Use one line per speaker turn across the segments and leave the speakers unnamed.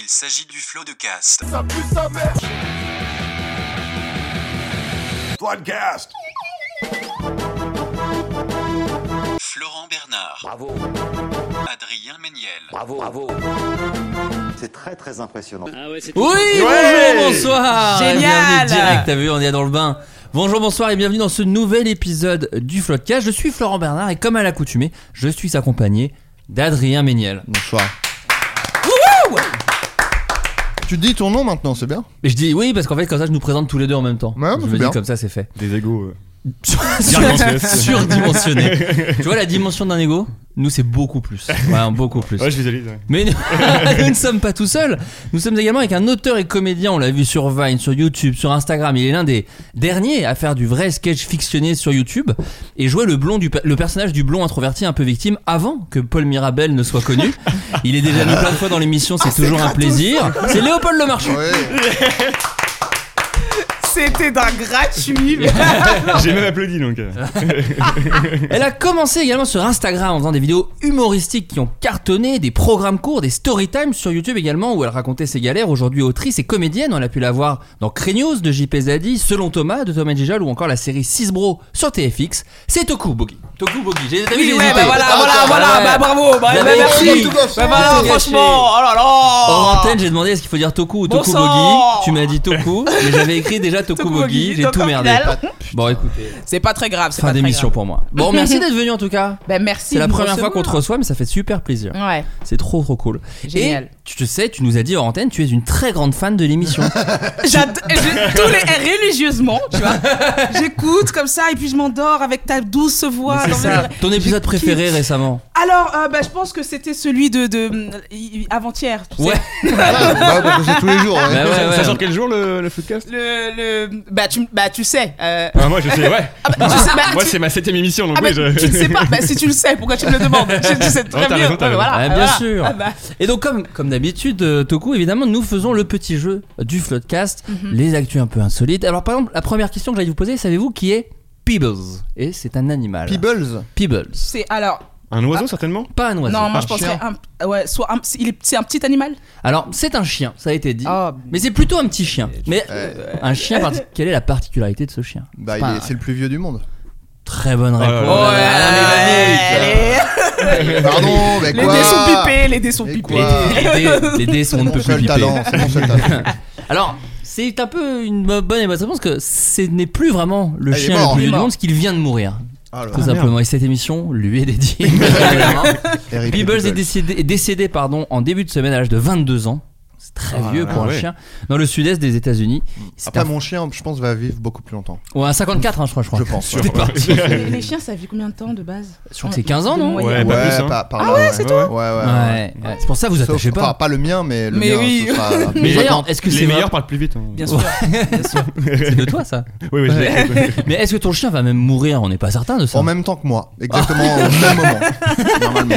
Il s'agit du flot de cast.
Floodcast.
Florent Bernard.
Bravo,
Adrien Méniel.
bravo, bravo. C'est très très impressionnant.
Oui, bonjour, bonsoir et
Génial.
bienvenue direct, t'as vu, on est dans le bain. Bonjour, bonsoir et bienvenue dans ce nouvel épisode du Floodcast. Je suis Florent Bernard et comme à l'accoutumée, je suis accompagné d'Adrien Méniel. Bonsoir.
Tu dis ton nom maintenant, c'est bien
Et je dis oui parce qu'en fait comme ça je nous présente tous les deux en même temps.
Ouais,
je
c'est
me
bien.
dis comme ça c'est fait.
Des égaux.
Sur- Surdimensionné. tu vois la dimension d'un ego Nous c'est beaucoup plus. Ouais, beaucoup plus.
Ouais, je visualise. ouais.
Mais nous, nous ne sommes pas tout seuls. Nous sommes également avec un auteur et comédien. On l'a vu sur Vine, sur YouTube, sur Instagram. Il est l'un des derniers à faire du vrai sketch fictionné sur YouTube et jouer le blond du pe- le personnage du blond introverti un peu victime avant que Paul Mirabel ne soit connu. Il est déjà venu plein de fois dans l'émission. C'est toujours un plaisir. C'est Léopold Lemarchand.
C'était d'un gratuit. mais-
J'ai même applaudi donc. euh.
Ah,
Elle a commencé également sur Instagram en faisant des vidéos humoristiques qui ont cartonné, des programmes courts, des story time sur YouTube également où elle racontait ses galères. Aujourd'hui autrice et comédienne, on a pu la voir dans Craignos de JP Zadi, Selon Thomas de Thomas Gijal ou encore la série 6 Bro sur TFX. C'est Toku Bogi. Toku Bogi, j'ai t'as vu, j'ai
Oui, ouais,
hésité.
bah voilà, voilà,
Ah,
voilà,
ouais.
bah bravo, bah,
Vous
bah,
avez
merci.
tout
Bah voilà,
Tout
franchement, oh là
Hors
là.
antenne, j'ai demandé est-ce qu'il faut dire Toku ou
Bon
Toku
sang.
Bogi. Tu m'as dit Toku, mais j'avais écrit déjà Toku Bogi, j'ai
donc
tout
au
merdé.
final,
Bon, écoutez,
C'est pas très grave, c'est
fin
pas très
d'émission
grave.
pour moi. Bon, merci d'être venu en tout cas.
Bah merci.
C'est la
de nous
première fois qu'on te
recevoir.
reçoit, mais ça fait super plaisir.
Ouais,
C'est trop trop cool.
génial.
Et tu te sais, tu nous as dit hors antenne, tu es une très grande fan de l'émission.
J'adore je- tous les religieusement, tu vois. J'écoute comme ça et puis je m'endors avec ta douce voix.
C'est
dans
ça.
le-
Ton épisode
Je
préféré
kiffe.
récemment.
Alors, euh, bah, je pense que c'était celui de, de euh, avant-hier. tu sais.
Ouais.
Ah, bah, bah, c'est tous les jours. ouais.
Bah ouais,
Ça-
ouais.
Ça sort quel jour le, le footcast
Le, le bah tu bah tu sais. euh,
Ah, Moi je sais, ouais.
Ah bah, tu sais, bah,
Moi
tu-
c'est ma septième émission donc
Ah bah,
oui. je-
tu ne sais pas, bah, si tu le sais, pourquoi tu me le demandes Je tu sais très
t'as
bien.
raison, t'as
Ouais,
raison.
voilà,
Ouais, bien
voilà.
sûr.
Ah bah,
Et donc comme comme d'habitude, euh, Toku, évidemment, nous faisons le petit jeu du Floodcast,
Mhm.
les actus un peu insolites. Alors par exemple, la première question que j'allais vous poser, savez-vous qui est Peebles Et c'est un animal.
Peebles.
Peebles.
c'est alors
Un oiseau certainement
Pas un oiseau.
non, moi
un
je penserais
chien.
un, ouais, soit un, c'est- il est- c'est un petit animal.
Alors c'est un chien, ça a été dit.
Oh.
Ah.
Mais c'est plutôt un petit chien. Mais euh, un chien, parti- quelle est la particularité de ce chien
Bah,
C'est
il
pas
est- c'est le plus vieux du monde.
Très bonne réponse.
Oh là
Pardon,
les,
mais
les
quoi
dés sont pipés, les dés sont
Mais
pipés.
quoi
Les dés, les dés
C'est
sont ne
mon
peut plus
seul
pipés.
talent, c'est mon seul talent.
Alors, c'est un peu une bo- bonne et bonne réponse que ce n'est plus vraiment le
Ah, il est
chien
mort.
le plus
Il est
vieux du
mort.
monde, parce qu'il vient de mourir.
Alors,
Tout simplement. Et cette émission lui est dédiée. Évidemment.
Eric
Peebles est
Peebles.
décédé, est décédé, pardon, en début de semaine à l'âge de 22 ans. C'est très vieux
là,
pour un
ouais.
chien. Dans le sud-est des États-Unis. C'est
Après,
un...
mon chien, je pense, va vivre beaucoup plus longtemps.
Ouais, un 54, hein, je crois. Je, crois.
Je pense.
C'est parti.
Les, les chiens, ça vit combien de temps de base
Je crois que c'est 15 ans, non
Ouais.
Ouais, pas plus. hein.
pas- par là, ouais,
Ah c'est
Ouais, ouais, ouais.
Ouais, ouais. C'est pour ça que vous
Sauf-
attachez
enfin,
pas.
le mien, mais le
Mais
mien,
oui.
ce sera-
Mais d'ailleurs,
attends,
est-ce que
les
c'est vrai-
meilleurs parlent plus vite. hein.
Bien sûr.
C'est de toi ça
Oui, oui, je l'ai écrit, ouais.
Mais est-ce que ton chien va même mourir On n'est pas certain de ça.
En même temps que moi, exactement au même moment. Normalement.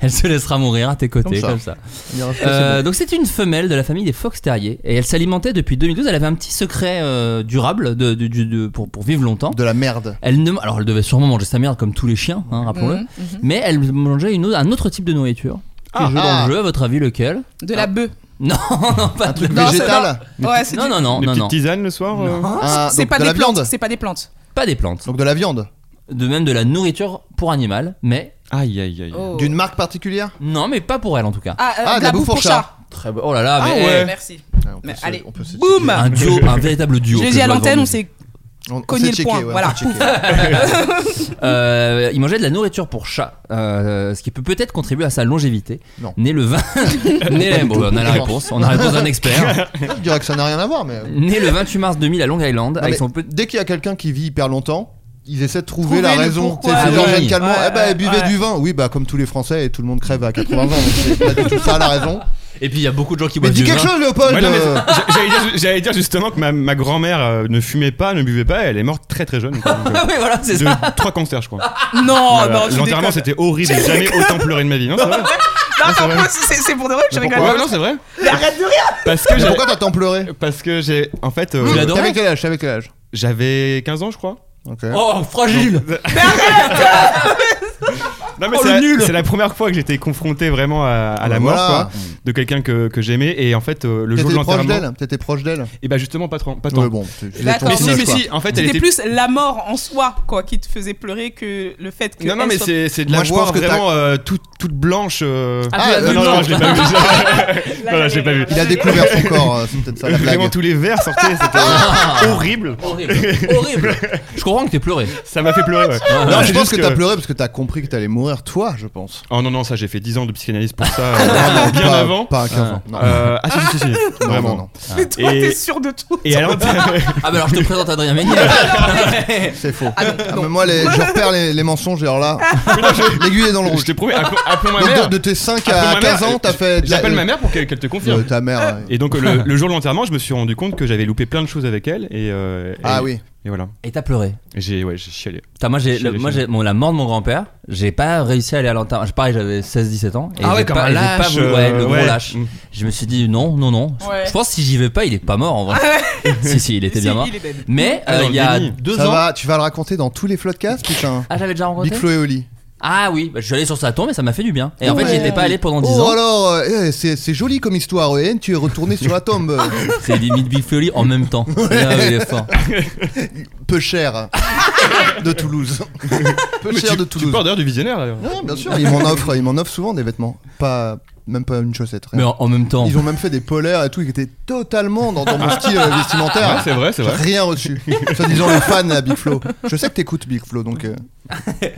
Elle se laissera mourir à tes côtés,
Comme ça.
comme ça. Euh, donc c'est une femelle de la famille des fox terriers et elle s'alimentait depuis 2012. Elle avait un petit secret euh, durable de, de- du- de- pour, pour vivre longtemps.
De la merde.
Elle ne, alors elle devait sûrement manger sa merde comme tous les chiens, hein, rappelons-le.
Mhm, mhm.
Mais elle mangeait une autre- un autre type de nourriture. Qui
Ah,
joue dans
ah.
le jeu, à votre avis lequel
De la bœuf.
Non, non, pas
Un truc
Non, c'est-
végétal
non. Ouais, c'est
Non,
du-
non, non,
Des
non,
petites
non.
tisanes le soir euh.
Ah,
C'est
donc
pas
de
des
la
plantes.
viande.
C'est pas des plantes.
Pas des plantes.
Donc de la viande.
De même de la nourriture pour animal, mais
Aïe, aïe, aïe.
Oh.
D'une marque particulière
Non, mais pas pour elle en tout cas.
Ah, euh,
Ah,
de la bouffe pour chat.
Très bon. Oh là là,
Ah,
mais
ouais.
eh,
Merci.
Ah, on peut
Mais
se-
allez,
on peut se-
boum
un duo, un véritable duo.
Je l'ai
que
dit à
dois
l'antenne,
voir.
on s'est
On- on
cogné
s'est
le
checké,
point,
ouais, on
voilà.
s'est checké.
Euh, il mangeait de la nourriture pour chat, euh, ce qui peut peut-être contribuer à sa longévité.
Non.
Né le 20. né le- bon, on a la
Non.
réponse, on a la réponse d'un expert.
Je dirais que ça n'a rien à voir, mais.
né le 28 mars 2000 à Long Island,
Ah,
Non,
avec
mais
son petit.
Dès qu'il y a quelqu'un qui vit hyper longtemps, ils essaient de trouver,
Trouver
la
le
raison.
pourquoi.
Tu sais, C'est
Ah
genre
oui.
Jeanne Calment,
Ouais,
eh ben,
ouais,
buvez
ouais.
du vin. Oui, bah comme tous les Français, et tout le monde crève à 80 ans. donc C'est pas du tout ça la raison.
Et puis il y a beaucoup de gens qui
Mais
boivent
dis
du
quelque
vin.
chose, Léopold
Ouais, non, mais
euh,
j'a- j'allais, dire, j'allais dire justement que ma, ma grand-mère euh, ne fumait pas, ne buvait pas, elle est morte très très jeune. quoi. Donc, euh,
Ah oui, voilà, c'est ça.
de trois cancers, je crois.
Non,
Voilà.
non, tu
L'enterrement,
déconnes.
c'était horrible. J'ai jamais autant pleuré de ma vie. Non, c'est vrai. ah,
Non, non, moi, c'est c'est pour de vrai que je
Ouais,
rigole.
ouais, non, c'est vrai. Parce que
mais
j'ai.
pourquoi t'as tant pleuré
Parce que j'ai. En fait, euh,
Tu l'as adoré
T'avais quel âge T'avais quel âge
j'avais 15 ans, je crois.
Ok.
Oh, fragile
Non, mais
Oh,
c'est,
le
la,
nul
c'est la première fois que j'étais confronté vraiment à, à la
Bah,
mort
voilà.
quoi, de quelqu'un que, que j'aimais. Et en fait, euh, le jour de
T'étais proche
l'enterrement.
d'elle T'étais proche d'elle
Et bah, justement, pas, trop, pas tant.
Ouais, bon. tu- tu l'as
D'accord.
ton
mais si,
soulage,
mais
quoi.
si, en fait, elle
C'était
était.
plus la mort en soi, quoi, qui te faisait pleurer que le fait que.
Non, non,
elle
mais
soit-
c'est, c'est de la
Moi, je
voir
pense que t'as-
vraiment euh, toute, toute blanche. euh,
Ah, tu l'as
Ah,
vu,
non, non,
non.
non, je l'ai pas vu.
Là,
Voilà, je l'ai pas vu.
Il a découvert son corps, euh, c'est peut-être ça la
Vraiment,
blague. Ah.
tous les verres sortaient. C'était horrible.
Ah, Horrible, horrible. Je comprends que t'aies pleuré.
Ça m'a fait pleurer, ouais.
Non, je
c'est
pense
juste
que t'as pleuré parce que t'as compris que t'allais mourir, toi, je pense.
Oh non, non, ça, j'ai fait 10 ans de psychanalyse pour ça. euh, bien
Pas-
avant.
Pas à 15 ans. Non.
Euh, ah, si, si, si, si,
Non,
Vraiment.
non, non.
Mais toi,
Et-
t'es sûr de tout.
Et à l'enterrement.
Ah bah alors je te présente Adrien Méniel.
C'est faux. Ah, mais moi, les- je repère les, les mensonges, et alors là, l'aiguille est dans le
je
rouge.
t'ai prouvé, appelons appelons ma
Donc,
mère.
de, de tes 5
Appelons
à
ma
15
mère.
ans, t'as fait. de la-
J'appelle ma mère hein. pour qu'elle qu'elle te
euh,
confirme.
ta mère. ouais.
Et donc le, le jour de l'enterrement, je me suis rendu compte que j'avais loupé plein de choses avec elle et euh, et-
Ah oui.
et voilà.
Et t'as pleuré.
Et J'ai ouais, j'ai chialé.
Putain, moi, j'ai,
Chez
le-
les
moi
filles.
j'ai, bon, la mort de mon grand-père, j'ai pas réussi à aller à l'enterrement. Je- Pareil, j'avais 16-17 ans. Et
Ah ouais,
j'ai
comme
pas,
un
j'ai
lâche,
pas voulu- ouais, le
euh,
gros
ouais.
lâche.
Mm.
Je me suis dit non, non, non. Je-
Ouais.
Je pense que si j'y vais pas, il est pas mort en vrai. si, si, il était
Si,
bien mort.
il est dead.
Mais
Ah,
euh,
dans le
il y a
déni.
deux
Ça
ans.
va, tu vas le raconter dans tous les floodcasts, putain.
Ah, j'avais déjà rencontré
Big Flo et Oli.
Ah oui, bah, je suis allé sur sa tombe et ça m'a fait du bien. Et en fait,
Ouais.
j'y étais pas allé pendant 10
Oh
ans.
alors, euh, eh, c'est c'est joli comme histoire, Ehen, tu es retourné sur la tombe. euh,
C'est limite Big Fleury en même temps. Ah, oui, il est fort.
Peu cher de Toulouse. Peu
Mais
cher
tu,
de
tu
Toulouse.
portes d'ailleurs du visionnaire d'ailleurs.
Ouais, bien sûr, ils m'en offrent, ils m'en offrent souvent des vêtements. Pas, même pas une chaussette. rien.
Mais en, en même temps.
Ils ont même fait des polaires et tout, qui étaient totalement dans, dans mon style euh, vestimentaire.
Ouais, c'est vrai, c'est
J'ai
vrai.
rien reçu. Soit disant le fan à Big Flo. Je sais que t'écoutes Big Flo, donc euh,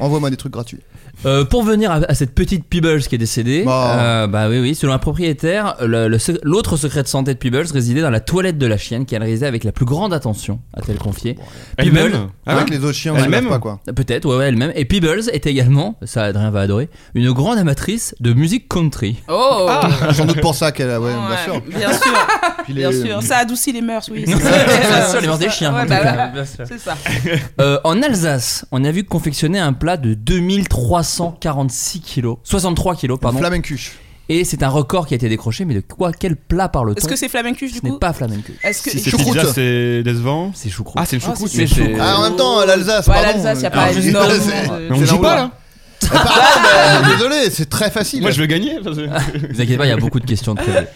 envoie-moi des trucs gratuits.
Euh, pour venir à, à cette petite Peebles qui est décédée,
Oh.
euh, bah oui, oui, selon un propriétaire, le- le sec- l'autre secret de santé de Peebles résidait dans la toilette de la chienne qu'elle réalisait avec la plus grande attention, a-t-elle confié.
Elle-même. Ah ouais
Avec les autres chiens,
Elle
on
m'aime
même pas quoi.
Peut-être, ouais, ouais, elle-même. Et Peebles était également, ça Adrien va adorer, une grande amatrice de musique country.
Oh!
Sans doute pour ça qu'elle a, ouais, bien
Ouais,
sûr.
Bien sûr,
Puis les-
bien sûr. Ça adoucit les mœurs, oui.
Bien
c'est ça.
sûr, les mœurs des
C'est ça.
chiens.
Ouais,
en tout
bah,
cas.
voilà. C'est ça.
Euh, en Alsace, on a vu confectionner un plat de 2346 kilos, 63 kilos, pardon.
Flamencuche.
Et c'est un record qui a été décroché, mais de quoi, quel plat parle-t-on
Est-ce que c'est flamencuche du
Ce n'est
coup?
pas flamenco.
Est-ce que.
Si c'est
Choucroute.
pizza, c'est décevant.
C'est choucroute.
Ah, c'est une
Oh,
choucroute.
c'est- euh,
mais-
c'est-
Ah, en même temps, l'Alsace,
Ouais,
pardon.
l'Alsace, y a
euh,
pas
c'est-
énormément
c'est-
de-
Mais on
c'est
joue
là où-
pas là.
Eh, pardon, mais Désolé, c'est très facile.
Moi, je vais gagner. parce que-
Ne vous inquiétez pas, il y a beaucoup de questions de prévues.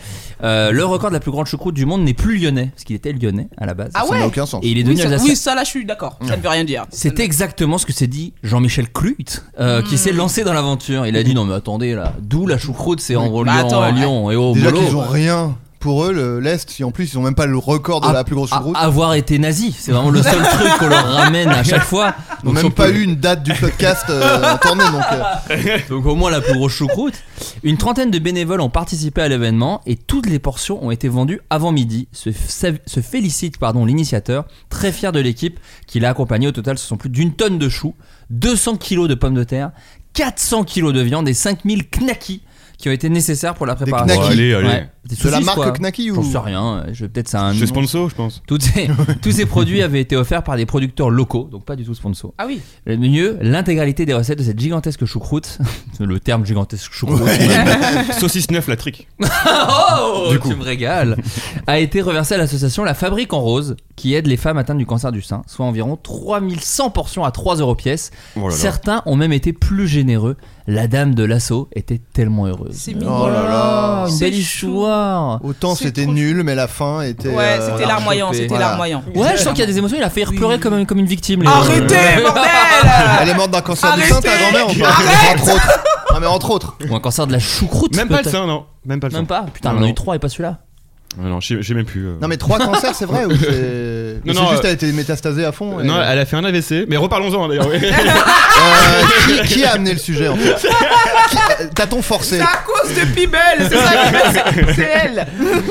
Euh, le record de la plus grande choucroute du monde n'est plus lyonnais, parce qu'il était lyonnais à la base.
Ah
Ça
ouais?
n'a aucun sens.
Et il est
Oui
devenu
ça,
alsacien.
oui, ça, là, je suis d'accord. Ça ne veut rien dire.
C'est exactement ce que s'est dit Jean-Michel Cluit, euh, qui s'est lancé dans l'aventure. Il a dit non mais attendez là, d'où la choucroute c'est en reliant
attends,
à
ouais.
Lyon et au
Bah, Déjà
Molo.
qu'ils ont rien pour eux, le- l'Est, si en plus ils ont même pas le record de
Ah,
la plus grosse
à-
route.
avoir été nazi, c'est vraiment le seul truc qu'on leur ramène à chaque fois.
Ils n'ont
Donc, si on
même pas
peut-
eu une date du podcast euh, en tournée, donc euh,
Donc au moins la plus grosse choucroute. Une trentaine de bénévoles ont participé à l'événement et toutes les portions ont été vendues avant midi. Se, f- se félicite pardon l'initiateur, très fier de l'équipe qui l'a accompagné. Au total, ce sont plus d'une tonne de choux, 200 kilos de pommes de terre, 400 kilos de viande et 5000 knackis qui ont été nécessaires pour la préparation.
knackis. Oh,
allez, allez.
Des
de la
saucisses, quoi.
marque Knacky ou.
J'en sais rien. Je peut-être ça a un
C'est
nom.
sponsor, je pense.
Toutes ces- tous ces produits avaient été offerts par des producteurs locaux, donc pas du tout sponsor.
Ah oui.
Le mieux, l'intégralité des recettes de cette gigantesque choucroute. Le terme gigantesque choucroute.
Saucisse neuf, la trick.
Oh,
Du coup.
tu me régales. A été reversée à l'association La Fabrique en Rose, qui aide les femmes atteintes du cancer du sein, soit environ 3100 portions à 3 euros pièce.
Oh là là.
Certains ont même été plus généreux, la dame de l'assaut était tellement heureuse.
C'est
mignon.
mignon.
Oh là là.
une
C'est
belle
chou.
histoire.
Autant
C'est
c'était
trop-
nul, mais la fin était.
Ouais,
euh,
c'était larmoyant, c'était
Voilà.
larmoyant.
Ouais, je sens qu'il y a des émotions. Il a fait
Oui.
pleurer comme, une- comme une victime. les-
Arrêtez,
Elle
bordel
est morte d'un cancer
Arrêtez
du sein, ta grand-mère, on parle. Entre autres. Non, mais entre autres.
Ou un cancer de la choucroute.
Même pas le
peut-être.
sein, non. Même pas le sein.
Même pas. Putain,
Non,
on en a eu
non.
trois et pas celui-là.
Ouais, Non, je sais- je sais même plus. euh.
Non, mais trois cancers, c'est vrai ou c'est.
Non,
mais C'est
non,
juste,
euh,
elle a été métastasée à fond. et-
Non, elle a fait un AVC. Mais reparlons-en d'ailleurs. oui.
Euh, qui, qui a amené le sujet en fait Qui- euh, T'a-t-on forcé
C'est à cause de Pibel, c'est ça qui fait- c'est elle.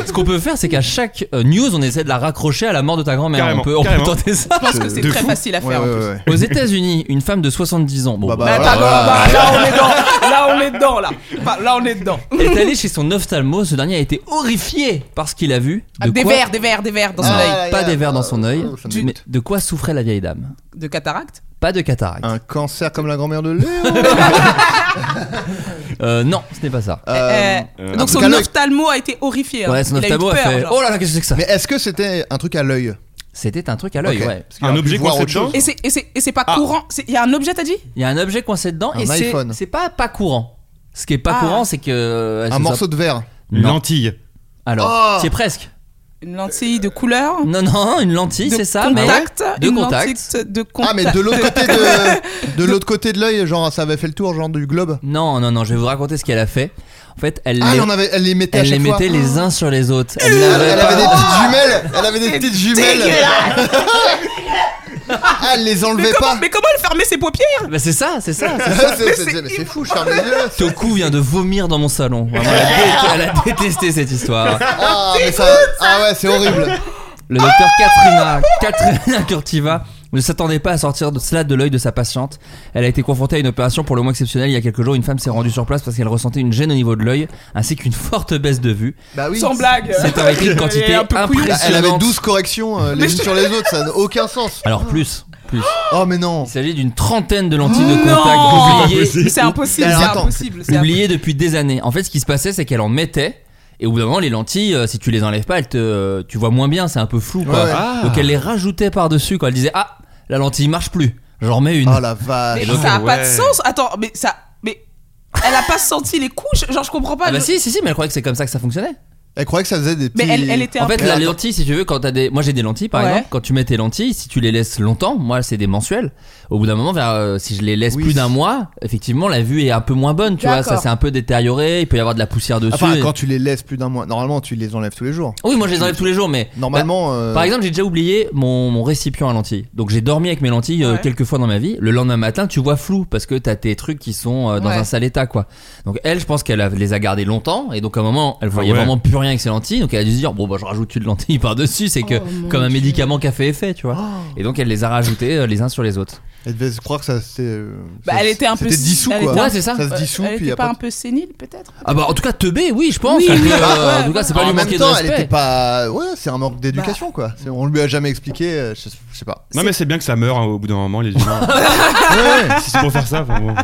Ce qu'on peut faire, c'est qu'à chaque euh, news, on essaie de la raccrocher à la mort de ta grand-mère.
Carrément,
On peut, on peut
carrément.
tenter ça.
Je pense que c'est
De
très
fou.
facile à
Ouais,
faire.
ouais,
en plus.
ouais, ouais.
Aux États-Unis, une femme de 70 ans. Bon,
Bah, bah,
Bah,
voilà,
pardon,
voilà.
bah, là on est dedans, là on est dedans, là. Bah, là on est dedans.
est allée chez son ophtalmo. Ce dernier a été horrifié par ce qu'il a vu.
Ah, des
quoi-
verres, des verres, des verres dans son
Ah.
œil.
Pas
là,
des verres dans son œil.
Oh, ça me
Mais de quoi souffrait la vieille dame
De cataracte
Pas de cataracte.
Un cancer comme la grand-mère de Léo
Euh, non, ce n'est pas ça.
Euh,
Euh,
euh,
Donc
en tout
son
cas, l'œil-
ophtalmo a été horrifié. hein.
ouais, son
Il a eu
ophtalmo a
peur,
fait.
genre.
Oh là là, qu'est-ce que c'est que ça
Mais est-ce que c'était un truc à l'œil
C'était un truc à l'œil,
Ok.
ouais.
Parce qu'il aurait
Un
pu
objet
voir autre
conceptuel
chose.
Et c'est- et c'est et c'est pas
Ah.
courant. c'est- Il y a un objet, t'as dit
Il y a un objet coincé dedans
Un
et c'est
iPhone.
c'est pas pas courant. Ce qui est pas
Ah.
courant, c'est que euh,
Un
c'est ça.
morceau de verre.
Une
Non.
lentille.
Alors,
Oh.
c'est presque.
Une lentille de couleur
Non non, une lentille,
de
c'est ça,
contact,
mais de
une
contact.
lentille de contact.
Ah mais de l'autre côté de de l'autre côté de l'œil, genre ça avait fait le tour, genre du globe.
Non non non, je vais vous raconter ce qu'elle a fait. En fait, elle
Ah,
les,
elle, en avait, elle les mettait à
elle les
chaque fois.
mettait les uns sur les autres. Elle
Elle,
l'avait
elle
pas-
avait des petites jumelles. Elle avait des petites jumelles. Ah, elle les
Mais
enlevait
comment,
pas.
mais comment elle fermait ses paupières
Bah, c'est ça, c'est ça. c'est ça.
C'est- c'est- c'est- mais C'est fou, je ferme les yeux.
Toku vient de vomir dans mon salon. Vraiment, elle, a dé- elle a détesté cette histoire.
Ah, mais ça- ah ouais, c'est horrible.
Le docteur Katrina, Katrina Curtiva ne s'attendait pas à sortir de cela de l'œil de sa patiente. Elle a été confrontée à une opération pour le moins exceptionnelle. Il y a quelques jours, une femme s'est rendue sur place parce qu'elle ressentait une gêne au niveau de l'œil ainsi qu'une forte baisse de vue.
Bah oui.
Sans blague.
C'est avec une
Elle est
quantité
un peu couillon.
impressionnante.
Elle avait 12 corrections euh, les
Mais
unes
je-
sur les autres, ça n'a aucun sens.
Alors plus, plus.
Oh mais non.
Il s'agit d'une trentaine de lentilles de
Non
contact
Mais
oubliées,
C'est impossible,
Alors,
c'est
attends.
impossible. c'est
oubliées depuis des années. En fait, ce qui se passait, c'est qu'elle en mettait. Et au bout d'un moment, les lentilles, euh, si tu les enlèves pas, elles te, euh, tu vois moins bien, c'est un peu flou. Quoi.
Ouais, ouais.
Ah.
Donc elle les rajoutait par-dessus. Quoi. Elle disait Ah, la lentille marche plus, j'en remets une.
Oh la
Mais
vache.
donc,
ça a pas de
ouais.
sens. Attends, mais ça. Mais elle a pas senti les couches. Genre, je comprends pas.
Ah bah
je-
si, si, si, mais elle croyait que c'est comme ça que ça fonctionnait.
Elle croyait que ça faisait des petits.
Mais elle, elle était
En
un
fait,
peu-
la lentille, si tu veux, quand t'as des. Moi j'ai des lentilles par
Ouais.
exemple, quand tu mets tes lentilles, si tu les laisses longtemps, moi c'est des mensuels, au bout d'un moment, vers, euh, si je les laisse
Oui.
plus d'un mois, effectivement la vue est un peu moins bonne, tu vois, ça
D'accord.
s'est un peu détérioré, il peut y avoir de la poussière dessus.
Ah, Enfin,
et-
quand tu les laisses plus d'un mois, normalement tu les enlèves tous les jours.
Oui, moi je les enlève tous les jours, mais.
Normalement.
Bah,
euh,
Par exemple, j'ai déjà oublié mon, mon récipient à lentilles. Donc j'ai dormi avec mes lentilles euh,
Ouais.
quelques fois dans ma vie. Le lendemain matin, tu vois flou parce que t'as tes trucs qui sont euh, dans
Ouais.
un sale état, quoi. Donc elle, je pense qu'elle a- les a gardés longtemps et donc à un moment, elle voyait
Ah ouais.
vraiment plus rien avec ses lentilles. Donc elle a dû se dire bon bah je rajoute une lentille par dessus, c'est
Oh,
que comme un médicament qui a fait effet, tu vois. Et donc elle les a rajoutés euh, les uns sur les autres.
Elle devait se croire que ça c'était. euh,
Bah,
ça-
elle était un peu.
C'était dissous
elle
quoi.
était un-
Ouais, c'est ça.
Ça se dissout
Elle
puis
était pas
après.
un peu sénile, peut-être
Ah bah en tout cas teubé, oui, je pense.
Oui,
Parce que,
oui,
euh,
ouais,
en tout cas, c'est pas
Ah, en
lui
même
manquer
temps,
de
elle
respect.
était pas. Ouais, c'est un manque d'éducation
Bah.
quoi. C'est- On lui a jamais expliqué. euh, Je je sais pas.
Non mais c'est bien que ça meure hein, au bout d'un moment les humains. Si c'est pour faire ça, enfin, bon, bon,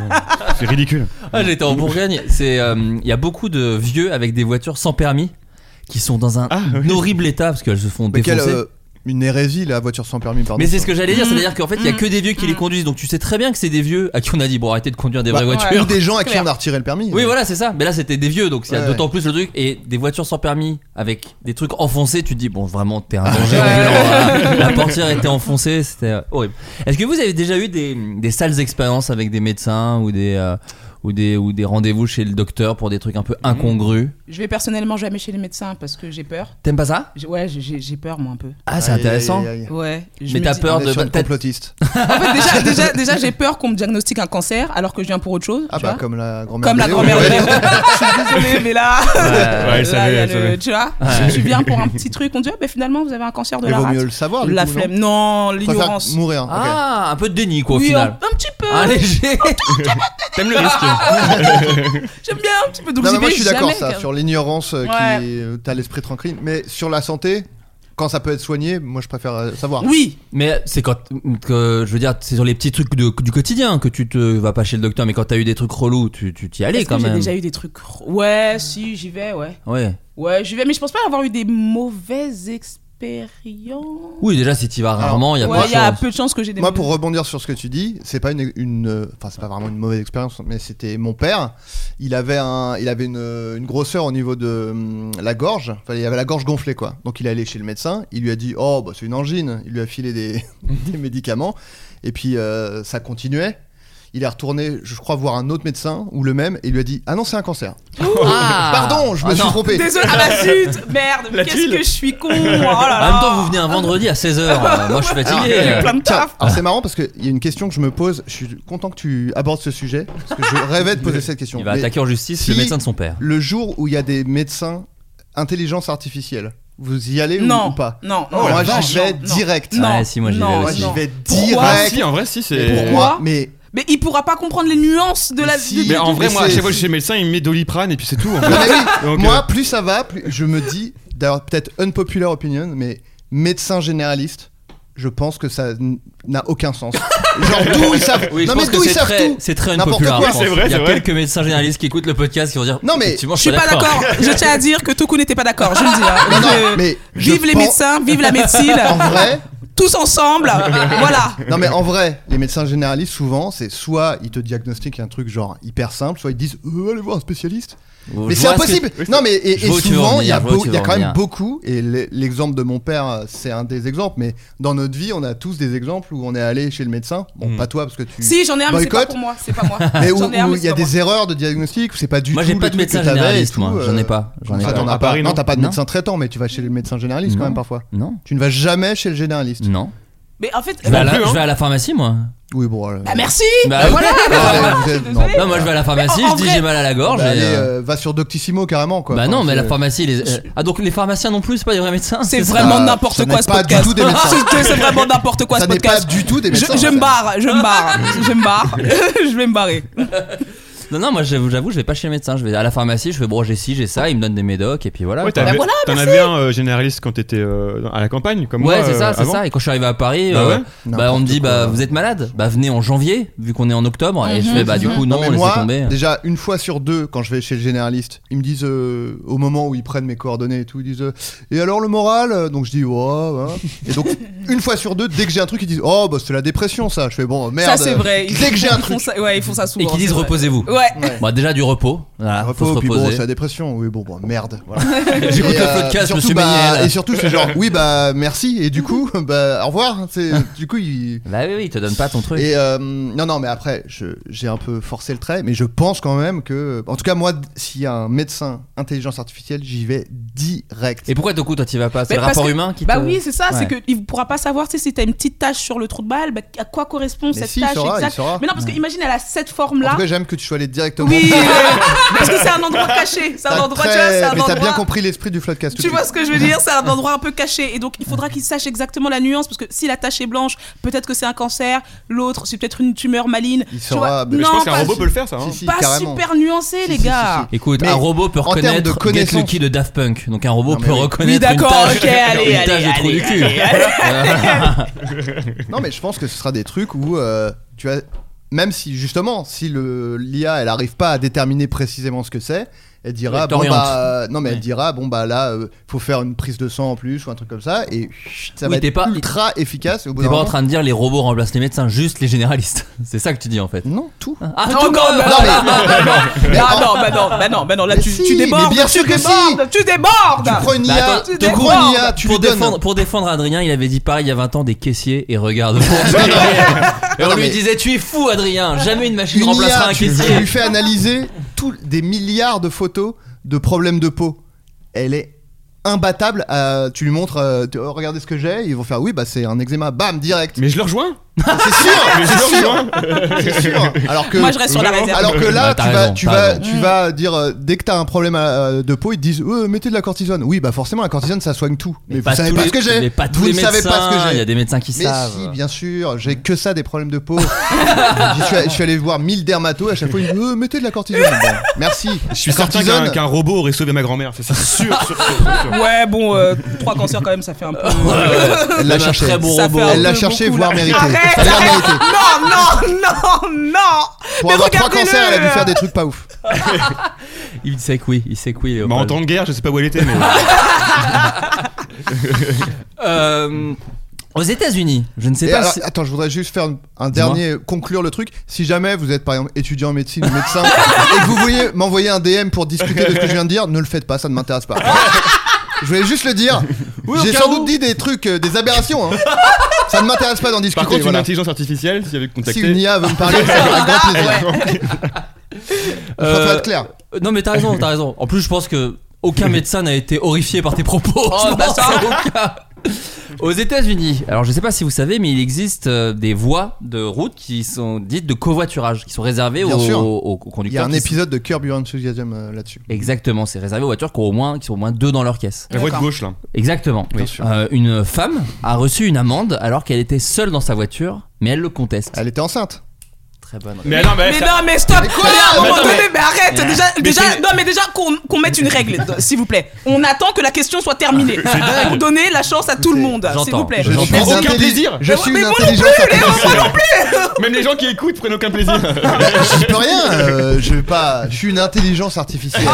c'est ridicule.
Ah, j'étais en Bourgogne. C'est euh, il y a beaucoup de vieux avec des voitures sans permis qui sont dans un
Ah, oui.
horrible état parce qu'elles se font
Mais quelle
défoncer.
euh, une hérésie la voiture sans permis pardon.
Mais c'est ce que j'allais dire, c'est-à-dire qu'en fait, il y a
mmh,
que des vieux qui les conduisent, donc tu sais très bien que c'est des vieux à qui on a dit bon arrêtez de conduire des
Bah,
vraies
ouais.
voitures.
Ou des gens à qui
Claire.
on a retiré le permis.
Oui, voilà, c'est ça. Mais là, c'était des vieux, donc il y a
Ouais,
d'autant plus le truc. Et des voitures sans permis, avec des trucs enfoncés, tu te dis, bon, vraiment, t'es un danger.
Ouais.
ambulant, voilà. La portière était enfoncée, c'était euh, horrible. Est-ce que vous avez déjà eu des, des sales expériences avec des médecins ou des, euh, ou des, ou des rendez-vous chez le docteur pour des trucs un peu
Mm.
incongrus
Je vais personnellement jamais chez les médecins parce que j'ai peur.
T'aimes pas ça
J'ai- Ouais, j'ai- j'ai peur, moi, un peu.
Ah, c'est
Aïe,
intéressant.
aïe, aïe, aïe.
Ouais. je
Mais
me
t'as
dis-
peur
On est
de.
sur une
t'as-
complotiste.
En fait, déjà, déjà, déjà j'ai peur qu'on me diagnostique un cancer alors que je viens pour autre chose.
Ah
tu
bah
vois.
comme la grand-mère.
Comme
de
la
Léo.
grand-mère de
Ouais.
Léo. Je suis désolée, mais là.
Ouais, elle savait,
là, il y a
elle
le-
savait.
tu vois,
Ouais.
je- tu viens pour un petit truc, on dit, ah, bah, finalement, vous avez un cancer de
Il
la
vaut
rate.
mieux le savoir. du
La
coup, non
flemme. Non,
Préfère
l'ignorance.
Mourir. ok.
Ah, un peu de déni, quoi, au
Oui, hein. un,
final.
un petit peu.
Un léger. T'aimes le risque.
Ah,
J'aime bien un petit peu. Donc,
Non,
j'y
mais moi
vais
je suis d'accord
jamais,
ça
car-
sur l'ignorance euh,
Ouais.
qui euh, t'as l'esprit tranquille mais sur la santé quand ça peut être soigné moi je préfère euh, savoir.
Oui,
Mais c'est quand, que, je veux dire, c'est sur les petits trucs de- du quotidien que tu te vas pas chez le docteur, mais quand t'as eu des trucs relous, tu tu t'y allais
parce
quand
que j'ai
même.
déjà eu des trucs. Ouais, si, j'y vais, ouais.
Ouais.
Ouais, j'y vais, mais je pense pas avoir eu des mauvaises expériences. expérience.
Oui, déjà, si tu vas rarement, il y a
Ouais,
pas
il y a
de
peu de chances que j'ai des
Moi, pour rebondir sur ce que tu dis, c'est pas une, une, euh, enfin c'est pas vraiment une mauvaise expérience, mais c'était mon père. Il avait un, il avait une, une grosseur au niveau de hum, la gorge. Enfin, il avait la gorge gonflée, quoi. Donc, il est allé chez le médecin. Il lui a dit, oh, bah, c'est une angine. Il lui a filé des, des médicaments. Et puis, euh, ça continuait. Il est retourné, je crois, voir un autre médecin ou le même, et il lui a dit, ah non, c'est un cancer.
Ah
Pardon, je me
Ah
suis
non.
trompé.
Désolé, ah bah zut, merde, mais
La
qu'est-ce
tuile.
que je suis con. Oh là
En
là.
même temps, vous venez un vendredi à
Ah.
16h. Moi, je suis
Alors,
fatigué.
il y a plein de
Tiens,
taf.
alors c'est marrant parce qu'il y a une question que je me pose. Je suis content que tu abordes ce sujet parce que je rêvais de poser cette question.
Il va
Mais
attaquer en justice
si-
le médecin de son père.
le jour où il y a des médecins intelligence artificielle, vous y allez ou-
Non,
ou, pas
non,
Oh,
non,
Moi
la vache,
j'y vais
non,
direct.
Non,
Ouais, si, moi, j'y
non,
vais
Moi
aussi.
j'y vais
Pourquoi
Ah,
direct.
si, en vrai, si, c'est.
Pourquoi Mais
Mais il pourra pas comprendre les nuances de la.
Mais si.
de- de-
Mais en vrai,
Mais
moi, à
c'est-
chaque fois que je suis chez le médecin, il me met Doliprane et puis c'est tout. en fait.
Non, mais oui,
Donc,
moi
euh,
plus ça va, plus je me dis d'ailleurs peut-être unpopular opinion, mais médecin généraliste. Je pense que ça n- n'a aucun sens. Genre d'où ils savent.
Oui, je
non
pense
mais d'où
que
ils
c'est
savent
très,
tout.
c'est très
N'importe
unpopular.
quoi.
en France.
C'est vrai,
Il y a
c'est vrai.
quelques médecins généralistes qui écoutent le podcast qui vont dire.
Non, mais
effectivement,
Je suis pas d'accord. Je tiens à dire que Toko n'était pas d'accord. Je le dis. hein.
Non, non,
Je-
mais je
Vive les
pense-
médecins, vive la médecine.
En vrai,
Tous ensemble. Voilà.
Non mais en vrai, les médecins généralistes souvent, c'est soit ils te diagnostiquent un truc genre hyper simple, soit ils disent euh, allez voir un spécialiste.
Bon,
mais
je
c'est
vois ce que-
impossible. Non mais et,
Je vois
et
où tu veux en
souvent il y a,
venir, je vois où
beau-
tu
il y a
veux en
quand même
venir.
beaucoup et l'e- l'exemple de mon père euh, c'est un des exemples, mais dans notre vie on a tous des exemples où on est allé chez le médecin. Bon
Hmm.
pas toi parce que tu.
Si j'en ai un, mais c'est pas
Mm. Boycott.
pour moi. C'est pas moi.
Mais où
J'en ai un,
où
mais
il y
c'est
a
pas moi.
des erreurs de diagnostic où c'est pas du
Moi,
tout.
j'ai
le
pas de
truc
médecin
que t'avais et
généraliste,
tout,
moi.
euh,
J'en ai pas. J'en ai
Ah,
pas.
t'en as
À
pas.
Paris,
non,
non.
t'as pas de
Non.
médecin traitant, mais tu vas chez le médecin généraliste quand
Non.
même parfois.
Non.
Tu ne vas jamais chez le généraliste.
Non.
Mais en fait.
Je
Ah,
vais, à la,
plus, hein.
je vais à la pharmacie, moi.
Oui, bon. euh,
Bah merci.
Bah,
Bah, voilà.
euh, vous êtes- non.
Non, moi, je vais à la pharmacie,
Mais en-
je
en
dis
vrai-
j'ai mal à la gorge.
Bah,
et,
allez,
euh,
euh, va sur Doctissimo carrément quoi.
Bah
Enfin,
non, mais la
c'est-
pharmacie, les... euh, ah donc les pharmaciens non plus, c'est pas des vrais médecins.
C'est
ça
vraiment
ça-
n'importe
ça
quoi
n'est
ce
pas du
podcast.
tout des médecins.
C'est- C'est vraiment n'importe quoi
ça
ce
n'est pas
podcast.
du tout des
Je,
médecins.
je
ça.
me barre, je me barre, je me barre, je vais me barrer.
Non, non, moi j'avoue, j'avoue, je vais pas chez le médecin, je vais à la pharmacie, je fais bon, j'ai ci, j'ai ça, il me donne des médocs et puis voilà.
Ouais,
quoi.
t'avais-
Bah voilà,
t'en avais un euh, généraliste quand t'étais euh, dans- à la campagne, comme
Ouais,
moi.
c'est ça,
euh,
c'est
avant.
ça. Et quand je suis arrivé à Paris,
Bah
euh,
ouais.
bah, on me dit
N'importe quoi.
bah vous êtes malade, bah venez en janvier, vu qu'on est en octobre. Et je
Mhm.
fais bah du coup non,
mais
laissez
moi,
tomber.
déjà une fois sur deux, quand je vais chez le généraliste, ils me disent euh, au moment où ils prennent mes coordonnées et tout, ils disent euh, et alors le moral Donc je dis ouais. ouais. Et donc une fois sur deux, dès que j'ai un truc, ils disent oh bah c'est la dépression ça. Je fais bon merde.
ça c'est vrai. Ils,
Dès que j'ai un
ils font
truc.
ça, ouais, ils font ça
Et
souvent.
qui disent
c'est vrai.
reposez-vous.
Ouais.
Ouais.
Bah déjà du repos, voilà,
Repos,
faut se
puis bon,
reposer.
c'est la dépression. Oui, bon, bon merde. Voilà.
J'écoute
Et,
le
euh,
podcast,
surtout,
monsieur
bah,
Méniel.
Et surtout, je fais genre, oui, bah merci. Et du coup, bah au revoir. C'est- Du coup, ils,
Bah oui, oui, il te donne pas ton truc.
Et euh, non, non, mais après, je- j'ai un peu forcé le trait, mais je pense quand même que. En tout cas, moi, d- s'il y a un médecin intelligence artificielle, j'y vais direct.
Et pourquoi du coup toi tu vas pas C'est
Mais
le
parce
rapport
que-
humain qui te.
Bah oui, c'est ça, c'est
euh, Ouais.
qu'il ne pourra pas savoir tu sais, si t'as une petite tache sur le trou de balle, bah, à quoi correspond
Mais
cette
si, il
tache
saura, il
exacte.
saura.
Mais non, parce que imagine, elle a cette
en
forme-là.
tout cas, j'aime que tu sois allé directement.
Oui, parce que c'est un endroit caché. C'est
T'as
un endroit,
très-
tu vois, c'est un
mais t'as bien
endroit-
compris l'esprit du floodcast. tout
Tu
de
vois
suite.
ce que je veux dire C'est un endroit un peu caché. Et donc, il faudra qu'il sache exactement la nuance. Parce que si la tache est blanche, peut-être que c'est un cancer. L'autre, c'est peut-être une tumeur maligne.
Il
Tu
saura.
vois,
Mais
mais-
je
Non,
pense qu'un
pas-
robot peut le faire, ça. hein.
Si, si,
Pas
carrément.
super nuancé, les
si, si,
gars.
si.
Écoute,
Mais
un robot peut
en termes
reconnaître
de
Get
connaissance-
Lucky de Daft Punk. Donc un robot
Non, mais
peut
oui.
reconnaître
Oui,
une
d'accord,
tâche,
ok, allez,
une tâche
allez,
de trou du
allez,
cul.
Non, mais je pense que ce sera des trucs où euh, tu as. Même si, justement, si le- l'IA, elle arrive pas à déterminer précisément ce que c'est, elle dira,
Elle
bon,
t'oriente.
bah, euh, non, mais elle
Ouais.
dira, bon, bah là, euh, faut faire une prise de sang en plus ou un truc comme ça, et chut, ça
Oui,
va
t'es
être
pas-
ultra efficace. et au bout
T'es
d'un
pas en
moment-
train de dire les robots remplacent les médecins, juste les généralistes. C'est ça que tu dis en fait.
Non, tout.
Ah,
Non, non, bah,
bah,
non, non, bah, non,
mais- Oh, Mais
bah,
Ah,
en-
non, bah, non, bah, non, bah, non, là,
Mais
tu,
si,
tu débordes,
mais bien sûr
tu
que si.
débordes, tu débordes.
Tu prends une
Bah,
IA,
attends, Bah,
tu
tu
prends une
débordes.
IA, tu lui
pour,
donnes.
défendre, pour défendre Adrien, il avait dit pareil il y a 20 ans des caissiers et regarde. et
Non,
on
non,
lui
mais-
disait Tu es fou, Adrien, jamais une machine
Une
remplacera
IA,
un
tu,
caissier.
tu lui fais analyser tous des milliards de photos de problèmes de peau. Elle est imbattable. à- tu lui montres, euh, tu- oh, regardez ce que j'ai, ils vont faire oui, bah c'est un eczéma, bam, direct.
Mais je le rejoins.
C'est sûr,
Mais je le rejoins.
c'est sûr. Alors que
Moi, je reste sur la
Vraiment.
réserve.
alors que
Bah,
là,
t'as
tu vas,
raison,
tu
t'as
vas,
raison.
tu vas dire euh, dès que t'as un problème euh, de peau, ils te disent euh, mettez de la cortisone. Oui, bah forcément la cortisone ça soigne tout. Mais, vous savez
tous
pas
les-
ce que j'ai.
mais pas tous
vous
les
ne savez pas ce que
médecins,
j'ai.
Il y a des médecins qui
Mais
savent.
si, bien sûr, j'ai que ça des problèmes de peau. je, suis, allé- je suis allé voir 1000 dermatos, à chaque fois ils me disent, euh, mettez de la cortisone. Bon, merci.
Je suis certain qu'un qu'un robot aurait sauvé ma grand-mère. C'est c'est sûr, sûr, sûr, sûr, sûr.
Ouais, bon, euh, trois cancers quand même, ça fait un peu.
elle l'a
Même un
cherché.
très bon
Ça
robot.
fait un
Elle l'a
peu
cherché,
beaucoup,
voire
là.
mérité.
Arrête,
Elle l'a mérité.
Non, non, non, non.
Pour
Mais
avoir trois
regardez-le.
cancers, elle a dû faire des trucs pas ouf.
Il sait que oui, il sait que oui.
Bah, en
Léopold.
temps de guerre, je sais pas où elle était, mais.
Euh, aux États-Unis, je ne sais
Et
pas
alors,
si.
Attends, je voudrais juste faire un
Dis-moi.
dernier, euh, conclure le truc. Si jamais vous êtes par exemple étudiant en médecine ou médecin et que vous voyez m'envoyer un DM pour discuter de ce que je viens de dire, ne le faites pas, ça ne m'intéresse pas. je voulais juste le dire.
au
J'ai
cas
sans
où.
doute dit des trucs, euh, des aberrations. hein. ça ne m'intéresse pas d'en discuter.
Par contre, une
voilà.
intelligence artificielle, si avait
Si une
contacté.
IA veut me parler, ça avec grand plaisir. Je
Euh,
préfère être clair.
Non, mais t'as raison, t'as raison. En plus, je pense que aucun médecin n'a été horrifié par tes propos.
Oh,
Je
bah,
pense aucun. Aux États-Unis, alors je sais pas si vous savez, mais il existe euh, des voies de route qui sont dites de covoiturage, qui sont réservées
Bien
aux,
sûr.
aux- aux
Il y a
conducteurs.
un
qui sont-
épisode de Curb Your Enthusiasm euh, là-dessus.
Exactement, c'est réservé aux voitures qui, ont au moins, qui sont au moins deux dans leur caisse.
La voix de gauche, là.
Exactement.
Bien sûr.
Euh, une femme a reçu une amende alors qu'elle était seule dans sa voiture, mais elle le conteste.
Elle était enceinte.
Très
hein.
bonne.
Mais non, mais.
Eh,
Mais bah, non, mais stop,
Mais
quoi,
quoi
à un
Mais
moment
attends,
donné, mais arrête, déjà,
Mais
déjà,
c'est-
non, mais déjà qu'on qu'on mette une règle, d- s'il vous plaît. On attend que la question soit terminée pour donner la chance à tout le monde, s'il
J'entends,
vous plaît.
Je
n'en
suis
prends aucun
intelli-
plaisir.
Je
Mais-
suis
mais
une
moi non
intelligence artificielle.
Même les gens qui écoutent prennent aucun plaisir.
Je peux rien. euh, je vais pas. Je suis une intelligence artificielle.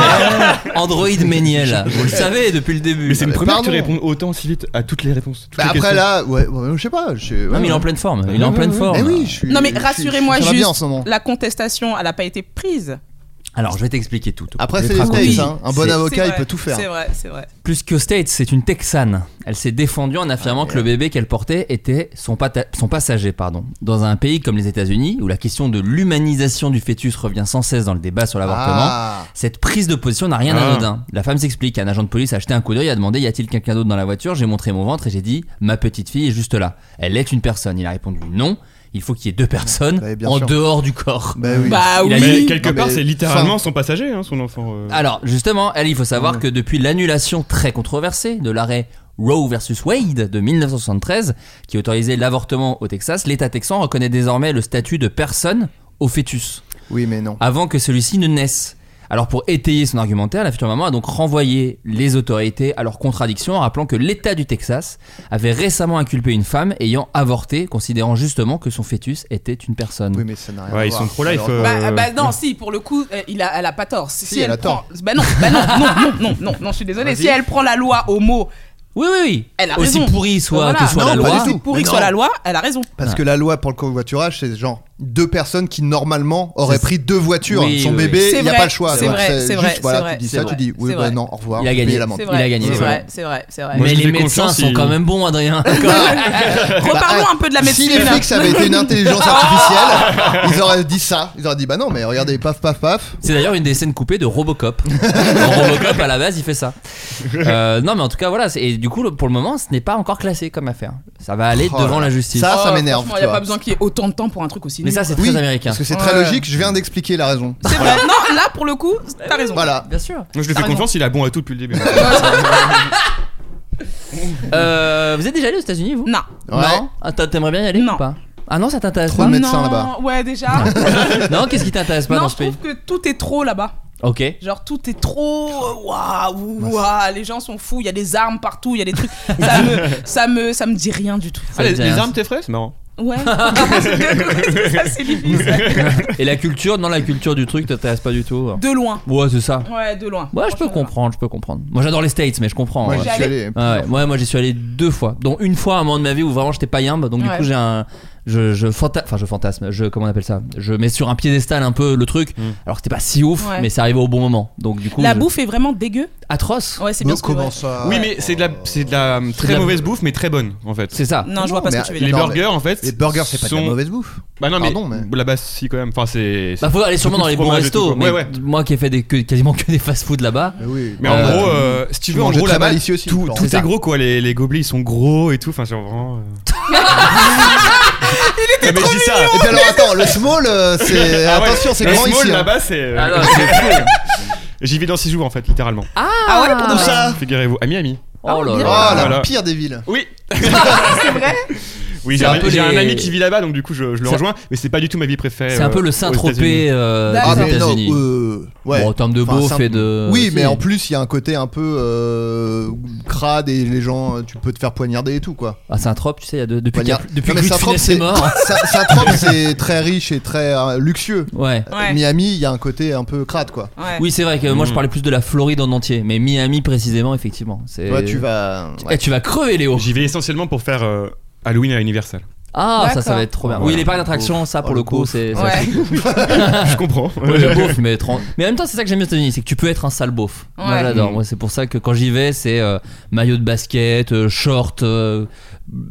Android Méniel, vous le savez depuis le début. Ah
Mais c'est une
mais
première que tu
pardon.
réponds autant si vite à toutes les réponses. toutes
Bah
les
après
questions.
là, ouais, ouais, je sais pas. Je,
Non, mais il est en
ouais.
pleine forme. Il est en pleine forme.
Eh oui, je suis.
Non, mais
je suis-
rassurez-moi
je suis sur la bien
juste,
en ce moment.
la contestation, elle n'a pas été prise.
Alors, je vais t'expliquer tout. Toco.
Après,
Je vais
c'est
te
les
raconter.
States. hein. Un
C'est-
bon avocat,
C'est
il
vrai,
peut tout faire.
C'est vrai, c'est vrai.
Plus qu'aux States, c'est une Texane. Elle s'est défendue en affirmant
Ah,
que le bébé qu'elle portait était son, pata- son passager. pardon. Dans un pays comme les États-Unis, où la question de l'humanisation du fœtus revient sans cesse dans le débat sur l'avortement,
Ah.
Cette prise de position n'a rien
Ah.
d'anodin. La femme s'explique. Un agent de police a jeté un coup d'œil, a demandé Y a-t-il quelqu'un d'autre dans la voiture J'ai montré mon ventre et j'ai dit Ma petite fille est juste là. Elle est une personne. Il a répondu Non. Il faut qu'il y ait deux personnes
Bah, bien
en
sûr.
dehors du corps.
Bah oui.
Bah
Il a
Mais
oui.
quelque
Non,
part,
mais-
c'est littéralement son passager, hein, son enfant. euh.
Alors, justement, elle, il faut savoir que depuis l'annulation très controversée de l'arrêt Roe versus Wade de 1973, qui autorisait l'avortement au Texas, l'État texan reconnaît désormais le statut de personne au fœtus.
Oui, mais non.
avant que celui-ci ne naisse. Alors pour étayer son argumentaire, la future maman a donc renvoyé les autorités à leur contradiction en rappelant que l'État du Texas avait récemment inculpé une femme ayant avorté, considérant justement que son fœtus était une personne.
Oui, mais ça n'a rien. à
Ouais, ils
voir.
sont pro-life.
Alors,
euh,
Bah, ah, bah non, si, pour le coup, euh, il a, elle a pas tort. Si,
Si, elle a
prend- Bah non, bah non, non, non, non, non, non, je suis désolée.
Vas-y.
Si elle prend la loi au mot,
oui, oui, oui.
elle a
Aussi
raison.
pourri soit
Voilà.
que soit
Non,
la
pas
loi.
du tout.
Pourri
Mais
que soit
non.
la loi, elle a raison.
Parce que la loi pour le covoiturage, c'est genre deux personnes qui normalement auraient
C'est-
pris deux voitures,
Oui,
son
oui,
bébé,
oui.
il n'y a
C'est
pas
vrai,
le choix.
c'est
Donc,
vrai, c'est vrai,
juste, voilà,
c'est
tu dis
vrai,
ça,
c'est
tu dis oui,
vrai.
bah non, au revoir.
Il a
vous
gagné.
payez l'amende.
C'est
Il
vrai,
a gagné,
c'est
c'est
vrai,
vrai.
c'est vrai, c'est vrai.
Moi,
mais
je
les
fais
médecins
confiance,
sont
ils-
quand même bons, Adrien.
Reparlons un peu de la
Bah, Eh ben, Si
médecine. Ah.
les flics avaient été une intelligence artificielle, ils auraient dit ça. Ils auraient dit bah non, mais regardez, paf, paf, paf.
C'est d'ailleurs une des scènes coupées de Robocop. Dans Robocop, à la base, il fait ça. Euh, non, mais en tout cas, voilà. c'est- Et du coup, le- pour le moment, ce n'est pas encore classé comme affaire. Ça va aller
Oh
devant
là là.
la justice.
Ça, ça m'énerve.
Il
tu
n'y a
vois.
pas besoin qu'il y ait autant de temps pour un truc aussi.
mais
nul.
ça, c'est
Oui,
très américain.
Parce que c'est très
Ouais.
logique, je viens d'expliquer la raison.
C'est vrai. Non, là, pour le coup, t'as raison.
Voilà.
Bien sûr.
Moi, je lui fais
T'as raison.
confiance, il a bon à tout depuis le début.
Euh, vous êtes déjà allé aux États-Unis, vous
Non.
Ouais.
Non Ah, t'a- T'aimerais bien y aller
Non.
ou pas Ah non, ça t'intéresse
Trop
pas
de médecins
Non,
là-bas.
Ouais, déjà.
Non, qu'est-ce qui t'intéresse pas
non,
dans
je
ce pays
trouve que tout est trop là-bas.
Ok.
Genre tout est trop euh, waouh waouh les gens sont fous il y a des armes partout il y a des trucs ça me ça me ça me dit rien du tout
Ah, les,
me dit
les
rien.
armes, t'es frais C'est marrant.
ouais ça c'est difficile
Et la culture, non, la culture du truc t'intéresse pas du tout.
de loin
Ouais, c'est ça.
ouais de loin
Ouais, je peux
Franchement, de loin.
comprendre, je peux comprendre. Moi, j'adore les States, mais je comprends.
Moi,
ouais.
j'y suis allé.
Ah ouais, ouais, moi j'y suis allé deux fois, dont une fois à un moment de ma vie où vraiment j'étais pas yimbe, donc du
Ouais.
coup j'ai un. Je, je fanta- enfin je fantasme, je, comment on appelle ça Je mets sur un piédestal un peu le truc, alors c'était pas si ouf,
Mm. Ouais.
mais c'est arrivé au bon moment, donc du coup.
la
je-
bouffe est vraiment dégueu
Atroce
ouais c'est
Mais
bien ce que
comment
ouais.
ça
Oui, mais c'est de la, c'est de la hum,
de
très
la-
mauvaise bouffe, mais très bonne en fait.
C'est ça.
non je vois pas ce
mais
que tu veux
Les
dire
Non, mais-
burgers, en fait.
Les burgers, c'est pas de
sont-
la mauvaise bouffe.
Bah non, mais,
Pardon, mais-
la base, si quand même. Enfin, c'est.
Bah faut aller sûrement dans
Beaucoup de
les bons
fromage et
restos,
tout,
mais
quoi. Ouais, ouais.
moi qui ai fait des, que- quasiment que des fast-food là-bas,
Mais oui.
Mais en
Euh,
gros, euh, si tu veux, en
mangeais
gros,
très
là-bas,
mal ici aussi,
tout,
Florent.
tout
C'est ça.
est gros quoi. Les, les gobelets ils sont gros et tout. Enfin, genre vraiment. euh. Il était trop mignon.
Et puis alors attends, le small, euh, c'est
Ah
attention, c'est grand ici. hein.
là-bas, c'est. euh,
Ah non, c'est
J'y vais dans 6 jours en fait, littéralement.
ah ouais pour de vrai
Figurez-vous, à Miami.
Oh là
Oh
là.
hein. la
Voilà.
pire des villes.
Oui.
c'est vrai
Oui,
C'est
j'ai
un peu
un, j'ai un
les-
ami qui vit là-bas, donc du coup je, je le
C'est-
rejoins, mais c'est pas du tout ma vie préférée.
C'est un peu
euh,
le
aux États-Unis.
Saint-Tropez euh,
D'accord.
Ah,
des
mais non,
États-Unis.
euh, ouais.
Bon, en termes de
Enfin,
beauf
ça-
et de.
Oui,
si.
mais en plus, il y a un côté un peu euh, crade et les gens, euh, tu peux te faire poignarder et tout, quoi.
Ah, Saint-Tropez, tu sais, il y a de- depuis
Poignard-
que- depuis
Non,
que
mais
Louis de
Saint-Tropez,
Funès est mort.
Sa- Saint-Tropez, c'est très riche et très euh, luxueux.
Ouais.
Ouais.
Miami, il y a un côté un peu crade, quoi.
Ouais.
Oui, c'est vrai que
Mm.
moi je parlais plus de la Floride en entier, mais Miami précisément, effectivement. C'est...
Toi, tu vas.
Eh, tu vas crever, Léo.
J'y vais essentiellement pour faire euh, Halloween à Universal.
Ah, ça,
D'accord.
ça va être trop bien. Oui,
Voilà.
les parcs d'attraction, ça
Oh,
pour
le
le coup,
pauvre.
c'est. ça,
Ouais.
je comprends.
Ouais, le beauf, mais, tran- mais en même temps, c'est ça que j'aime bien aux États-Unis, c'est que tu peux être un sale beauf. Moi,
Ouais.
j'adore.
Mm.
Moi, c'est pour ça que quand j'y vais, c'est euh, maillot de basket, euh, short, euh,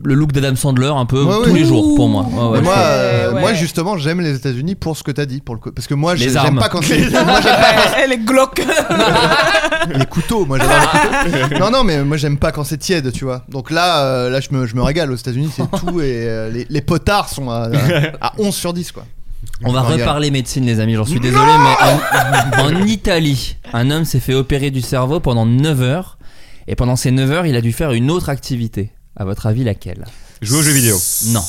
le look d'Adam Sandler un peu
Ouais,
Euh, tous
ouais.
les jours pour moi. Ouais, ouais,
Mais
je
moi,
trouve.
euh,
Ouais.
moi, justement, j'aime les États-Unis pour ce que t'as dit, pour le coup. parce que moi,
Les
j'ai-
armes.
j'aime pas quand c'est
Elle est glauque.
les couteaux. Moi, j'adore les couteaux. Non, non, mais moi, j'aime pas quand c'est tiède, tu vois. Donc là, euh, là, je me, je me régale aux États-Unis, c'est tout, et euh, les, les potards sont à, à 11 sur 10, quoi.
On va
euh, Regarde.
reparler médecine, les amis. J'en suis désolé, mais en, en Italie, un homme s'est fait opérer du cerveau pendant 9 heures. Et pendant ces 9 heures, il a dû faire une autre activité. À votre avis, laquelle
Jouer aux jeux vidéo.
Non.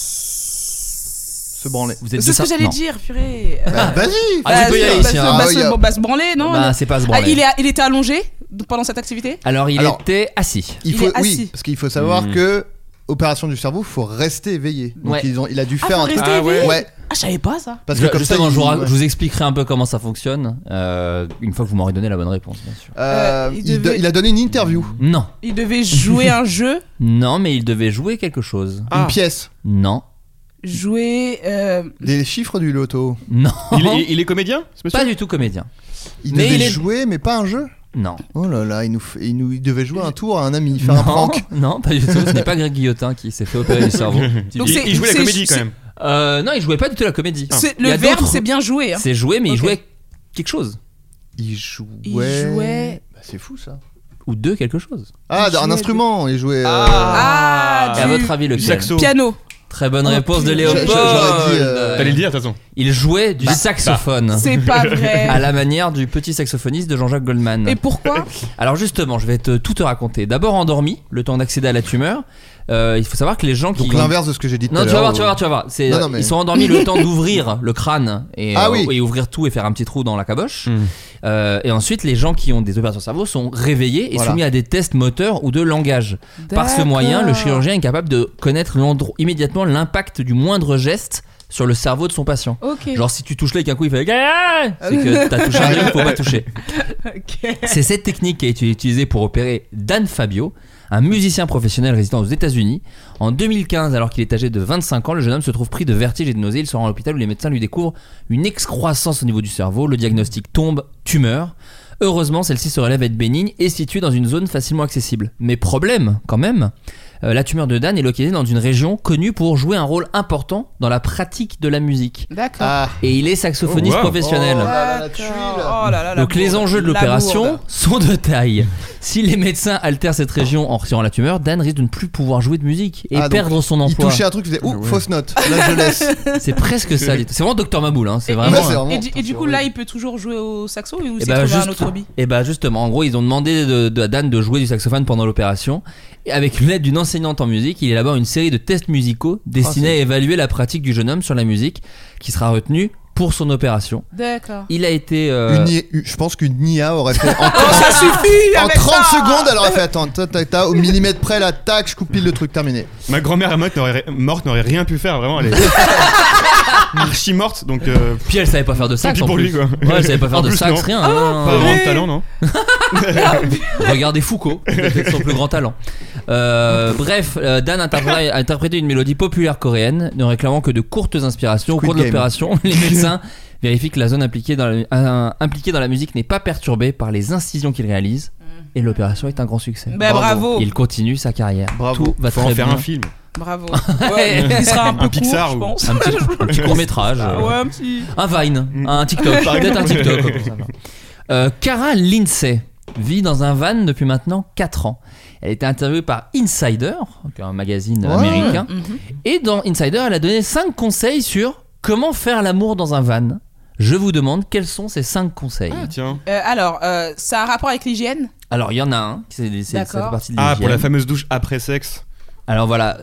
Se branler.
Vous êtes
C'est
deux
ce que
cent-
j'allais
non.
dire, purée. Euh,
Bah, vas-y.
Ah, tu
bah,
peux y
si,
aller
bah,
ici.
se-
hein.
bah,
Ah,
se-
il y a-
bah, se branler, non
Bah, c'est pas ce
Ah,
branler.
il, est, il était allongé pendant cette activité
Alors, il
Alors-
était assis.
Il
Il
faut,
est
oui,
assis.
parce qu'il faut savoir
Hmm.
que opération du cerveau, faut rester éveillé. Donc
Ouais.
ils ont, il a dû
Ah,
faire
faut
un
rester
Ah,
éveillé
ouais.
Ouais,
Ah, je savais pas ça.
parce que
Je-
comme
justement,
ça,
je, vous, ra-
il-
je vous expliquerai un peu comment ça fonctionne euh, une fois que vous m'aurez donné la bonne réponse, bien sûr.
Euh,
Euh, il
il,
devait-
do- il a donné une interview,
Non,
Il devait jouer un jeu,
non, mais il devait jouer quelque chose.
Ah.
une pièce,
Non,
jouer. euh,
des chiffres du loto.
non,
Il, est- il est comédien ce monsieur
pas du tout comédien.
Il
Mais
devait
il est-
jouer, mais pas un jeu.
Non,
Oh là là, il nous, fait- il nous, il devait jouer un tour à un ami, faire un
non,
prank.
non, pas du tout. Ce n'est pas Greg Guillotin qui s'est fait opérer du cerveau.
Donc
il,
c'est-
il jouait la
c'est-
comédie quand
c'est-
même.
Euh, non, il jouait pas du tout la comédie.
Ah.
c'est-
Il y
le
a
verbe,
d'autres-
c'est bien joué. hein.
C'est jouer, mais il
Ok.
jouait quelque chose
Il jouait.
jouait-
Bah, c'est fou ça.
ou deux quelque chose.
Ah,
Il
un
jouait-
instrument, il jouait. euh,
Ah,
Et à
du
votre avis, lequel
saxo.
piano.
Très bonne
Ah,
Oh,
réponse de
putain.
Léopold.
J'aurais dit, euh, Bah,
T'allais le dire de toute façon.
Il jouait du saxophone.
C'est pas
à
vrai.
la manière du petit saxophoniste de Jean-Jacques Goldman.
Et pourquoi
Alors justement, je vais te, tout te raconter. D'abord endormi, le temps d'accéder à la tumeur. Euh, il faut savoir que les gens qui
Donc
ont-
l'inverse de ce que j'ai dit tout
non,
à
tu vas voir,
l'heure.
tu vas voir, tu vas voir. C'est,
Non, non, mais-
Ils sont endormis le temps d'ouvrir le crâne et,
Ah
euh,
oui.
et ouvrir tout et faire un petit trou dans la caboche.
Mm.
Euh, et ensuite, les gens qui ont des opérations cerveau sont réveillés et
Voilà.
soumis à des tests moteurs ou de langage. Par ce moyen, le
D'accord.
chirurgien est capable de connaître l'endro- immédiatement l'impact du moindre geste sur le cerveau de son patient.
Ok.
Genre si tu touches là et qu'un coup il fait Ah c'est que t'as touché un truc qu'il faut pas toucher.
Ok.
C'est cette technique qui a été utilisée pour opérer Dan Fabio, un musicien professionnel résident aux États-Unis. En 2015, alors qu'il est âgé de 25 ans, le jeune homme se trouve pris de vertige et de nausée. Il se rend à l'hôpital où les médecins lui découvrent une excroissance au niveau du cerveau. Le diagnostic tombe tumeur. Heureusement, celle-ci se relève être bénigne et située dans une zone facilement accessible. Mais problème, quand même, euh, la tumeur de Dan est localisée dans une région connue pour jouer un rôle important dans la pratique de la musique.
D'accord.
Ah,
Et il est saxophoniste
Oh, wow.
professionnel.
Oh là Ah, là, la
D'accord.
tuile.
Oh là là, la
Donc les
bourde.
enjeux de
La
l'opération
bourde.
sont de taille. Si les médecins altèrent cette région en retirant la tumeur, Dan risque de ne plus pouvoir jouer de musique et
Ah, donc,
perdre son
il
emploi.
touchait un truc, il faisait ouh, fausse note. Là, je laisse.
C'est presque ça. dit- C'est vraiment Docteur Maboul, hein, c'est
Et-
vraiment.
Ouais, bah, c'est vraiment-
Et du, et du
c'est
coup, là,
horrible.
il peut toujours jouer au saxo ou
Et
s'est
bah,
trouvé
juste-
un autre hobby
Et bah justement, en gros, ils ont demandé de- de- à Dan de jouer du saxophone pendant l'opération. Et avec l'aide d'une enseignante en musique, il élabore une série de tests musicaux destinés
Ah,
à évaluer la pratique du jeune homme sur la musique, qui sera retenue pour son opération.
D'accord.
Il a été. euh,
Une I- je pense qu'une IA aurait fait en,
Oh, ça suffit
en
avec
30
ça
secondes, elle aurait fait attends, ta, ta, ta, au millimètre près, la tac, je coupe pile le truc, terminé.
Ma grand-mère est morte n'aurait morte n'aurait rien pu faire, vraiment, elle est archi morte, donc euh,
Puis elle savait pas faire de
tant
sax
pis
en
pour
plus.
lui quoi.
Ouais, elle savait pas faire
En
de
plus,
sax,
non.
rien. non, non, non,
Pas
non.
vraiment de talent, non
Regardez Foucault, c'est peut-être son plus grand talent. Euh, bref, euh, Dan interpré- a interprété une mélodie populaire coréenne, ne réclamant que de courtes inspirations. Au
Squid
cours de
Game.
l'opération, les médecins vérifient que la zone impliquée dans la, euh, impliquée dans la musique n'est pas perturbée par les incisions qu'il réalise, et l'opération est un grand succès.
Ben bravo,
Il continue sa carrière.
Bravo.
Tout va
Faut
très
en faire
bien.
un film.
bravo. Ouais, il sera un peu
Un Pixar ou-
court, je pense.
Un petit, court métrage.
Ah ouais, un petit.
Un Vine, un TikTok,
Mm. Par
peut-être un
exemple.
TikTok. ça va. Euh, Cara Lindsay vit dans un van depuis maintenant 4 ans. Elle a été interviewée par Insider, donc un magazine
Ouais.
américain.
Mhm.
Et dans Insider, elle a donné 5 conseils sur comment faire l'amour dans un van. Je vous demande quels sont ces 5 conseils.
Ah tiens.
Euh, alors, euh, ça a un rapport avec l'hygiène
Alors, il y en a un, qui c'est, c'est- ça fait
D'accord.
partie de
Ah pour la
l'hygiène.
fameuse douche après sexe.
Alors voilà,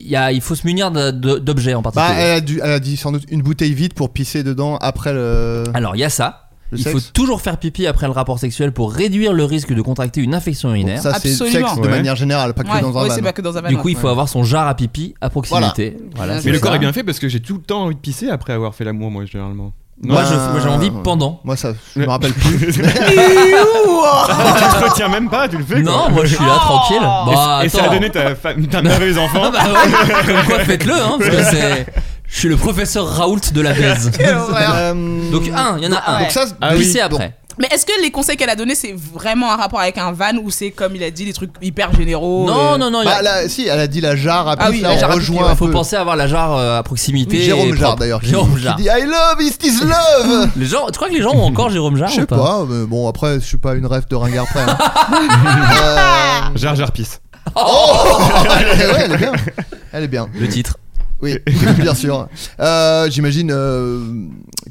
il y a- il faut se munir de- de- d'objets en particulier.
Bah, elle a, dû- elle a dit sans doute une bouteille vide pour pisser dedans après le.
euh,
Alors, il y a ça.
Le
il
sexe
faut toujours faire pipi après le rapport sexuel pour réduire le risque de contracter une infection urinaire.
ça, c'est le
Absolument.
sexe de
Ouais.
manière générale, pas que
Ouais,
dans un
ouais,
van.
c'est pas que dans un van.
du
ouais.
coup, il faut avoir son jar à pipi à proximité. Voilà,
Mais
c'est
Mais le
ça.
corps est bien fait parce que j'ai tout le temps envie de pisser après avoir fait l'amour, moi, généralement.
Moi,
Ben,
je- moi, j'ai envie pendant.
Moi, ça, je me rappelle plus.
tu te retiens même pas, tu le fais.
Non,
quoi.
moi je suis là
Oh
tranquille. Bah,
Et ça a
attends.
donné ta, fa- ta merveilleuse enfant.
Ah bah ouais, comme quoi faites-le, hein, parce que c'est. Je suis le professeur Raoult de la baise.
Euh,
Donc, un, il y en a un.
Donc, ça,
Ah oui.
Pissez après.
Mais est-ce que les conseils qu'elle a donnés, c'est vraiment un rapport avec un van ou c'est comme il a dit des trucs hyper généraux
Non,
euh,
non, non, il y a-
Bah, là, si, elle a dit la jarre à
Ah
pisse,
oui,
là,
la
on
jarre à pipi,
rejoint
ouais,
un
faut
peu.
penser à avoir la jarre euh, à proximité. et
Jérôme Jarre
propre.
d'ailleurs. qui-
Jérôme
qui
Jarre.
dit I love is this love
Les gens, tu crois que les gens ont encore Jérôme Jarre
Je sais
ou
pas, mais bon, après, je suis pas une rêve de ringard près. hein.
Jar Jar pisse.
Oh
Euh, ouais, elle est bien. Elle est bien.
Le titre.
Oui, bien sûr. Euh, J'imagine euh,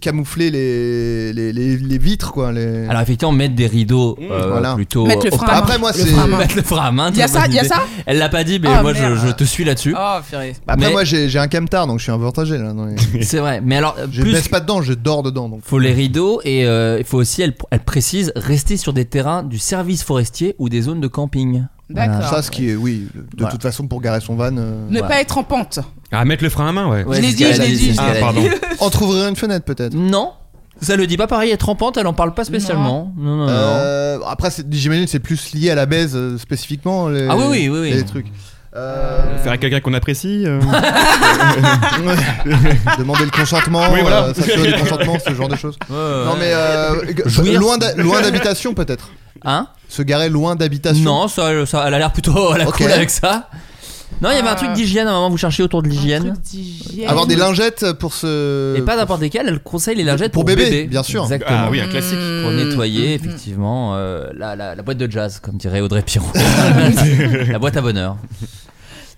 camoufler les, les, les, les vitres, quoi. Les...
Alors effectivement, mettre des rideaux euh,
Mmh. voilà.
plutôt.
Mettre le
au-
frein à main.
Après, moi,
Le
c'est.
frein à main.
Mettre le frein à main.
Il y a
très
ça,
bonne
il y a
idée.
ça
Elle l'a pas dit, mais
Oh,
moi je,
merde.
je te suis là-dessus.
Oh, purée.
Bah, Après,
Mais-
moi, j'ai j'ai un camtar, donc je suis avantagé là. dans les-
C'est vrai. Mais alors euh,
Je
plus.
baisse pas dedans, je dors dedans. Donc.
Faut les rideaux et euh, il faut aussi, elle, elle précise, rester sur des terrains du service forestier ou des zones de camping.
D'accord.
Voilà.
Ça, ce qui est, oui, de
Voilà.
toute façon, pour garer son van, euh,
Ne
Ouais.
pas être en pente.
Ah, mettre le frein à main, ouais.
Ouais,
Je l'ai
c'est ce
dit,
qu'elle
je
a
l'ai dit.
c'est ce qu'elle
Ah,
a
pardon.
entrouvrir une fenêtre peut-être.
Non, ça le dit pas pareil, être en pente, elle en parle pas spécialement. Non, non, non.
Euh, après, c'est- j'imagine que c'est plus lié à la baise euh, spécifiquement. Les,
Ah oui, oui, oui, oui.
Les trucs. Euh,
Faire avec quelqu'un qu'on apprécie. euh.
Demander le consentement,
Oui, voilà.
euh, s'assurer du consentement, ce genre de choses.
Ouais,
Non,
ouais.
mais euh,
Jouir.
loin d'ha- loin d'habitation peut-être.
Hein
Se garer loin d'habitation.
Non, ça, ça- elle a l'air plutôt à la
Ok.
cool avec ça. Non, il y avait un
Euh,
truc d'hygiène à un moment, vous cherchez autour de
Un
l'hygiène.
truc d'hygiène.
Avoir des lingettes pour se.
Et pas n'importe lesquelles, elle conseille les lingettes pour,
Pour bébé, bien sûr.
Exactement.
Ah oui,
Hmm.
un classique.
Pour
Mm,
nettoyer, effectivement, euh, la, la- la boîte de jazz, comme dirait Audrey Piron. la boîte à bonheur.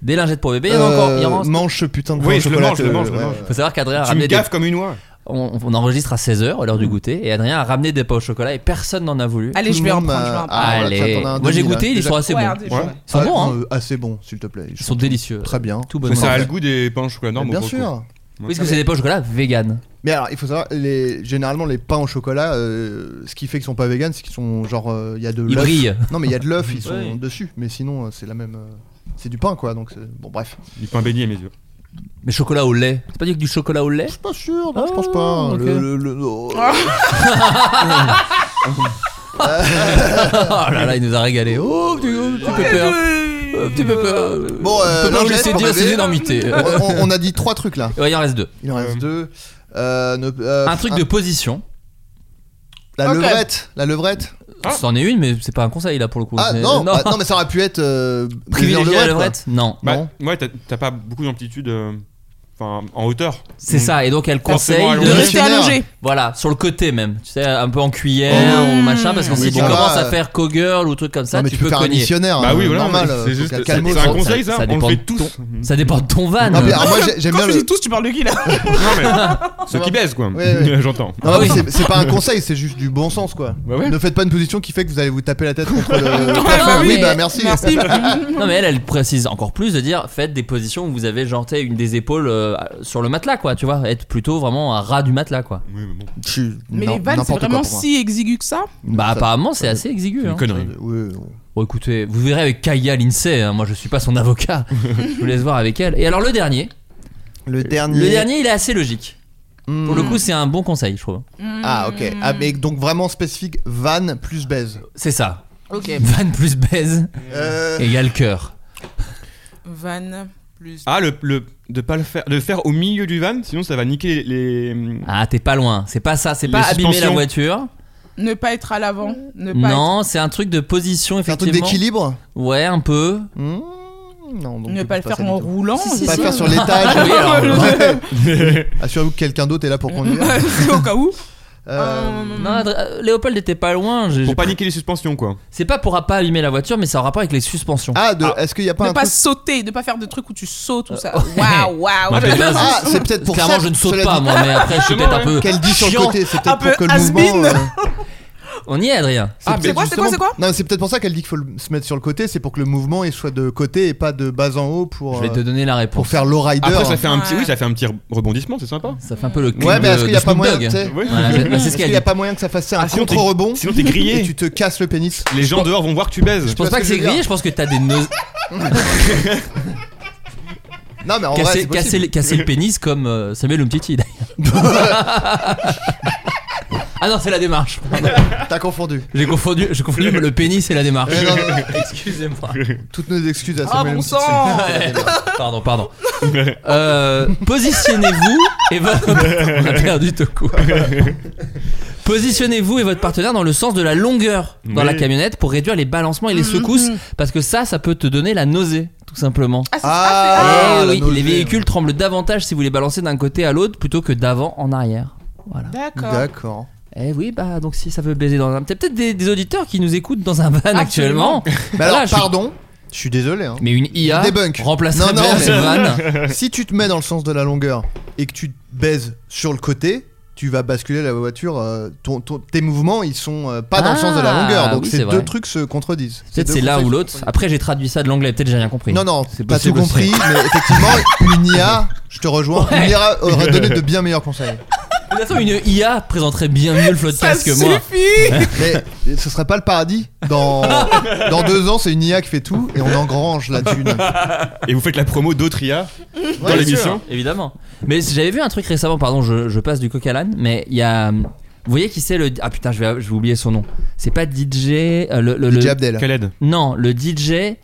Des lingettes pour bébé, il y en a encore. il y en a
Euh,
encore.
mange putain de
Oui,
pain au
je le
chocolat,
mange, je le
euh,
mange, je le
ouais.
mange.
Faut savoir qu'Adrien a
Tu me
ramené Ah, des...
gaffes comme une oie.
On, on enregistre à 16h, à l'heure
Mm.
du goûter, et Adrien a ramené des pains au chocolat et personne n'en a voulu.
Allez,
Tout
je
le
vais en
monde
prendre.
m'a-
Je vais en prendre.
Ah, voilà,
Allez.
ça, t'en as un
Moi j'ai
demi, là,
goûté, ils
déjà.
sont assez
Ouais,
bons.
un des-
Ouais.
ouais.
Ils sont
Ah,
bons, hein
euh, Assez bon, s'il te plaît.
Ils sont délicieux.
Très bien.
Tout
Mais
Mais
bonnement.
ça a le goût des pains au chocolat normaux.
bien
pour le coup.
sûr.
Parce que c'est des pains au chocolat vegan.
Mais alors, il faut savoir, les, généralement, les pains au chocolat, euh, ce qui fait qu'ils sont pas véganes, c'est qu'ils sont genre, euh, il y a de
Ils
l'œuf.
brillent.
Non, mais il y a de l'œuf, ils sont
Ouais.
dessus. Mais sinon, euh, c'est la même. euh, c'est du pain, quoi. Donc, c'est- bon, bref.
Du pain béni à mes yeux.
Mais chocolat au lait. C'est pas du que du chocolat au lait
Je suis pas sûr, non,
Ah,
je pense pas.
ok. Ah.
Le- le- le- oh.
Oh là là, il nous a régalé. Oh, petit, oh, petit pépère. Oh, petit pépère.
Bon, euh,
On peut pas vous
Langette,
laisser
pour
dire
bébé.
ces énormités.
on, on- on a dit trois trucs là.
Ouais, il en reste deux.
Il en reste
Euh.
deux. Euh, ne- euh,
Un truc de position.
La
Ok.
levrette. La levrette.
Ah.
C'en est une, mais c'est pas un conseil là pour le coup.
Ah
C'est-
non, bah, non, mais ça aurait pu être. Euh,
Privilégier la
quoi.
levrette Non.
Bah,
Non.
ouais, t'as- t'as pas beaucoup d'amplitude. euh, Enfin, en hauteur.
C'est ça, et donc elle conseille
Mm. Forcément
De
allongé.
de.
rester
Missionnaire.
allongé.
Voilà, sur le côté même. Tu sais, un peu en cuillère
Oh.
ou machin, parce que
Oui,
si tu
bon,
commences
là,
à faire co-girl ou truc comme ça,
non, mais
tu peux
faire un
cogner.
missionnaire.
Bah oui,
euh,
voilà.
normal.
mais
euh,
C'est
faut
juste.
qu'elle
C'est
calme
c'est
autre
un
chose.
conseil,
Ça-
ça.
ça
On
dépend
le
de
fait tous.
Ça dépend de ton van.
Non, mais alors moi j'ai- j'aime
Quand
bien
tu
le.
dis tous, tu parles de qui là
Non, mais ceux qui baisent, quoi.
Ouais, ouais.
J'entends.
Non,
Ah oui.
mais c'est- c'est pas un conseil, c'est juste du bon sens quoi.
Bah ouais.
Ne faites pas une position qui fait que vous allez vous taper la tête contre le.
bah
oui,
oui.
bah merci.
Merci.
Non mais elle, elle précise encore plus de dire faites des positions où vous avez genre t'sais, une des épaules euh, sur le matelas quoi, tu vois, être plutôt vraiment à ras du matelas quoi.
Oui, mais bon.
Je suis-
Mais
non,
les vannes, c'est
n'importe quoi
vraiment
pour moi.
si hein. exigu que ça.
Bah
Mm. Ça-
apparemment c'est assez exigu.
C'est
Hein.
une connerie.
Oui, oui.
Bon écoutez, vous verrez avec Kaya Lindsay, hein, moi je suis pas son avocat, je vous laisse voir avec elle. Et alors le dernier,
Euh, Le dernier.
le dernier il est assez logique.
Hmm.
Pour le coup c'est un bon conseil je trouve.
Ah ok. Ah, mais donc vraiment spécifique van plus baise.
C'est ça.
Ok.
Van plus baise
Euh,
égale cœur.
Van plus.
Ah, le, le- de pas le faire, de le faire au milieu du van, sinon ça va niquer les. les-
Ah t'es pas loin, c'est pas ça, c'est
Les
pas abîmer la
suspensions.
voiture.
Ne pas être à l'avant. Ne pas
Non, c'est un truc de position
C'est un truc
effectivement.
d'équilibre.
Ouais un peu.
Hmm, Non, donc
être- Ne
du
pas le
coup, c'est
faire
ça
en Ah,
du tout.
roulant.
Pas
si.
le faire sur l'étage.
Oui, alors,
Ouais. Assurez-vous que quelqu'un d'autre est là pour conduire.
C'est au cas où. Ah,
Euh,
Non, Adr- euh, Léopold était pas loin. j'ai-
Pour
j'ai-
pas niquer les suspensions, quoi.
C'est pas pour pas abîmer la voiture, mais ça a rapport avec les suspensions.
Ah, de- est-ce qu'il n'y a pas
Ne
un
pas
truc-
sauter. Ne pas faire de trucs où tu sautes ou ça.
ouais.
Waouh, waouh.
Non, mais de base,
Ah, c'est peut-être pour
Clairement,
ça.
je ne saute
cela
pas,
dit,
moi, mais après, je suis peut-être un peu.
Qu'elle dit sur le
chiant.
côté, c'est
Un
peut-être pour
peu
que le
has-been.
mouvement. euh,
On y est, Adrien.
Ah, c'est quoi, c'est quoi, c'est quoi
Non, c'est peut-être pour ça qu'elle dit qu'il faut le- se mettre sur le côté, c'est pour que le mouvement il soit de côté et pas de bas en haut pour,
Je vais
euh,
te donner la
pour
réponse.
faire low rider. hein.
Après, ça fait un
Ouais.
petit, oui, ça fait un petit rebondissement, c'est sympa.
Ça fait un peu le cul
Ouais, mais
de-
est-ce qu'il
de
n'y a pas
Snoop
moyen,
Dogg.
tu sais
Oui.
Ouais, bah, c'est ce
Est-ce
qu'elle
qu'il
dit.
n'y a pas moyen que ça fasse ça, un
Ah, sinon, t'es-
contre-rebond
sinon, t'es grillé.
et tu te casses le pénis
Les gens dehors vont voir que tu baises.
Je pense
vois
pas
ce
que
que
c'est
je veux
grillé, je pense que t'as des nœuds.
Non, mais en vrai,
Casser,
c'est possible.
casser le- casser le pénis comme euh, Samuel Umtiti d'ailleurs. ah non, c'est la démarche. Pardon.
T'as confondu.
J'ai confondu, j'ai confondu le pénis et la démarche.
Eh non, non, non.
Excusez-moi.
Toutes nos excuses à
Ah,
Samuel.
bon
Umtiti.
sang
pardon, pardon. Euh, Positionnez-vous et votre. On a perdu Toku. Positionnez-vous et votre partenaire dans le sens de la longueur dans
Oui.
la camionnette pour réduire les balancements et
Mhm.
les secousses parce que ça, ça peut te donner la nausée tout simplement.
Ah, c'est-
Ah,
Eh
la
oui,
nausée.
les véhicules tremblent davantage si vous les balancez d'un côté à l'autre plutôt que d'avant en arrière. Voilà.
D'accord.
D'accord.
Eh oui, bah donc si ça veut baiser dans un. T'as peut-être des, des auditeurs qui nous écoutent dans un van actuellement.
Absolument.
Mais
Voilà,
alors,
je suis-
pardon, je suis désolé. hein.
Mais une IA
Débunk.
remplace
Non, non, mais-
les vannes.
si tu te mets dans le sens de la longueur et que tu te baises sur le côté, tu vas basculer la voiture. euh, ton- ton- tes mouvements, ils sont euh, pas dans le sens de la
Ah,
longueur. Donc
oui,
ces
c'est
deux
vrai.
trucs se contredisent. Ces
Peut-être
deux
c'est là ou
concepts se
l'autre.
contredisent.
Après, j'ai traduit ça de l'anglais, peut-être j'ai rien compris.
Non, non,
C'est
pas tout
possible aussi.
compris, mais effectivement, une IA, je te rejoins,
Ouais.
une IA aurait donné de bien meilleurs conseils.
De toute façon, une IA présenterait bien mieux le
Ça
floodcast que moi.
suffit
Mais ce serait pas le paradis. Dans, dans deux ans, c'est une IA qui fait tout et on engrange la thune.
Et vous faites la promo d'autres IA dans
Ouais,
l'émission.
Évidemment. Mais j'avais vu un truc récemment, pardon, je, je passe du coq à l'âne, mais il y a. Vous voyez qui c'est le. Ah putain, je vais, je vais oublier son nom. C'est pas DJ. euh, le, le- le-
DJ Abdel.
Khaled.
Non, le DJ.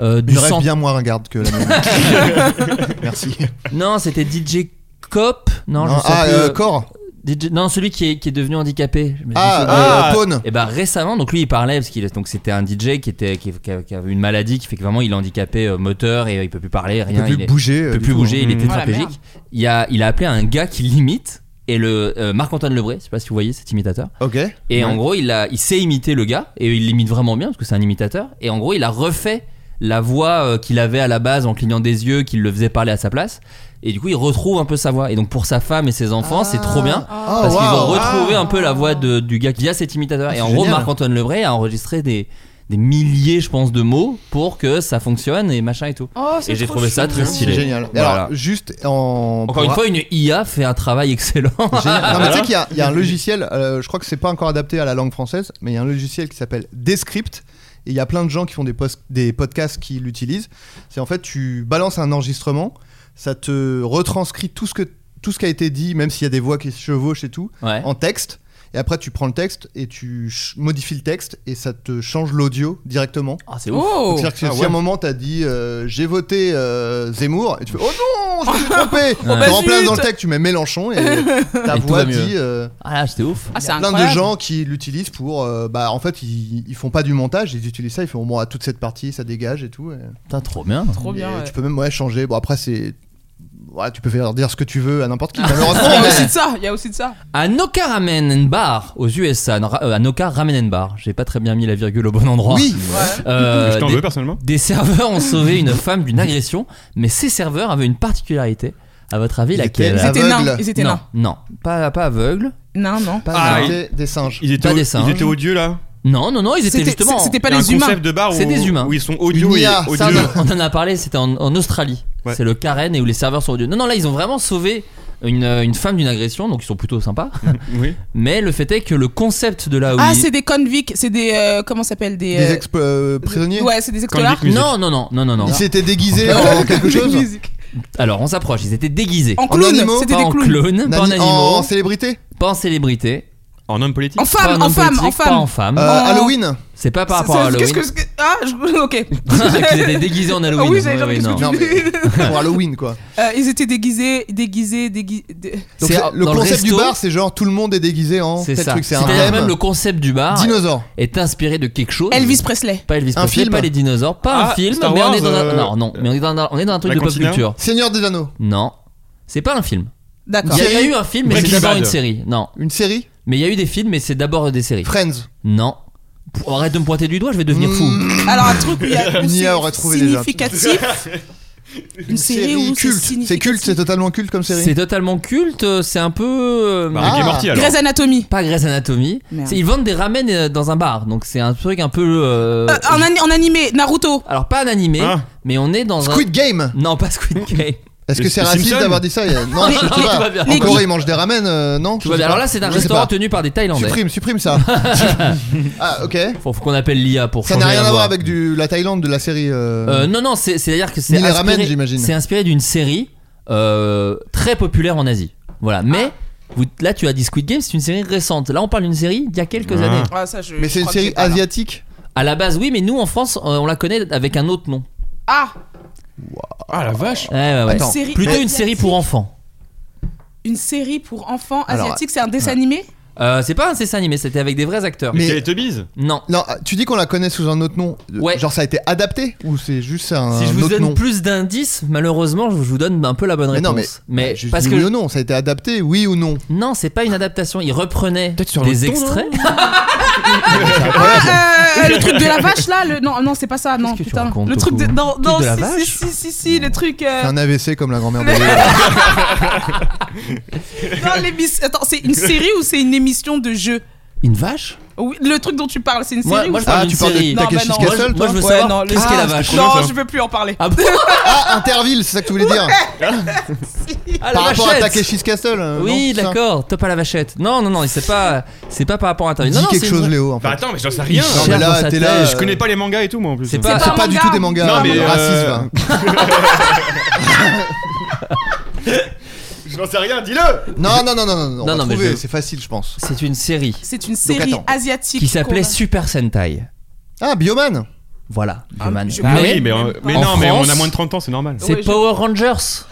euh, du
Une rêve
centre.
bien moins ringarde que la mienne. Merci.
Non, c'était DJ Cop. Non, je
Non,
sais
ah,
plus.
euh, corps.
DJ Non, celui qui est, qui est devenu handicapé. Je me
Ah,
souviens-
euh,
Ah.
pawn.
Et bah récemment, donc lui il parlait parce qu'il donc c'était un DJ qui était qui, qui a- qui avait une maladie qui fait que vraiment il est handicapé euh, moteur et euh, il peut plus parler,
Il peut
rien,
plus
est-
bouger.
il
euh,
peut
du
plus
tout.
bouger, il est
Mmh.
tétraplégique. il a il a appelé un gars qui l'imite et le euh, Marc-Antoine Lebré, je sais pas si vous voyez cet imitateur.
Ok.
Et en gros, il a il sait imiter le gars et il l'imite vraiment bien parce que c'est un imitateur et en gros, il a refait la voix euh, qu'il avait à la base en clignant des yeux, qu'il le faisait parler à sa place et du coup, il retrouve un peu sa voix et donc pour sa femme et ses enfants, c'est trop bien.
Ah,
Parce qu'ils
waouh.
ont retrouvé un peu la voix de- du gars qui a cet imitateur.
Ah,
et
c'est
en gros,
génial.
Marc-Antoine Lebray a enregistré des, des milliers, je pense, de mots pour que ça fonctionne et machin et tout.
Oh, c'est
Et j'ai
trop
trouvé ça
chou.
très
Ah, C'est
stylé.
génial. Et
Voilà.
Alors, juste en.
Encore une fois, une IA fait un travail excellent.
Génial. Non, mais tu sais qu'il y a- il y, a un logiciel, euh, je crois que c'est pas encore adapté à la langue française, mais il y a un logiciel qui s'appelle Descript. Et il y a plein de gens qui font des, post- des podcasts qui l'utilisent. C'est en fait, tu balances un enregistrement, ça te retranscrit tout ce, que, tout ce qui a été dit, même s'il y a des voix qui se chevauchent et tout,
Ouais.
en texte. Et après, tu prends le texte et tu ch- modifies le texte et ça te change l'audio directement.
Ah, c'est ouf.
Oh
C'est-à-dire que
Ah
si
ouais.
à un moment t'as dit euh, j'ai voté euh, Zemmour et tu fais oh non je me suis trompé
bah
tu remplaces
Oh, zut.
dans le texte tu mets Mélenchon et ta
Et tout va
voix
mieux.
dit euh,
Ah là, c'était ouf.
Ah, c'est
plein
incroyable.
de gens qui l'utilisent pour euh, bah en fait ils, ils font pas du montage ils utilisent ça ils font bon à toute cette partie ça dégage et tout et-
Putain, trop bien.
Trop bien.
et
ouais.
tu peux même ouais changer bon après c'est ouais, tu peux faire dire ce que tu veux à n'importe qui malheureusement
Il y a
mais-
aussi de ça, il y a aussi de ça.
À Noka Ramen and Bar aux USA. Non, ra- euh, à Noka Ramen and Bar. J'ai pas très bien mis la virgule au bon endroit.
oui
Euh,
je t'en
des-
veux personnellement.
Des serveurs ont sauvé une femme d'une agression, mais ces serveurs avaient une particularité. À votre avis,
Ils
laquelle
étaient
Ils étaient
Aveugle.
nains. Ils étaient
Non,
nains.
non, pas, pas aveugles.
Non, non.
pas
Ah,
des- des singes
Ils étaient,
Pas
au-
des singes.
ils étaient odieux là.
Non, non, non, ils étaient
C'était-
justement.
C'était pas
Il y a un
les humains.
concept de bar où,
C'est des humains.
où ils sont odieux
Une
et
IA, ça,
Ah,
odieux.
non, on en a parlé, c'était en, en Australie.
Ouais.
C'est le Karen et où les serveurs sont odieux. Non, non, là, ils ont vraiment sauvé une, euh, une femme d'une agression, donc ils sont plutôt sympas.
Oui.
Mais le fait est que le concept de la
Ah,
OI-
c'est des convicts, c'est des. euh, Comment ça s'appelle Des.
des
euh,
ex euh, prisonniers
Ouais, c'est des
Convicts,
ex-collards.
musique.
Non, non, non, non, non, non.
ils s'étaient déguisés en euh, quelque chose
Musique.
Alors, on s'approche, ils étaient déguisés.
En
animaux,
clown, c'était
pas
des
en
clowns.
clown, pas en
Hein Nani-
animaux,
en célébrité
pas en célébrité,
En homme politique.
En
pas
femme,
en
en
homme
femme, en
politique, pas en
femme.
femme.
Euh,
Oh.
Halloween
C'est pas par
Ça-
rapport à
ça-
Halloween.
Qu'est-ce que. ce que- Ah, je- ok.
Qu'ils étaient déguisés en Halloween.
Ah oui, j'allais dire,
Ouais, ouais,
qu'est-ce que
non.
tu
Non,
dis
pour Halloween quoi.
Euh, Ils étaient déguisés, déguisés, déguisés.
Donc
C'est
c'est- le
dans le
concept du
resto.
bar, c'est genre tout le monde est déguisé en
C'est
tel
ça.
truc, c'est un
C'est-à-dire
thème.
même le Ah. concept du bar
Dinosaure.
est inspiré de quelque chose.
Elvis Presley.
Pas Elvis
Un
Presley,
film.
pas les dinosaures, pas un
Ah,
film,
Star
mais on est
Wars,
dans un
euh,
non non, mais on est dans un, on est dans un truc
La hein.
de pop
cantina
culture.
Seigneur des Anneaux.
Non, c'est pas un film.
D'accord.
Il y a
Série
eu un film, mais c'est
Breaking
d'abord
Bad.
une série. Non,
Une série
mais il y a eu des films, mais c'est d'abord des séries.
Friends.
Non. Pou-
Mmh, Hmm.
Arrête de me pointer du doigt, je vais devenir fou.
Alors un truc où il y a
Nia
c'est
aurait trouvé déjà.
significatif. Une série où c'est
culte. C'est culte, c'est
significatif.
totalement culte comme série.
C'est totalement culte, euh, c'est un peu. euh,
Bah, Rick et
Ah.
Morty alors.
Grey's Anatomy.
Pas Grey's Anatomy.
Merde.
C'est- Ils vendent des ramen euh, dans un bar, donc c'est un truc un peu. euh,
Euh, en, ani- en animé, Naruto.
Alors pas un animé,
Ah.
mais on est dans
Hein Squid Game.
un. Non, pas Squid Game.
Est-ce que
Les-
c'est
les
raciste
Simpsons
d'avoir dit ça Non,
Non,
je sais
non, tout va
pas.
bien.
En
Les-
Corée, ils mangent des ramen, euh, non
Tu
Je
vois,
sais
alors
pas.
là, c'est un
Je sais
restaurant
pas.
tenu par des Thaïlandais.
Supprime, supprime ça. ah, ok.
Faut, faut qu'on appelle l'IA pour
Ça
changer
n'a rien
la
à
voix.
voir avec du, la Thaïlande de la série. euh,
Euh, non, non, c'est- c'est-à-dire que c'est
Ni les
inspiré-
ramen, j'imagine.
C'est inspiré d'une série euh, très populaire en Asie.
Ah.
Voilà, mais vous- là tu as dit Squid Game, c'est une série récente. Là on parle d'une série d'il y a quelques
Ah.
années.
Ah, ça, je-
Mais
je
c'est une
crois que
série
pas là.
asiatique.
À la base, oui, mais nous en France euh, on la connaît avec un autre nom.
Ah,
Ah la vache.
Ouais, ouais, ouais.
Attends.
série
Plutôt une
asiatique.
série pour enfants.
Une série pour enfants
Alors,
asiatique, c'est un dessin animé
Euh, c'est pas un dessin animé, c'était avec des vrais acteurs.
Mais-
Ah, Mais Teletubbies
Non.
Non, ah, tu dis qu'on la connaît sous un autre nom. Euh,
Ouais.
Genre ça a été adapté ou c'est juste un,
Si je vous
autre
donne
nom
plus d'indices, malheureusement, je vous donne un peu la bonne
Mais
réponse.
non, mais, bah, Juste
parce
oui
que
ou non, ça a été adapté, oui ou non.
non, c'est pas une adaptation. Ils reprenaient
Peut-être sur le
des
ton,
extraits.
Ah, euh, le truc de la vache là le... Non, non, c'est pas ça, non,
que tu
putain.
racontes,
le truc de.
Coco
Non,
Le truc
non,
de la
si,
vache
si, si, si, si, si, le truc. euh,
C'est un AVC comme la grand-mère
Mais-
d'Adèle.
Non, l'émission. Attends, c'est une série ou c'est une émission de jeu
une vache
Oui, le truc dont tu parles, c'est une
Moi-
série
moi,
ou
je
c'est-
parle
Ah,
d'une
tu parles
série.
de Takeshi's
Non, bah non.
Moi, je-
Castle
moi, je
toi
veux
Ouais,
savoir
non,
qu'est-ce qu'est
les-
la
Ah,
vache
Non, je veux plus en parler.
Ah bon
Ah, Interville, c'est ça que tu voulais dire
Ah, la
Par rapport à
vachette.
Takeshi's Castle euh,
Oui,
non, c'est ça
d'accord. Top à la vachette. Non, non, non, c'est pas, c'est pas par rapport à Interview.
Dis
Non, non,
quelque
c'est
chose,
une-
Léo. En fait.
Bah attends, mais j'en sais rien.
Non, mais
cherche dans
là,
sa
t'es
tête.
là.
Je connais pas les mangas et tout moi en plus.
C'est
C'est
pas.
Ah, C'est
un
pas du
manga.
tout des mangas.
Non, mais, euh,
racistes, va.
Je n'en sais rien, dis-le.
Non, non, non, non, non, on
Non,
va
non, mais
trouver,
je-
c'est facile, je pense.
C'est une série
C'est une série
attends.
asiatique.
qui s'appelait
qu'on-
Super Sentai.
Ah, Bioman
Voilà. Bioman.
je-
Bah ouais.
Oui, mais, euh, mais
En
non, mais on
France-
a moins de 30 ans, c'est normal.
C'est
Ouais, je-
Power Rangers.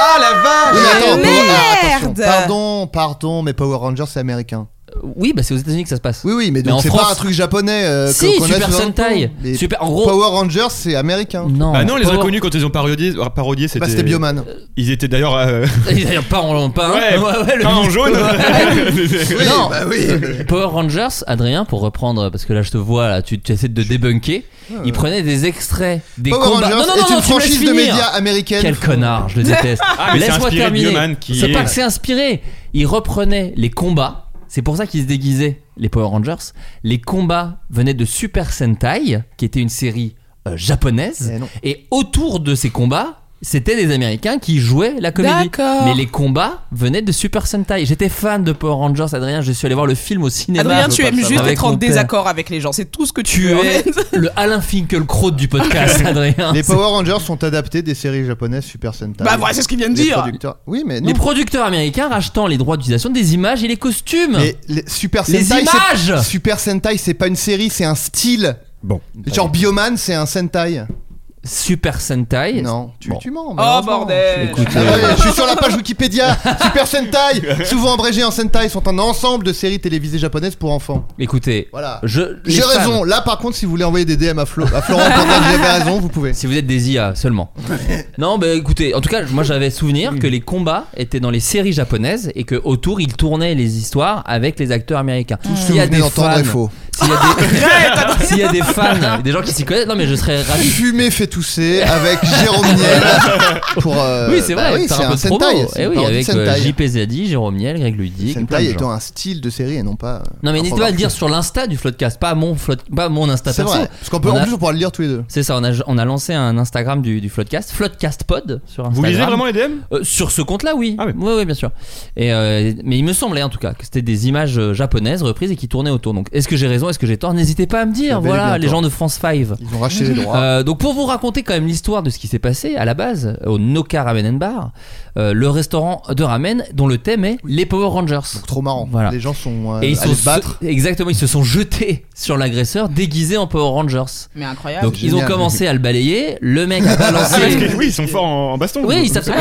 Ah, la vache oui, mais attends,
Mais
Power- ah, attention.
merde
Pardon, pardon, mais Power Rangers, c'est américain.
Euh, Oui, bah c'est aux États-Unis que ça se passe.
Oui, oui, mais
Mais en
donc c'est
France-
pas un truc japonais. euh, que-
Si,
qu'on a
Super
sous un
Sentai.
nom. Mais
Super. En gros.
Power Rangers, c'est américain.
Non.
Bah non, on les
Power-
a connus quand ils ont parodié, euh, parodié c'était.
Bah, c'était Bioman.
Ils étaient d'ailleurs. euh,
D'ailleurs, pas en pas.
Ouais,
hein. le-
pas en jaune.
Oui,
Non.
bah oui.
Power Rangers, Adrien, pour reprendre, parce que là je te vois, là, tu, tu essaies de débunker. Il prenait des extraits des
Power
combats.
Rangers
non, non, non,
est
non,
une
tu me laisses
franchise de
finir.
médias américaines.
Quel connard, je le déteste.
Ah, mais c'est
Laisse-moi
inspiré de
terminer.
Bioman qui
C'est
est-
pas que c'est inspiré. Il reprenait les combats. C'est pour ça qu'ils se déguisaient, les Power Rangers. Les combats venaient de Super Sentai, qui était une série euh, japonaise.
Eh non.
Et autour de ces combats, c'était des Américains qui jouaient la comédie.
D'accord.
Mais les combats venaient de Super Sentai. J'étais fan de Power Rangers, Adrien. Je suis allé voir le film au cinéma.
Adrien,
Je
tu
veux pas le
aimes juste
savoir.
être en
Avec mon père.
désaccord avec les gens, c'est tout ce que tu,
Tu
en
es
fait.
le Alain Finkielkraut du podcast, Adrien.
Les Power Rangers sont adaptés des séries japonaises Super Sentai.
Bah voilà, c'est ce qu'il vient de
Les
dire.
producteurs- Oui, mais non.
Les producteurs américains rachetant les droits d'utilisation des images et les costumes.
Mais les Super
Les
Sentai, c'est-
images
Super Sentai, c'est pas une série, c'est un style.
Bon.
Genre Bioman, c'est un Sentai.
Super Sentai. Euh,
Non, tu,
Bon.
tu mens.
Oh
malheureusement.
bordel
Écoute,
Ah ouais, je suis sur la page Wikipédia. Super Sentai, souvent abrégé en Sentai, sont un ensemble de séries télévisées japonaises pour enfants.
Écoutez,
Voilà.
je les
J'ai
fans,
raison. Là, par contre, si vous voulez envoyer des DM à, Flo, à Florent pour dire que j'avais raison, vous pouvez.
Si vous êtes des IA seulement. non, bah écoutez, en tout cas, moi j'avais souvenir que les combats étaient dans les séries japonaises et que autour ils tournaient les histoires avec les acteurs américains.
Ce que
S'il y a
vous venez
des
d'entendre
fans,
est faux.
s'il y a des, s'il y a des fans, des gens qui s'y connaissent, non mais je serais ravi.
Fumer fait tousser avec Jérôme Niel pour. euh,
Oui, c'est
bah
vrai,
oui,
faire
c'est
un peu de promo.
Sentai. c'est
Eh
une
oui,
parodie
avec
de
euh,
Sentai.
JP Zadi, Jérôme Niel, Greg Ludic. plein de
Sentai
gens.
étant un style de série et non pas. euh,
Non mais
un
n'hésitez pas à
programme.
le dire sur l'insta du Floodcast, pas mon Flood, pas mon insta
C'est
perso.
vrai. Parce qu'en
On a-
plus, on pourra le lire tous les deux.
C'est ça, on a, on a lancé un Instagram du, du Floodcast, Floodcast Pod sur Instagram.
Vous lisez vraiment les DM
Euh, Sur ce compte-là, oui.
Ah oui.
oui, oui, bien sûr. Et, euh, mais il me semblait en tout cas que c'était des images euh, japonaises reprises et qui tournaient autour. Donc est-ce que j'ai raison, est-ce que j'ai tort N'hésitez pas à me dire,
Vous avez
voilà,
bien
les
tort.
gens de France 5.
Ils ont racheté les droits.
Euh, donc pour vous raconter quand même l'histoire de ce qui s'est passé à la base euh, au Noka Ramen and Bar, euh, le restaurant de ramen dont le thème est les Power Rangers.
Donc, trop marrant.
Voilà.
Les gens sont euh,
Et ils
allés
sont
se battre.
exactement, ils se sont jetés sur l'agresseur déguisé en Power Rangers.
Mais incroyable.
Donc ils ont
Ah, génial. Ah,
commencé à le balayer, le mec a
Ah,
balancé.
Oui, ils sont forts en, en baston.
Oui, ils savent faire.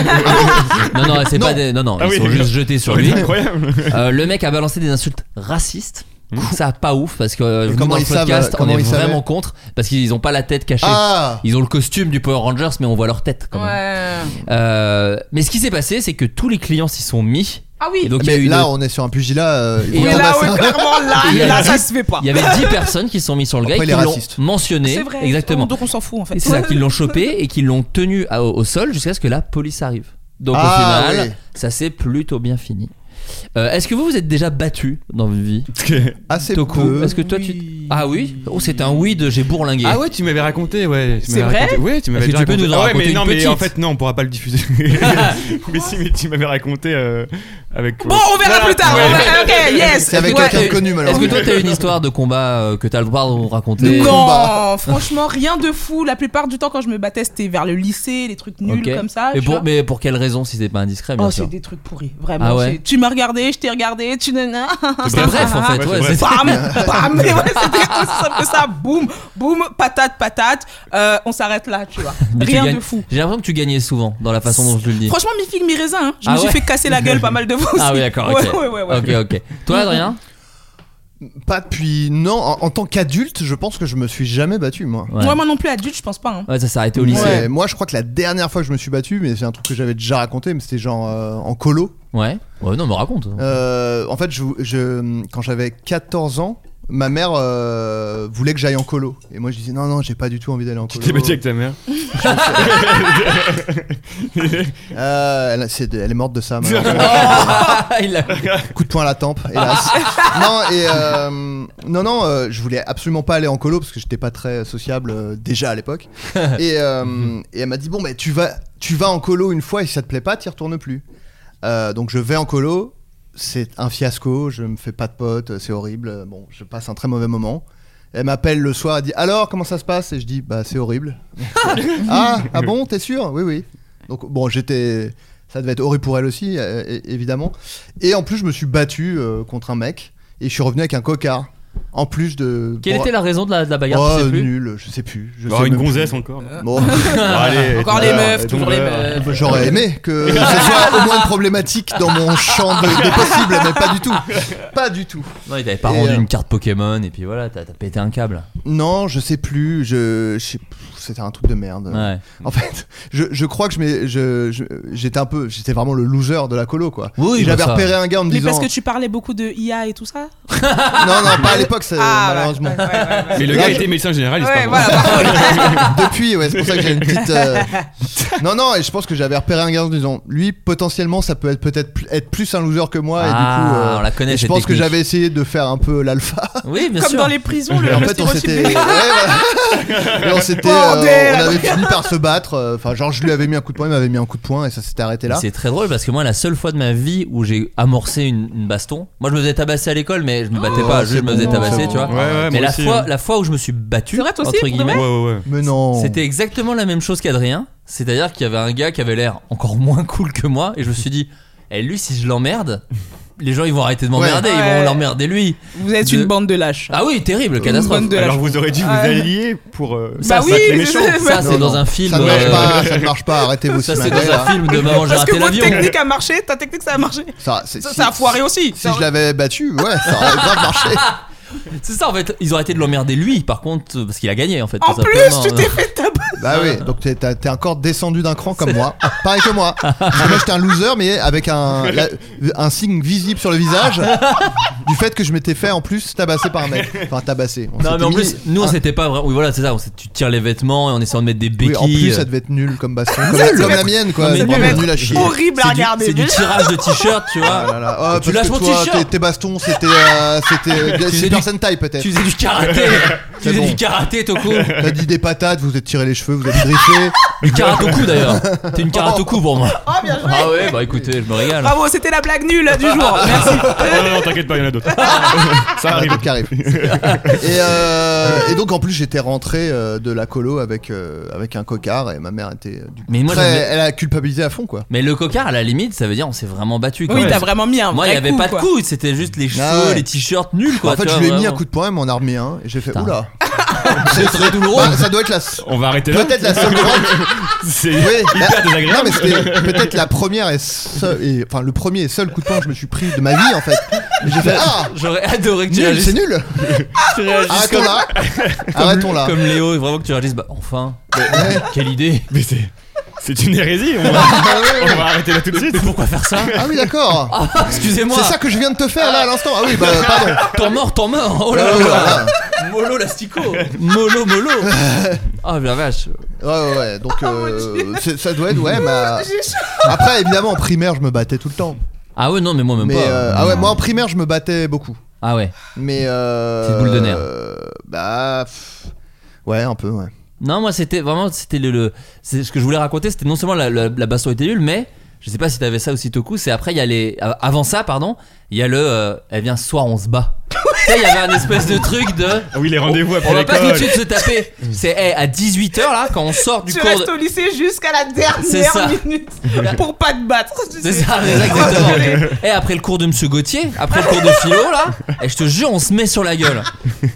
Non, non, c'est
Non.
pas des- Non, non,
Ah
ils
oui,
sont
d'accord.
juste jetés sur
Ouais,
lui.
c'est incroyable.
Euh, le mec a balancé des insultes racistes. Ça, pas ouf, parce que euh,
Mais
nous,
Hmm. comment
dans le
ils savent,
podcast,
euh, comment
on est
ils savaient
vraiment contre, parce qu'ils ont pas la tête cachée.
Ah
Ils ont le costume du Power Rangers, mais on voit leur tête quand même.
Ouais.
Euh, mais ce qui s'est passé, c'est que tous les clients s'y sont mis
Ah oui.
Et donc il y a
Mais
eu
là,
une-
on est sur un pugilat. euh, ils
Et
vont
mais là,
tabasser
ouais,
un-
clairement, là,
Il y a
là,
juste-
ça se fait pas.
il y avait 10 personnes qui se sont mis sur le gars
Après,
et
les
qui l'ont
racistes.
mentionné.
C'est vrai. Oh,
Exactement.
Donc on s'en fout en fait.
Et c'est ça qu'ils l'ont chopé et qu'ils l'ont tenu à- au, au sol jusqu'à ce que la police arrive. Donc
Ah,
au final,
oui.
ça s'est plutôt bien fini. Euh, Est-ce que vous vous êtes déjà battu dans votre vie
assez
Toku
peu.
Est-ce que toi tu Ah oui Oh c'était un oui de j'ai bourlingué.
Ah ouais, tu m'avais raconté, ouais. tu
C'est
m'avais
vrai
raconté. Ouais, tu m'avais
Est-ce que tu
déjà
peux
raconté.
nous en
Ah ouais,
raconter
mais
une
non, mais en
petite
fait, non, on pourra pas le diffuser. mais si, mais tu m'avais raconté euh, avec.
Bon, on verra plus tard.
Ouais.
on va- Ok, yes.
C'est avec
Ouais.
quelqu'un de connu,
Est-ce que
malheureusement.
toi t'as une histoire de combat euh, que t'as le droit de raconter
Des
Non,
combats.
franchement, rien de fou. La plupart du temps, quand je me battais, c'était vers le lycée, les trucs nuls
Ok.
comme ça.
Mais
Ah, tu
pour,
vois.
mais pour quelle raison si c'est pas indiscret bien
Oh,
sûr
c'est des trucs pourris, vraiment.
Ah ouais.
c'est- Tu m'as regardé, je t'ai regardé, tu nanas.
C'était bref en fait.
Ah,
Ouais,
ouais,
c'est
c'est-
Bam, bam, et ouais, c'était aussi simple que ça. Boum, boum, patate, patate. Euh, on s'arrête là, tu vois.
Mais tu
Rien
gagnes-
de fou.
J'ai l'impression que tu gagnais souvent dans la façon dont je le dis.
Franchement, mi figue, mi raisin. hein. Je
Ah
me suis
ouais.
fait casser la gueule pas mal de fois aussi.
Ah oui d'accord.
Ouais,
ok.
ouais, ouais, ouais.
Ok ok. Toi Adrien
Pas depuis. Non, en, en tant qu'adulte, je pense que je me suis jamais battu, moi.
Ouais.
Moi, moi non plus, adulte, je pense pas. hein.
Ouais, ça s'est arrêté au lycée.
Ouais, Moi, je crois que la dernière fois que je me suis battu, mais c'est un truc que j'avais déjà raconté, mais c'était genre euh, en colo.
Ouais. Ouais, non, mais raconte. Oh.
Euh, en fait, je, je- quand j'avais 14 ans, ma mère euh, voulait que j'aille en colo. Et moi, je disais non, non, j'ai pas du tout envie d'aller en
Tu
colo.
t'es battu avec ta mère.
Euh, elle, c'est- elle est morte de ça. malheureusement.
Il a-
Coup de poing à la tempe, hélas. non, et euh, non, non, euh, je voulais absolument pas aller en colo parce que j'étais pas très sociable euh, déjà à l'époque. et, euh, et elle m'a dit bon, mais tu vas, tu vas en colo une fois et si ça te plaît pas, t'y retournes plus. Euh, donc je vais en colo, c'est un fiasco, je me fais pas de potes, Euh, c'est horrible. Bon, je passe un très mauvais moment. Elle m'appelle le soir, elle dit alors comment ça se passe Et je dis bah c'est horrible. ah, ah bon, t'es sûr Oui, oui. Donc bon, j'étais. Ça devait être horrible pour elle aussi, euh, é- évidemment. Et en plus, je me suis battu euh, contre un mec et je suis revenu avec un cocard. En plus de.
Quelle
bon,
était la raison de la, de la bagarre
oh,
tu sais plus
nul, je sais plus. Je
Bah,
sais
une
même
gonzesse
plus.
encore. non
Bon,
Allez,
Encore les
tombeur,
meufs, toujours les
tombeur.
meufs.
j'aurais aimé que ce soit au moins une problématique dans mon champ de, des possibles, mais pas du tout. Pas du tout.
Non, il t'avait pas
Et,
rendu
euh,
une carte Pokémon et puis voilà, t'as t'as pété un câble.
Non, je sais plus. Je, je sais- pff, c'était un truc de merde.
Ouais.
En fait, je, je crois que je m'ai- je- je- j'étais un peu, j'étais vraiment le loser de la colo, quoi.
Oui,
Et
bah
j'avais
ça.
repéré un gars en me
Mais
disant.
parce que tu parlais beaucoup de IA et tout ça
Non, non, pas à l'époque, c'est-
Ah, ouais,
malheureusement.
ouais, ouais, ouais, ouais.
Mais le
Là,
gars
je-
était médecin généraliste.
Ouais,
pardon.
voilà.
Depuis, ouais, c'est pour ça que j'ai une petite. euh, Non, non, et je pense que j'avais repéré un gars en disant, lui, potentiellement, ça peut être peut-être pl- être plus un loser que moi,
Ah,
et du coup. euh,
on la connaît,
et Je
cette
pense que
technique.
j'avais essayé de faire un peu l'alpha.
Oui, bien
Comme
sûr.
dans les prisons, le,
Et en
le
fait, on
stéréotype
s'était.
des-
ouais, voilà. Et on s'était. euh,
Bordel
on avait fini par se battre. euh, Enfin, genre, je lui avais mis un coup de poing, il m'avait mis un coup de poing, et ça s'était arrêté là.
C'est très drôle parce que moi, la seule fois de ma vie où j'ai amorcé une, une baston, moi je me faisais tabasser à l'école, mais je me battais
Oh,
pas, juste
c'est
je me faisais
bon,
tabasser,
c'est
tu vois.
bon.
Ouais, ouais,
mais
moi
la,
aussi,
fois,
hein.
la fois où je me suis battu,
C'est vrai, toi aussi,
entre
pour de
guillemets,
vrai
Ouais, ouais, ouais.
Mais non.
C'était exactement la même chose qu'Adrien, c'est-à-dire qu'il y avait un gars qui avait l'air encore moins cool que moi, et je me suis dit, eh, lui, si je l'emmerde, les gens ils vont arrêter de m'emmerder, ils
Ouais.
vont l'emmerder lui.
Vous êtes
de-
une bande de lâches.
Ah oui, terrible, catastrophe.
bande de lâches.
Alors vous aurez dû vous
Ah.
allier pour. euh,
Ça,
Bah
ça,
oui,
les méchants.
c'est-
Ça,
Non,
c'est
non.
dans un film.
Ça ne marche
euh,
pas, ça ne marche pas, arrêtez-vous.
Ça,
si
c'est
mal
dans un
là.
film de Maman, j'ai
Parce
raté
que votre
l'avion.
technique a marché, ta technique ça a marché.
Ça, c'est-
Ça,
si-
ça a foiré aussi.
Si
Ça-
je l'avais battu, ouais, ça aurait grave marché.
C'est ça, en fait. Ils auraient été de l'emmerder lui, par contre, euh, parce qu'il a gagné, en fait.
En
tout
plus,
simplement.
tu t'es fait tabac.
Bah oui, donc t'es- t'as- t'es encore descendu d'un cran comme moi. Pareil que moi. Parce que moi j'étais un loser, mais avec un, la- un signe visible sur le visage du fait que je m'étais fait en plus tabasser par un mec. Enfin, tabasser. On
Non,
s'était
mais en
mis
plus, nous, on
un-
s'était pas vraiment. Oui, voilà, c'est ça. on s'est- tu tires les vêtements et en essayant de mettre des
Oui,
béquilles.
en plus, ça
euh,
devait être nul comme baston. Comme, la- comme la mienne, quoi.
mais
C'est
nul.
vraiment nul à chier.
Horrible à
c'est du-
regarder.
C'est du tirage de t-shirt, tu
Ah là
vois.
là. Oh,
Tu
parce
lâches
que
mon
toi,
t-shirt.
tes- Tes bastons, c'était. euh, c'était.
faisais
Super
du-
Sentai, peut-être.
Tu faisais du karaté. tu
C'est
faisais
bon.
du karaté, Toku.
T'as dit des patates, vous vous êtes tiré les cheveux, vous êtes griffé.
Du karatoku, d'ailleurs. T'es une karatoku pour moi.
Oh, bien joué. Ah.
Ah ouais, bah écoutez, je me régale.
Bravo, c'était la blague nulle du jour. Merci.
Non, non, non, t'inquiète pas, il y en a d'autres. Ça
Ah,
arrive.
d'autres qui arrivent. et, euh, et donc en plus j'étais rentré euh, de la colo avec euh, avec un cocard et ma mère était euh, du coup,
Mais moi,
très-
j'avais-
elle a culpabilisé à fond quoi.
Mais le cocard, à la limite, ça veut dire on s'est vraiment battu. quand
Oui,
même.
t'as vraiment mis un
Moi, il
vrai
y avait
coup,
pas de
quoi.
coude, c'était juste les cheveux,
Ah ouais.
les t-shirts nuls, quoi.
en fait
tu
je
vois,
lui ai mis un
vraiment.
coup de poing, elle m'en a remis un et j'ai fait
Putain.
oula.
C'est très douloureux.
Bah, ça doit être la s-
On va arrêter là.
peut-être la seule grande.
C'est
Oui,
hyper
la- non
désagréable.
mais c'était peut-être la première et, seul- et- enfin le premier et seul coup de poing que je me suis pris de ma vie en fait. Et J'ai fait ah
J'aurais adoré que tu
nul, c'est
réagisses.
nul.
Ah,
tu réagisses
Arrêtons
comme-
là. Arrêtons là.
Comme Léo, et vraiment que tu réagisses, bah enfin,
Ouais.
quelle idée.
Mais c'est. C'est une hérésie. On va,
Ah
on va arrêter là tout de suite.
bah Pourquoi faire ça
Ah oui, d'accord.
Ah, excusez-moi.
C'est ça que je viens de te faire là à l'instant. Ah oui, bah pardon.
T'en mort, t'en mort. Oh là
Ouais, ouais,
là. Molo l'astico. Molo, molo. Ah, la vache.
Ouais, ouais, ouais.
Oh,
Donc euh, c'est- ça doit être ouais, ma.
J'ai chaud.
Après, évidemment, en primaire, je me battais tout le temps.
Ah ouais, non, mais moi même
Mais
pas.
euh, ah ouais, moi en primaire, je me battais beaucoup.
Ah ouais.
Mais euh,
Petite boule de nerf.
euh, bah pff, ouais, un peu ouais.
Non, moi c'était vraiment c'était le, le- c'est ce que je voulais raconter, c'était non seulement la, la, la basse était nulle, mais je sais pas si t'avais ça aussi Toku, c'est après il y a les a- avant ça pardon, il y a le euh, eh bien ce soir on se bat. Tu sais, il y avait un espèce de truc de
Ah oui, les rendez-vous
on
après
va pas tout de
l'école.
suite se taper. C'est eh, à 18h là quand on sort du
Tu
cours
restes
de...
au lycée jusqu'à la
C'est ça.
dernière minute pour pas te battre. tu
C'est
sais.
ça, exactement. Et après le cours de Monsieur Gauthier, après le cours de philo, là, et je te jure, on se met sur la gueule.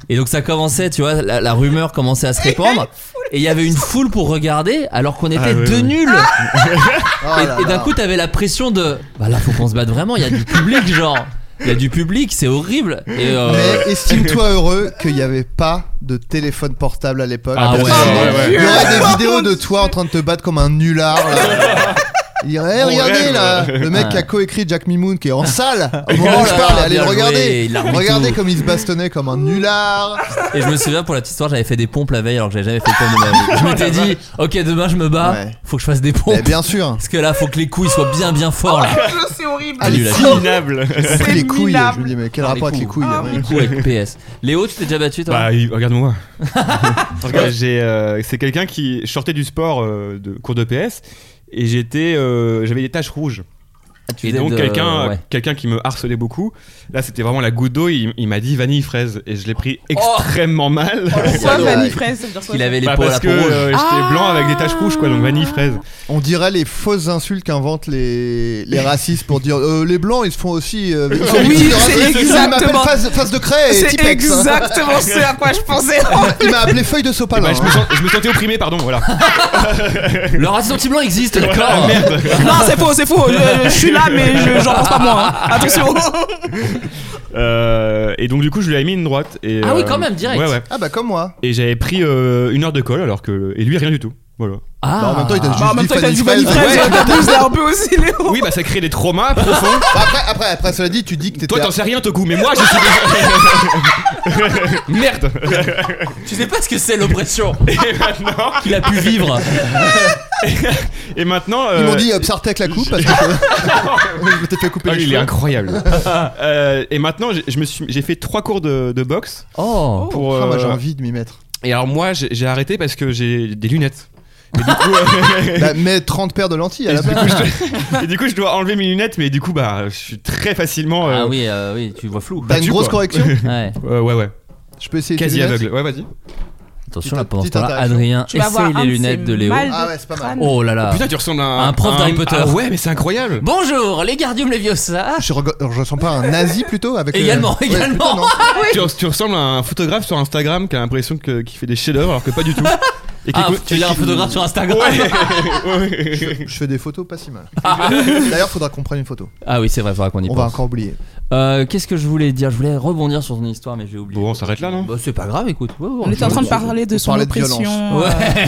Et donc ça commençait, tu vois, la, la rumeur commençait à se répandre. Et il y avait une foule pour regarder, alors qu'on était
Ah, oui,
deux
oui.
nuls.
Oh
Et-
là
et d'un
là.
coup, t'avais la pression de. Bah là, faut qu'on se batte vraiment, il y a du public, genre. Il y a du public, c'est horrible. Et euh,
Mais estime-toi heureux qu'il n'y avait pas de téléphone portable à l'époque.
Ah,
ouais,
ouais, ouais.
Il y aurait des vidéos de toi en train de te battre comme un nullard. Là. Il dirait, Eh,
Mon
regardez
rêve.
là, le mec
Ah.
qui a coécrit Jack Mimoun qui est en salle. Au moment où je
là
parle,
là,
allez le
Ah, bien joué,
regarder.
il a remis
Regardez
tout.
comme il se bastonnait comme un nullard.
Et je me souviens pour la petite histoire, j'avais fait des pompes la veille alors que j'avais jamais fait de pompes de ma vie. Je m'étais dit, ok, demain je me bats,
Oh, Ouais.
faut que je fasse des pompes.
Mais bien sûr.
Parce que là, faut que les couilles soient bien, bien forts. Là.
Je sais, C'est horrible.
Allez,
Nul à
fou.
Minable.
J'ai pris les couilles.
minable.
Je me dis, mais quel
Ah,
rapport avec les couilles
Ah,
ouais.
Du coup, avec PS. Léo, tu t'es déjà battu toi
Bah, il- regarde-moi. Regarde, j'ai, euh, c'est quelqu'un qui sortait du sport euh, de cours de PS et j'étais, euh, j'avais des taches rouges.
Tu
Et
faisais
donc
de-
quelqu'un, euh,
euh, ouais.
quelqu'un qui me harcelait beaucoup. Là, c'était vraiment la goutte d'eau. Il, il m'a dit vanille fraise et je l'ai
Oh.
pris extrêmement mal.
Pourquoi
salaud.
Fanny Fraise ça veut dire quoi,
Il
ça
avait Oh. les
Bah,
peaux à
parce
la
que
peau rouge.
euh, j'étais blanc avec des taches rouges, quoi. Donc vanille fraise.
On dirait les fausses insultes qu'inventent les, les racistes pour dire euh, les blancs ils se font aussi. euh, ils sont
Ah Oui,
victimes de
c'est
racisme. Il m'appelle
exactement-
face, face de craie et
C'est
Tipex. hein.
exactement ce à quoi je pensais.
Il m'a appelé feuille de
Et
Ah.
sopalin.
bah, je, me
hein.
sens- je me sentais opprimé, pardon. Voilà. Ah,
Le racisme anti-blanc existe, d'accord
Non, c'est faux, c'est faux. Je, je suis là, mais je- j'en pense pas moins. hein. Attention.
Euh, et donc du coup, je lui ai mis une droite. Et,
Ah oui,
euh,
quand même, direct.
Ouais, ouais.
Ah bah comme moi.
Et j'avais pris euh, une heure de colle, alors que et lui rien du tout. Voilà.
Ah,
Bah, en même temps, il t'a juste
Bah, en même
dit
temps, il t'a
Fanny
dit Fanny
Fraise.
Fraise.
Ouais.
T'abuses là un peu aussi, Léo.
Oui, bah ça crée des traumas profonds.
Bah, après, après, après, cela dit, tu dis que t'étais.
Toi, t'en sais rien, Toku, mais moi, je suis déjà- Merde
tu sais pas ce que c'est l'oppression
Et maintenant,
qu'il a pu vivre.
et maintenant
Ils
euh,
m'ont dit euh, Psartec la coupe parce que je m'étais fait couper
ah,
les
il est
cheveux.
incroyable. Euh, et maintenant, j'ai- je me suis, j'ai fait trois cours de, de boxe
Oh,
pour.
Ah, moi j'ai
euh,
envie de m'y mettre.
Et alors moi, j'ai j'ai arrêté parce que j'ai des lunettes. Et du coup, euh,
Bah, mets 30 paires de lentilles à
et
la
du
place.
coup, je dois- et du coup, je dois enlever mes lunettes, mais du coup, bah, je suis très facilement. euh,
Ah oui, euh, oui, tu vois flou.
T'as une
battu,
grosse
quoi.
correction
Ouais.
euh, ouais, ouais.
Je peux essayer tes
Quasi
lunettes
aveugle. Ouais, vas-y.
Attention là,
Petite-
pendant ce
petite
temps-là,
interaction.
Adrien
Tu vas avoir
essaye
un
les
de
lunettes
ces
de Léo.
mal de
Ah ouais, c'est pas mal.
crâne.
Oh là là.
Putain, tu ressembles à
Un prof d'Harry Potter. Bah
Ah ouais, mais c'est incroyable.
Bonjour, les gardium Leviosa.
Je, reg- je ressens pas un nazi plutôt avec le-
Également,
Ouais,
également.
plutôt, non.
Ah
tu, tu ressembles à un photographe sur Instagram qui a l'impression que- qu'il fait des chefs-d'œuvre alors que pas du tout. Et qui
Ah,
écoute-
tu l'as un photographe sur Instagram
Ouais.
Je fais des photos pas si mal.
Ah.
D'ailleurs, faudra qu'on prenne une photo.
Ah oui, c'est vrai, faudra qu'on y
On va
pense.
encore oublier.
Euh, Qu'est-ce que je voulais dire Je voulais rebondir sur ton histoire, mais j'ai oublié.
Bon, on s'arrête là, non
Bah, c'est pas grave, écoute. Ouais, ouais,
On était en train de parler de son
parlait de
oppression.
Ouais,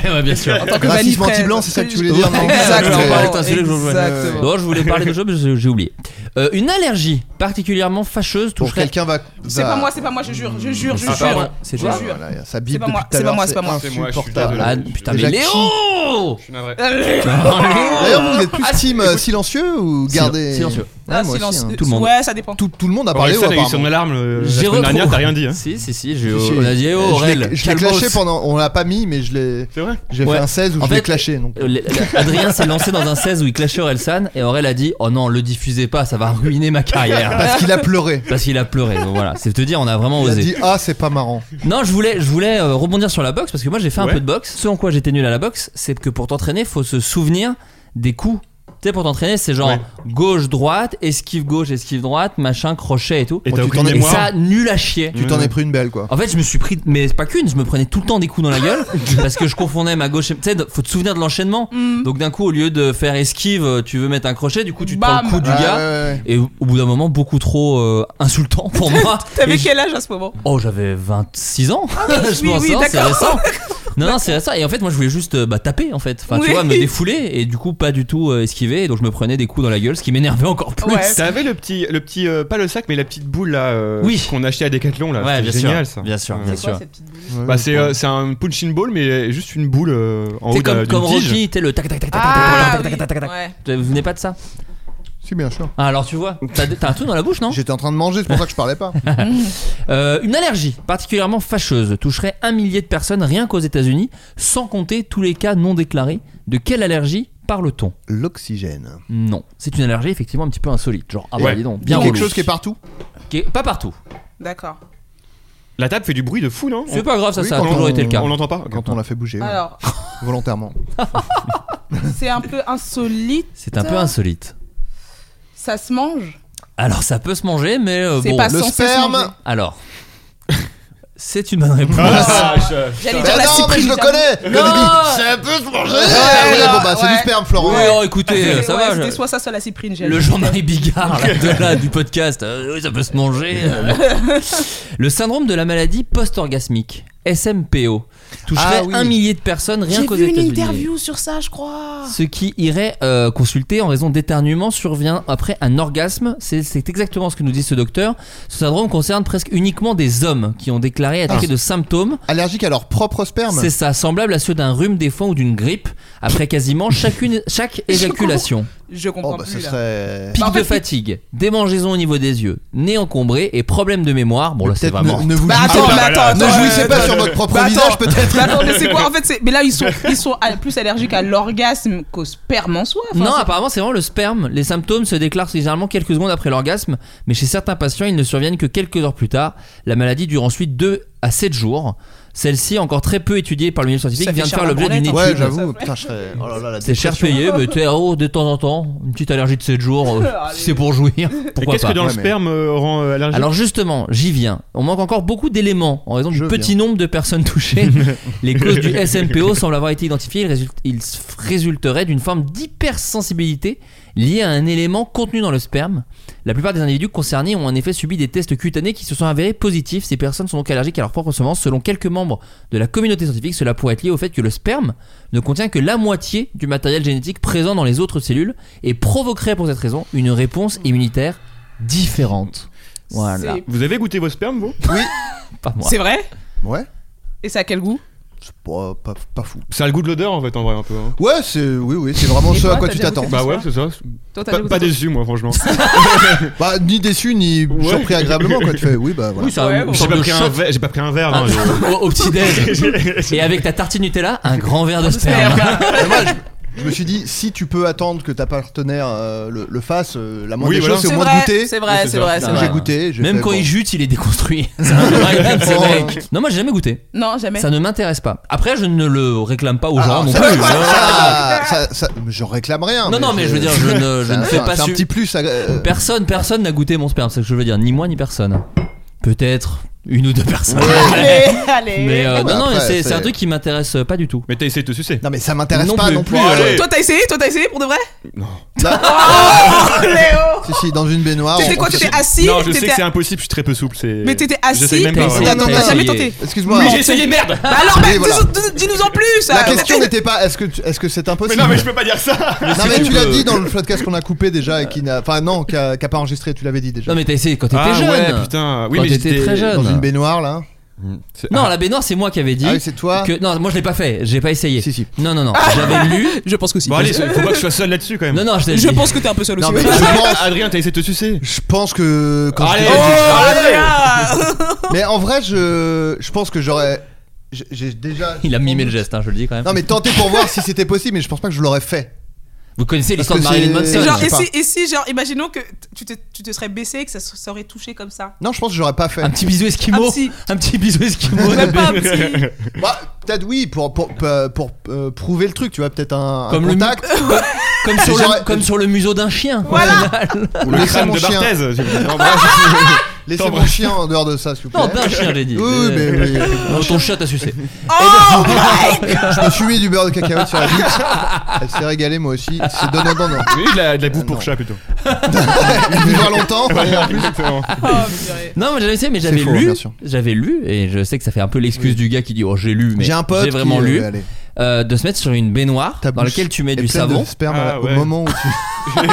euh,
ouais, bien sûr.
tant que
Racisme
Vanifraise.
anti-blanc, c'est ça que tu voulais dire non
Exactement.
Ouais.
Parle- Putain, c'est là que je jouais.
Exactement.
Non, je voulais parler de choses, mais j'ai j'ai oublié. Euh, une allergie particulièrement fâcheuse
Pour
toucherait.
quelqu'un va.
C'est
va-
pas moi, c'est pas moi, je jure, je jure, je
Ah, pardon,
jure.
c'est
Je
toi.
jure.
Voilà, il y a Sa bip
C'est pas
depuis
moi,
tout à
c'est pas
l'heure,
moi, c'est pas moi.
C'est moi, je suis
insupportable.
désolé.
Ah, putain, mais
Déjà, qui-
Léo
Je suis navré.
Ah. D'ailleurs, vous êtes
Ah,
plus team euh, silencieux ou gardez
silencieux.
Ouais, moi aussi,
Silence.
hein.
tout le monde.
Ouais, ça dépend.
Tout, tout le monde a
Parlé
parlé. ou
ça, t'as eu
apparemment
son alarme euh, la
J'ai
semaine dernière,
retrouvé-
t'as rien dit. Hein.
Si, si, si, j'ai-
Si, si.
on a dit eh,
Je
oh, Aurel,
l'ai- je l'ai
calmos.
clashé pendant. On l'a pas mis, mais je l'ai.
C'est vrai
J'ai
Ouais.
fait un 16 où
En
je l'ai
fait,
clashé. Donc.
Euh, les- la- Adrien s'est lancé dans un 16 où il clashait Aurel San et Aurel a dit Oh non, le diffusez pas, ça va ruiner ma carrière.
Parce qu'il a pleuré.
Parce qu'il a pleuré, donc voilà. C'est te dire, on a vraiment
Il a
osé.
dit Ah, c'est pas marrant.
Non, je voulais, je voulais euh, rebondir sur la boxe parce que moi j'ai fait un
Ouais.
peu de boxe. Ce en quoi j'étais nul à la boxe, c'est que pour t'entraîner, faut se souvenir des coups. Tu sais, pour t'entraîner, c'est genre
Ouais.
gauche, droite, esquive gauche, esquive droite, machin, crochet et tout.
Et
Bon,
t'as
tu
aucune
t'en es-
Et
mémoire
ça, nul à chier.
Tu t'en es pris une belle, quoi.
En fait, je me suis pris, mais pas qu'une, je me prenais tout le temps des coups dans la gueule parce que je confondais ma gauche. et- Tu sais, faut te souvenir de l'enchaînement.
Mm.
Donc d'un coup, au lieu de faire esquive, euh, tu veux mettre un crochet, du coup, tu te prends le
Bam.
coup du
Ouais,
gars.
ouais, ouais.
Et au au bout d'un moment, beaucoup trop euh, insultant pour moi.
T'avais
Et je-
quel âge à ce moment
Oh, j'avais 26 ans. je
oui,
pense,
oui,
hein, c'est
d'accord.
récent. Non, non, c'est ça. Et en fait, moi, je voulais juste euh, bah, taper, en fait. Enfin, tu
Oui.
vois, me défouler. Et du coup, pas du tout euh, esquiver. Et donc, je me prenais des coups dans la gueule, ce qui m'énervait encore plus.
Ouais.
T'avais le petit, le petit euh, pas le sac, mais la petite boule là euh,
Oui.
qu'on achetait à Decathlon là.
Ouais, bien
C'était génial
sûr.
ça.
Bien sûr,
Ouais.
bien
C'est quoi
sûr.
cette petite boule
Bah, c'est euh, c'est un punching ball, mais juste une boule euh, en haut
C'est
d'un
comme,
d'une
comme
tige.
Rocky, t'es le tac tac tac tac
Ah,
tac tac tac tac tac tac.
ouais.
Vous venez pas de ça
Si, bien sûr.
Ah, Alors tu vois, t'as t'as un truc dans la bouche, non
J'étais en train de manger, c'est pour ça que je parlais pas.
Euh, Une allergie particulièrement fâcheuse toucherait un millier de personnes rien qu'aux États-Unis, sans compter tous les cas non déclarés. De quelle allergie parle-t-on
L'oxygène.
Non, c'est une allergie effectivement un petit peu insolite, genre ah bah
Ouais.
dis donc, bien
quelque
relou.
chose qui est partout.
Qui est- pas partout.
D'accord.
La table fait du bruit de fou, non
C'est pas grave, ça,
Oui,
ça a
quand
toujours
on-
été le cas.
On l'entend pas
Quand on l'a fait bouger, ouais.
Alors,
volontairement.
c'est un peu insolite.
C'est un peu insolite.
Ça se mange
Alors ça peut se manger, mais euh,
C'est
bon.
pas
Le
censé se
sperme.
manger.
Alors, c'est une bonne réponse.
Ah,
J'allais
Bah
dire la
non, mais je
cyprine.
le connais
Non.
Ça peut se manger Ouais,
alors,
bon, bah, c'est
ouais.
du sperme, Florent.
Oui, alors oh, écoutez, euh,
Ouais,
Eh, ça
ouais,
va.
C'était
je-
soit ça, soit la cyprine. j'ai
Le
dit.
Jean-Marie Bigard là, de là, du podcast, euh, oui, ça peut se manger. euh, bon. Le syndrome de la maladie post-orgasmique, SMPO, toucherait
Ah oui.
un millier de personnes rien
J'ai
qu'aux
vu une
États-Unis.
interview sur ça, je crois.
Ce qui irait euh, consulter en raison d'éternuement survient après un orgasme. C'est- C'est exactement ce que nous dit ce docteur. Ce syndrome concerne presque uniquement des hommes qui ont déclaré attaquer de symptômes.
Allergique à leur propre sperme
C'est ça, semblable à ceux d'un rhume des fois ou d'une grippe, après quasiment chacune, chaque éjaculation.
Je comprends
Oh, bah,
plus.
ce
là.
serait.
Pic
Bah, en
de
fait,
fatigue, démangeaison au niveau des yeux, nez encombré et problème de mémoire. Bon, là, c'est
Peut-être
vraiment.
ne, ne vous
Bah
jouissez
attends,
pas-
mais attends,
ne
attends,
jouissez
euh,
pas
attends,
sur
euh,
votre propre
bah, attends.
visage, peut-être.
Mais attends, mais c'est quoi En fait, c'est- mais là ils sont, ils sont à- plus allergiques à l'orgasme qu'au sperme en soi. Enfin,
non,
c'est-
apparemment, c'est vraiment le sperme. Les symptômes se déclarent généralement quelques secondes après l'orgasme, mais chez certains patients, ils ne surviennent que quelques heures plus tard. La maladie dure ensuite 2 à 7 jours. Celle-ci, encore très peu étudiée par le milieu scientifique,
Ça fait
vient de faire
Charles
l'objet d'une
Branlet,
étude.
hein.
Ouais,
Étude,
j'avoue,
ça.
putain, je serais. Oh là là, la
C'est cher
dépression.
payé, mais t'es oh, de temps en temps, une petite allergie de 7 jours, euh,
Allez.
si c'est pour jouir.
Et
Pourquoi
qu'est-ce
pas
que dans le
Ouais, mais-
sperme euh, rend euh, allergique
Alors justement, j'y viens. On manque encore beaucoup d'éléments en raison du
Je
petit nombre de personnes touchées. Les causes du SMPO semblent avoir été identifiées. Ils, résultent- ils s- résulteraient d'une forme d'hypersensibilité liée à un élément contenu dans le sperme. La plupart des individus concernés ont en effet subi des tests cutanés qui se sont avérés positifs. Ces personnes sont donc allergiques à leur propre semence. Selon quelques membres de la communauté scientifique, cela pourrait être lié au fait que le sperme ne contient que la moitié du matériel génétique présent dans les autres cellules et provoquerait pour cette raison une réponse immunitaire différente. Voilà.
c'est-
Vous avez goûté vos spermes, vous
Pas moi.
C'est vrai
Ouais,
Et ça a quel goût
c'est pas, pas, pas fou.
Ça a le goût de l'odeur en fait, en vrai, un peu. hein.
Ouais, c'est. Oui, oui, c'est vraiment
Et
ce à
toi,
quoi
t'as
tu
déjà
t'attends.
goûté
Bah ouais, c'est ça.
Toi, t'as
Pas,
goûté
pas
toi
déçu, moi, franchement.
Bah, ni déçu, ni
Ouais.
surpris agréablement, quoi. Tu fais, oui, bah voilà.
Oui, ça
Ouais,
une
bon.
J'ai
sorte
pas,
de
pris un
shot
verre- j'ai pas pris un verre. hein, je-
au, au petit déj. Et avec ta tartine Nutella, un grand verre de sperme.
Mais moi, je, je me suis dit, si tu peux attendre que ta partenaire euh, le, le fasse, euh, la moindre
Oui,
des
voilà.
choses, c'est au
C'est
moins
vrai,
de goûter.
c'est vrai,
Oui,
c'est
c'est
vrai,
ça.
c'est
Donc,
vrai.
J'ai goûté. j'ai
Même
fait,
quand
bon.
il jute, il est déconstruit. C'est un vrai type, ce
Oh.
mec. Non, moi j'ai jamais goûté.
Non, jamais.
Ça ne m'intéresse pas. Après, je ne le réclame pas aux
Ah,
gens non
ça,
plus. hein.
ça, ça, ça- j'en réclame rien.
Non, non, mais
c'est-
je veux dire, je ne- je
c'est
ne
un-
fais pas
C'est un
su-
petit plus. euh,
Personne, personne n'a goûté mon sperme, c'est ce que je veux dire. Ni moi, ni personne. Peut-être une ou deux personnes.
Allez, allez.
Mais euh,
Ouais,
non, non,
après,
c'est c'est un
c'est-
truc qui m'intéresse euh, pas du tout.
Mais t'as essayé de te sucer.
Non, mais ça m'intéresse
Non
pas
plus.
non plus.
Bon,
euh,
allez.
Toi, t'as essayé Toi, t'as essayé pour de vrai Léo
Si, si, dans une baignoire.
T'étais
on-
quoi
on-
T'étais assis
non, je sais
t'étais-
que c'est impossible, je suis très peu souple. c'est-
Mais t'étais assis,
J'essaye même pas.
t'étais-
ouais.
Attends,
T'as
attends,
jamais
essayé.
tenté
Excuse-moi.
Oui, j'ai essayé, merde
Bah Alors, bah,
Oui, voilà.
dis- dis-nous en plus
La
euh,
question
t'étais-
n'était pas est-ce que tu- est-ce que c'est
Mais
impossible
non, mais je peux pas dire ça
Non, mais
que
tu
tu
l'as
peux-
dit dans le podcast qu'on a coupé déjà et qui n'a enfin non qui a, qui a pas enregistré tu l'avais dit déjà
Non, mais t'as essayé quand t'étais
Ah
jeune.
ouais, putain. Oui,
Quand
mais
t'étais
j'étais
très jeune.
dans une baignoire là
C'est-
Non,
Ah,
la baignoire, c'est moi qui avais dit.
ah oui c'est toi
que... Non, moi je l'ai pas fait, j'ai pas essayé.
si si
Non, non, non, j'avais lu.
Je pense que si.
Bon, allez, faut pas que je sois seul là-dessus quand même.
Non, non, je l'ai
Je
dit.
pense que t'es un peu seul aussi.
non mais
ouais.
je pense,
Adrien, t'as essayé de te sucer
je pense que quand
Allez,
je-
vas-y.
Adrien
Oh
mais en vrai je je pense que j'aurais j'ai- j'ai déjà
Il a mimé le geste, hein, je le dis quand même.
non mais tenter pour voir si c'était possible mais je pense pas que je l'aurais fait
Vous connaissez l'histoire de
Parce que
Marilyn
c'est-
Manson
Je
Genre,
sais
et
pas.
si, et si, genre, imaginons que t- tu te, tu te serais baissé et que ça, se- ça aurait touché comme ça.
non je pense que j'aurais pas fait
Un petit bisou esquimau
Un petit-
Un petit bisou esquimau
Même pas un petit.
Bah, peut-être oui pour pour pour, pour, euh, prouver le truc tu vois peut-être un, un
Comme le
contact
comme, sur
J'aurais-
le, comme sur le museau d'un chien.
Voilà.
Au final.
Ou le
Laissez
crâne
mon
de
chien. Ah,
Barthez. j'ai- Non, bref.
Laissez mon
T'embrasses.
chien en dehors de ça, s'il vous plaît.
Non, d'un chien, j'ai dit.
Oui, oui, mais oui.
Non, ton chat t'a sucé.
Oh
Je me suis mis du beurre de cacahuète sur la bite. Elle s'est régalée, moi aussi. C'est donnant, donnant.
Oui, de la, de la boue
Euh, non.
pour chat plutôt.
Il vivra longtemps. et en plus,
Exactement.
Oh, purée.
Non, mais j'avais essayé, mais
C'est
j'avais
faux,
lu.
bien sûr.
J'avais lu, et je sais que ça fait un peu l'excuse du gars qui dit Oh, j'ai lu, mais
J'ai un pote.
j'ai vraiment
qui, euh,
lu.
allez,
euh, de se mettre sur une baignoire
Ta
dans
bouche
laquelle tu mets
est
du
pleine de
savon
sperme
Ah,
au
ouais.
moment où tu.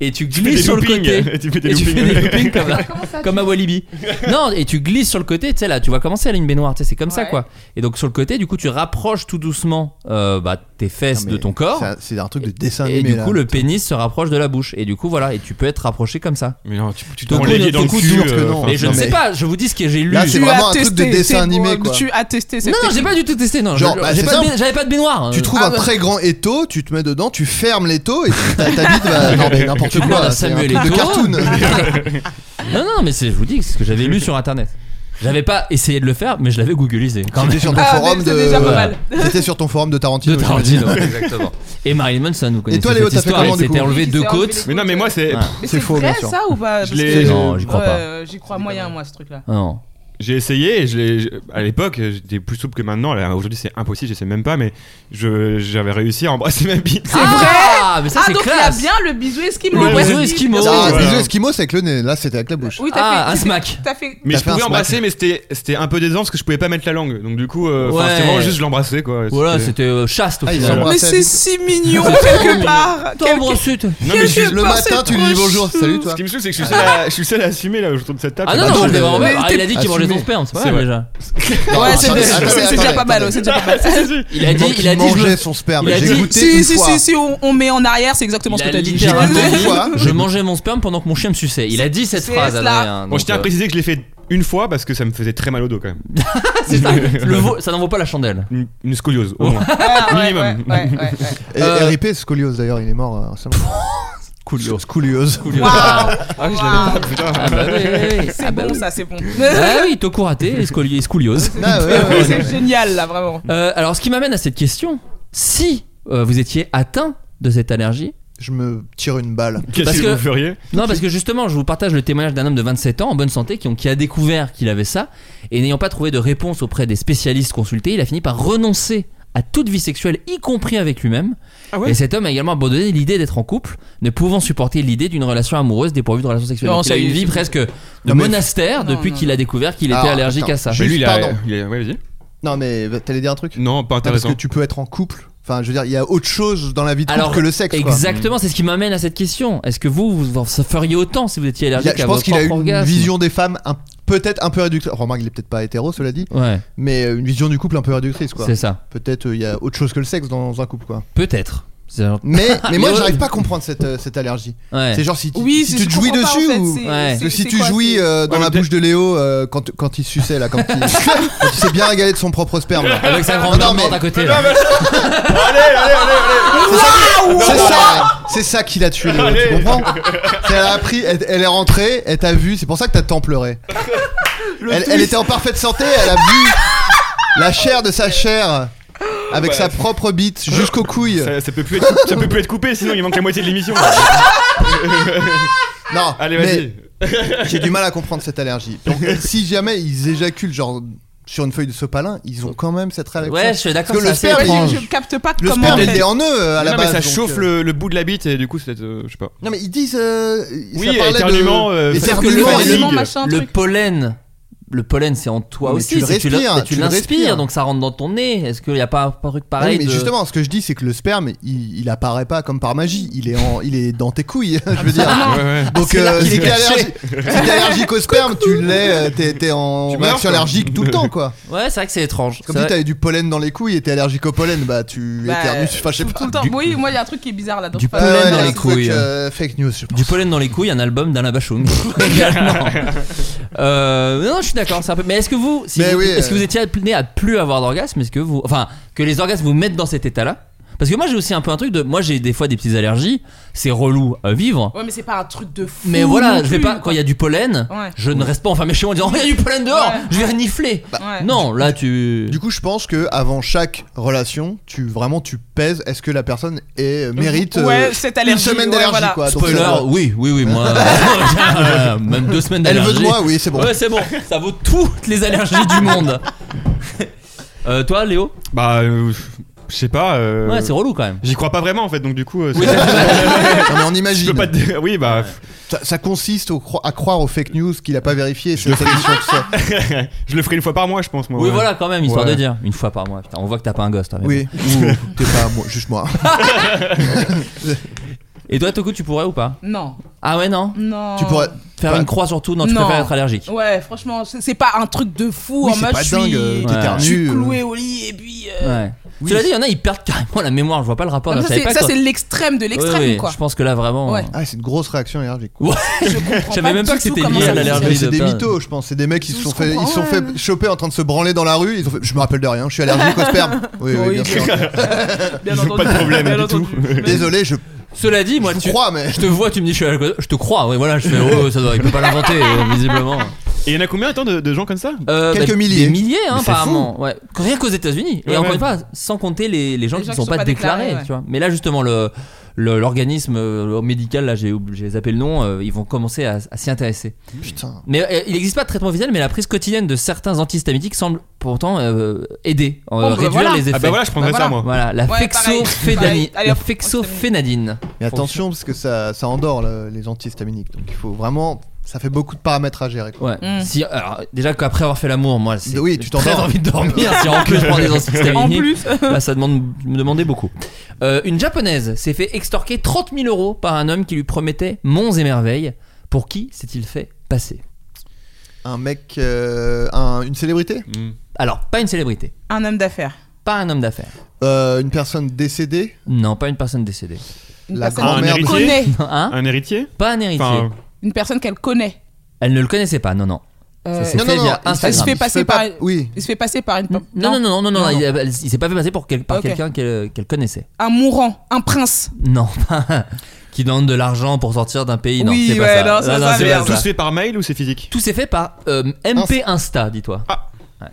et tu
Tu fais
glisses
des
sur le
loopings.
côté.
Et tu fais des
Et tu fais des
loopings.
loopings comme,
Comment
Ah,
ça
comme à Walibi. Non, et tu glisses sur le côté, tu sais là, tu vois comment c'est là une baignoire, tu sais, c'est comme ça
Ouais.
quoi. Et donc sur le côté, du coup, tu rapproches tout doucement euh, bah, tes fesses
Non, mais
de ton corps.
c'est un- C'est un truc de dessin
Et
animé.
du
là.
coup, le pénis se rapproche de la bouche. Et du coup, voilà, et tu peux être rapproché comme ça.
Mais non, tu, tu
Ton
prends
coup,
les pieds
notre
dans le
coup,
cul.
sûr que non.
euh, enfin,
Mais je ne
non,
sais
mais-
pas, je vous dis ce que j'ai lu.
Là, c'est
non,
Tu
vraiment
as
un truc de
testé,
dessin
c'est
animé,
bon,
quoi.
Tu as testé cette
non, j'ai
technique.
pas du tout testé. Non,
Genre,
Je-
bah,
j'ai
c'est
pas de
simple.
ba- j'avais pas de baignoire.
Tu
Euh,
trouves
Ah
un
ouais.
très grand étau, tu te mets dedans, tu fermes l'étau et tu- ta, ta bite va. Non, mais n'importe
Tu
quoi.
demandes à
là, c'est un
Ah, bah, Samuel
truc de
Eto'o.
cartoon.
Non, non, mais c'est- je vous dis, c'est ce que j'avais lu sur internet. J'avais pas essayé de le faire, mais je l'avais googliser quand même.
C'était sur ton
Ah, mais
forum
c'est
de.
déjà pas mal.
C'était sur ton forum de Tarantino.
De
tu m'as dit.
Tarantino, exactement. Et Marilyn Manson, vous connaissez
toi, Léo,
cette
t'as fait
histoire,
comment,
elle
du
s'était
coup
enlevée
Oui,
deux
c'est
côtes.
Mais non, mais moi c'est.
Ouais.
Mais
C'est faux, bien
vrai
sûr.
ça ou pas
Je
Ah, Parce
l'ai-
que-
Non, j'y crois
Ouais,
pas.
euh, J'y crois moyen, moi, ce truc-là.
Ah non.
J'ai essayé et je l'ai- je- à l'époque j'étais plus souple que maintenant. Là, Aujourd'hui c'est impossible, je sais même pas, mais je- j'avais réussi à embrasser ma bite.
C'est vrai
Ah, mais ça
Ah,
c'est
donc il y a
classe.
bien le bisou esquimau.
Le
Ouais,
bisou
ouais.
esquimau.
Ah,
Voilà.
bisous Esquimaux, c'est avec le nez. Là, c'était avec la bouche.
Oui, t'as
Ah,
fait.
un smack.
T'as fait.
Mais
T'as
je
fait un
pouvais
smack.
embrasser, mais c'était c'était un peu décevant parce que je pouvais pas mettre la langue. Donc du coup, euh, enfin,
Ouais.
c'était vraiment juste je l'embrassais quoi.
Voilà, c'était euh, chaste au
Ah, ils
final.
ont-
Mais
Embrasser la
c'est
bite.
si mignon
C'est trop
quelque
mignon.
part. Quelque-
T'embrasses-
Non, mais je suis-
Quelque
Le
part,
matin,
c'est
tu lui
trop
dis bonjour,
chou.
salut toi.
ce qui me saoule, c'est que je suis, seul à, je suis seul à assumer là autour de cette table.
Ah non,
Bah,
non,
tu-
je l'ai vraiment-
mais
Ah, il a dit qu'il mangeait
t'es-
son sperme, c'est pas
C'est
mal
vrai.
déjà.
Ouais, c'est
Attendez,
c'est-
attendez,
c'est déjà
attendez,
pas mal.
attendez.
C'est déjà pas mal.
Il a dit, il a dit, je
mangeait
me-
son sperme.
il a
J'ai
dit-
goûté
Si,
une
si,
fois.
si, si, on on met en arrière, c'est exactement ce
il
que
a
t'as dit.
littéralement
J'ai dit quoi
dit, je mangeais mon sperme pendant que mon chien me suçait. Il a dit cette
C'est
phrase.
cela.
Adrien,
Bon, je
donc,
tiens à
euh,
préciser que je l'ai fait une fois parce que ça me faisait très mal au dos quand même.
c'est ça. Le veau- Ça n'en vaut pas la chandelle.
Une, une scoliose au moins.
Ah, ouais,
Minimum.
ouais, ouais, ouais, ouais.
Et
Euh,
RIP scoliose d'ailleurs, il est mort euh, récemment.
Coolio.
Scoliose.
Waouh,
Ah oui, je
waouh.
Ah bah oui, oui, oui.
C'est
Ah bah
bon,
oui.
ça, c'est bon.
Ah oui, toco raté et scoli- et scoliose.
Ah, ouais, ouais, ouais.
C'est génial, là, vraiment.
Euh, alors, ce qui m'amène à cette question, si euh, vous étiez atteint de cette allergie,
Je me tire une balle.
Qu'est-ce
Parce
que
que-
vous feriez
non, parce que justement, je vous partage le témoignage d'un homme de 27 ans en bonne santé qui, ont- qui a découvert qu'il avait ça et n'ayant pas trouvé de réponse auprès des spécialistes consultés, il a fini par renoncer à toute vie sexuelle, y compris avec lui-même.
Ah ouais
et cet homme a également abandonné l'idée d'être en couple, ne pouvant supporter l'idée d'une relation amoureuse dépourvue de relation sexuelle.
Non,
Donc, il a
ça,
eu une
il-
vie presque de
Non, mais-
monastère
Non,
depuis
non,
qu'il a découvert qu'il était
Alors,
allergique
attends.
à ça.
Juste,
Mais lui, il a.
pardon.
il a- Ouais, vas-y.
Non, mais t'allais dire un truc
Non, pas
Ah, Parce
intéressant.
que tu peux être en couple. Enfin, je veux dire, il y a autre chose dans la vie de couple
Alors,
que le sexe. quoi.
Exactement, c'est ce qui m'amène à cette question. Est-ce que vous, vous en feriez autant si vous étiez
Il y
allergique
a- je
à
pense
votre
qu'il a
propre
une
orgasme
vision des femmes un- peut-être un peu réductrice. Remarque, il est peut-être pas hétéro, cela dit,
Ouais,
mais euh, une vision du couple un peu réductrice. quoi.
c'est ça.
Peut-être euh, il y a autre chose que le sexe dans un couple. quoi.
Peut-être. C'est genre-
Mais, mais
Mais
moi,
ouais.
j'arrive pas à comprendre cette, euh, cette allergie.
Ouais.
C'est genre si, tu-
Oui,
si
c'est-
tu
je
te jouis
comprends pas, en
dessus
fait,
ou.
c'est-
Ouais.
Parce que si
c'est
tu
quoi,
jouis
c'est-
euh, dans
Ouais,
la
mais
bouche de Léo euh, quand, quand il suçait là, quand il, quand il s'est bien régalé de son propre sperme. là.
Avec sa grande
Non,
maman
mais-
d'à côté.
Non,
là.
mais- allez, allez, allez, allez
C'est ça, c'est ça qui l'a tué, Léo,
Allez.
tu comprends C'est- Elle a appris, elle, elle est rentrée, elle t'a vu, c'est pour ça que t'as tant pleuré. Elle, elle était en parfaite santé, elle a vu la chair de sa chair avec
Bah,
sa propre bite jusqu'aux couilles.
ça, ça peut plus être, ça peut plus être coupé, sinon il manque la moitié de l'émission. là.
Non,
Allez,
mais
vas-y.
j'ai du mal à comprendre cette allergie. Donc, si jamais ils éjaculent genre sur une feuille de sopalin, ils ont quand même cette réaction.
Ouais, je suis d'accord.
Parce que
c'est
le
assez
sperme,
Ouais,
il-
étrange.
je, je capte pas
le
comment.
sperme
on
il
fait.
est en eux à la
non,
base.
mais ça
donc,
chauffe
euh,
le, le bout de la bite et du coup, c'est. euh, je sais pas.
Non mais ils disent. euh,
Oui,
ça parlait
éternuement,
de...
euh,
Parce que le-
éternuement,
Éternuement,
et-
fatigue.
machin,
Le
truc.
pollen. Le pollen, c'est en toi
Mais
aussi.
tu le
c'est l'as-
respires,
mais
tu
tu
le
l'inspires,
respires.
donc ça rentre dans ton nez. Est-ce qu'il n'y a pas un truc
Ah oui,
pareil
mais
de-
justement, ce que je dis, c'est que le sperme, il, il apparaît pas comme par magie. Il est, en, il est dans tes couilles, je veux dire.
Ouais, ouais.
Donc, euh,
c'est là qu'il
si
est
t'es
caché.
allergique, si t'es allergique au sperme, tu l'es, euh, t'es, t'es en
Tu meurs,
réaction
quoi.
allergique tout le temps, quoi.
Ouais, c'est vrai que c'est étrange.
Comme
C'est
si
vrai.
t'avais du pollen dans les couilles et t'es allergique au pollen, bah tu
Bah,
éternues, enfin, je sais
tout,
pas.
tout le temps. Oui, moi, il y a un truc qui est bizarre là.
Du
Donc,
Ah
pollen
ouais,
dans
non,
les
c'est
couilles.
Fake, euh, fake news, je pense.
Du pollen dans les couilles, un album d'Alain Bachung. Également. Euh, non, je suis d'accord, c'est un peu. Mais est-ce que vous, si
Mais
vous-
oui,
est-ce que
euh.
vous étiez appelé à plus avoir d'orgasme, est-ce que vous, enfin, que les orgasmes vous mettent dans cet état-là Parce que moi j'ai aussi un peu un truc de. Moi j'ai des fois des petites allergies, c'est relou à vivre.
Ouais, mais c'est pas un truc de fou.
Mais voilà,
non
je vais
plus,
pas. Quand il y a du pollen,
Ouais.
je ne reste pas enfermé chez moi en disant Oh, il y a du pollen dehors,
Ouais. Bah,
je vais renifler. Bah,
Ouais.
Non, là tu.
Du coup, je pense que avant chaque relation, tu vraiment tu pèses. Est-ce que la personne est, mérite euh,
Ouais, cette allergie,
une semaine
ouais,
d'allergie
voilà.
quoi. Donc,
Spoiler,
euh,
oui, oui, oui, moi. euh, même deux semaines
Elle
d'allergie.
veut de moi, oui, c'est bon.
Ouais, c'est bon, ça vaut toutes les allergies du monde. Euh, toi, Léo
Bah, euh, je sais pas. euh,
Ouais, c'est relou quand même.
J'y crois pas vraiment en fait, donc du coup. euh, c'est-
Non, mais on
je
imagine.
peux pas te dire. Oui, bah,
ça, ça consiste au cro- à croire aux fake news qu'il a pas vérifié. C'est sa mission, tout ça.
je le ferai une fois par mois, je pense. Moi,
Oui,
ouais.
voilà, quand même, histoire
Ouais.
de dire. Une fois par mois, putain, on voit que t'as pas un gosse, toi. mais
Oui. Ou t'es pas moi, juste moi.
bon. Et toi, Toku, tu pourrais ou pas
Non,
Ah ouais, non
non.
tu pourrais.
Faire
Bah.
Pas-
une croix sur tout, non, tu
Non.
préfères être allergique.
Ouais, franchement, c'est c'est pas un truc de fou
Oui,
en
c'est
mode
pas
je suis,
dingue. euh,
Ouais.
T'éternues.
je suis
euh,
cloué au lit et puis. euh,
Ouais.
Oui.
Cela dit, il y en a, ils perdent carrément la mémoire, je vois pas le rapport.
comme
donc
Ah, ça,
je savais
c'est-
pas
ça,
quand-
c'est l'extrême de
Ouais,
l'extrême,
ouais,
quoi.
Je pense que là, vraiment.
Ouais.
euh,
Ah, c'est une grosse réaction allergique.
Ouais.
Je comprends
Je savais
pas
même pas
du
que
tout
c'était
comment
lié
ça
à
fonctionne.
l'allergie.
Mais C'est
de
des
plein-
mythos, je pense. C'est des mecs qui se
Je
sont fait, ils
comprends,
se sont
ouais.
fait choper en train de se branler dans la rue. Ils ont fait, je me rappelle de rien, je suis allergique au sperme. Oui, oui, bien sûr.
Bien
Ils ont pas de problème
bien
du tout.
entendu. Mais-
Désolé, je
Cela dit, moi,
vous
tu.
crois, mais.
Je te vois, tu me dis, je suis allergique. Je te crois, ouais, voilà, je fais, oh, ça doit, il peut pas l'inventer, euh, visiblement.
Et il y en a combien attends, de, de gens comme ça Ah,
Euh,
Quelques milliers.
Des milliers, hein,
Mais c'est
apparemment. Ouais. Rien qu'aux États-Unis. Et
Ouais,
encore
ouais.
une fois, sans compter les, les gens qui ne sont, pas, déclarés.
déclarés, ouais.
tu vois. Mais là, justement, le. le- L'organisme euh, médical, là j'ai oublié- j'ai zappé le nom, euh, ils vont commencer à, à s'y intéresser.
Putain.
Mais euh, il n'existe pas de traitement officiel, mais la prise quotidienne de certains antihistaminiques semble pourtant euh, aider, euh,
bah
réduire
voilà.
les effets.
Ah bah voilà, je prendrais
Bah
ça moi.
voilà.
Voilà, la,
Ouais,
fexofédani-
pareil, pareil. Allez,
la
hop,
fexofénadine.
Mais attention, parce que ça, ça endort le- les antihistaminiques. Donc il faut vraiment. Ça fait beaucoup de paramètres à gérer. Quoi.
Ouais.
Mm.
Si, alors, déjà qu'après avoir fait l'amour, moi, c'est-
Oui, tu
j'ai très
t'endors.
envie de dormir. si en plus je prends des
En
antihistaminiques,
plus,
là, ça demande me demander beaucoup. Euh, une japonaise s'est fait extorquer 30 000 euros par un homme qui lui promettait monts et merveilles. Pour qui s'est-il fait passer
Un mec. euh, un- une célébrité
Alors, pas une célébrité,
un homme d'affaires.
pas un homme d'affaires,
Euh, Une personne décédée
non, pas une personne décédée,
Une
La
personne
grande- Un
qu'elle
héritier
connaît.
hein
Un héritier
Pas un héritier.
Enfin, euh.
Une personne qu'elle connaît.
Elle ne le connaissait pas, non, non.
Euh,
Ça s'est
non,
fait
non,
via
non, il
Elle se
Instagram.
fait passer par.
Oui.
Il se fait passer par une.
Non, non, non, non, non,
Non,
il,
non.
il s'est pas fait passer pour quel- par
Ok.
quelqu'un qu'elle qu'elle connaissait.
Un mourant, un prince.
Non, pas- qui demande de l'argent pour sortir d'un pays. Non,
Oui,
c'est pas
ouais,
ça.
non, ça, ça,
c'est
Bah,
c'est
pas
merde.
tout se fait par mail ou c'est physique
Tout s'est fait par euh, MP Insta, dis-toi.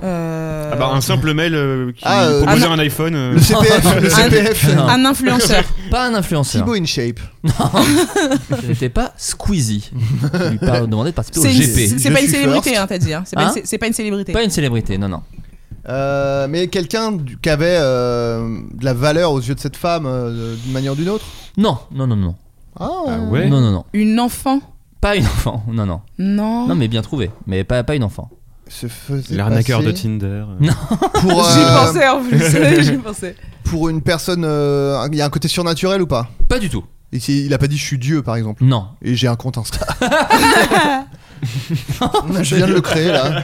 Euh,
Ah bah, Un simple mail euh, qui
Ah, euh,
proposait
ah,
un iPhone. euh,
Le CPF. le
Un-
CPF.
Non.
Un influenceur.
Pas un influenceur.
Thibaut InShape.
Ce n'était pas Squeezie. qui lui par- demandait de participer au
C'est une-
GP.
c'est- c'est
Je
pas une
suis
célébrité,
first.
hein, t'as dit. hein. C'est pas
Hein
une cé- c'est pas une célébrité.
Pas une célébrité, non, non.
Euh, mais quelqu'un du- qui avait euh, de la valeur aux yeux de cette femme euh, d'une manière ou d'une autre
Non, non, non, non.
Ah,
Ah ouais
Non, non, non.
Une enfant
Pas une enfant, non, non.
Non.
Non, mais bien trouvé. Mais pas, pas une enfant.
se faisait
L'arnaqueur de
passer
Tinder.
pour,
J'y
euh,
pensais en plus. J'y pensais.
pour une personne. euh, Il y a un côté surnaturel ou pas
Pas du tout.
Et c'est- Il a pas dit je suis Dieu par exemple.
Non.
Et j'ai un compte Insta. je viens de le créer là.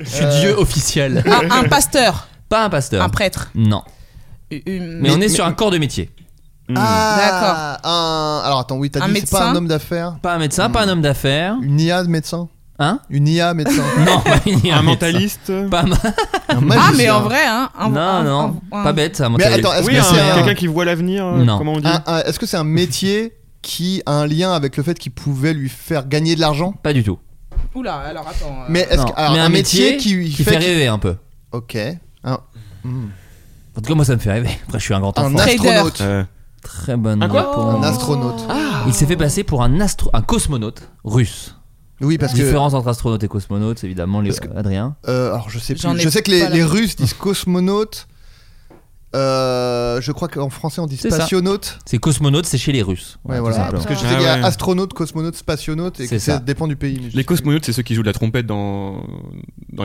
Je suis Dieu officiel.
Un, un pasteur,
Euh, Pas un pasteur.
un prêtre.
Non.
Une-
Mais, on est sur un corps de métier.
Hmm.
Ah, un- Alors attends, oui, t'as
Un
dit c'est pas
médecin
un homme d'affaires
Pas un médecin, pas un homme d'affaires.
Une IA de médecin
Hein
Une IA médecin
Non, pas une-
Un mentaliste
Pas un-
Un
Ah,
magicien.
mais en vrai, hein. un-
non,
un-
non,
un-
pas bête ça.
Mais
mentaliste.
attends, est-ce
Oui,
que
un-
c'est un-
quelqu'un qui voit l'avenir. euh,
Non.
Comment on dit
un- un- est-ce que c'est un métier qui a un lien avec le fait qu'il pouvait lui faire gagner de l'argent
Pas du tout.
Oula, alors attends. euh,
Mais est-ce
Non.
que- alors,
Mais
un métier, qui,
qui
fait,
fait rêver un peu.
Ok. Un, hmm.
En tout cas, moi, ça me fait rêver. Après, je suis un grand
Un
enfant.
Trader.
astronaute.
Euh,
Très bonne
Un quoi
réponse.
Un astronaute.
Ah,
Ah,
Il s'est fait passer pour un, astro... un cosmonaute russe.
Oui, parce que.
Différence entre astronaute et cosmonaute, c'est évidemment, les...
Parce que-
Adrien.
euh, alors, je sais
J'en
plus.
ai
Je sais que
pas
les,
la-
les Russes disent cosmonaute. Euh, je crois qu'en français on dit
C'est ça.
spationaute.
C'est cosmonaute, c'est chez les Russes.
Ouais,
tout
voilà.
simplement.
Parce que je sais
Ah
qu'il y a
ouais.
astronaute, cosmonaute, spationaute et
C'est
que ça.
ça.
dépend du pays. mais je
Les
sais plus.
cosmonautes, c'est ceux qui jouent de la trompette dans, dans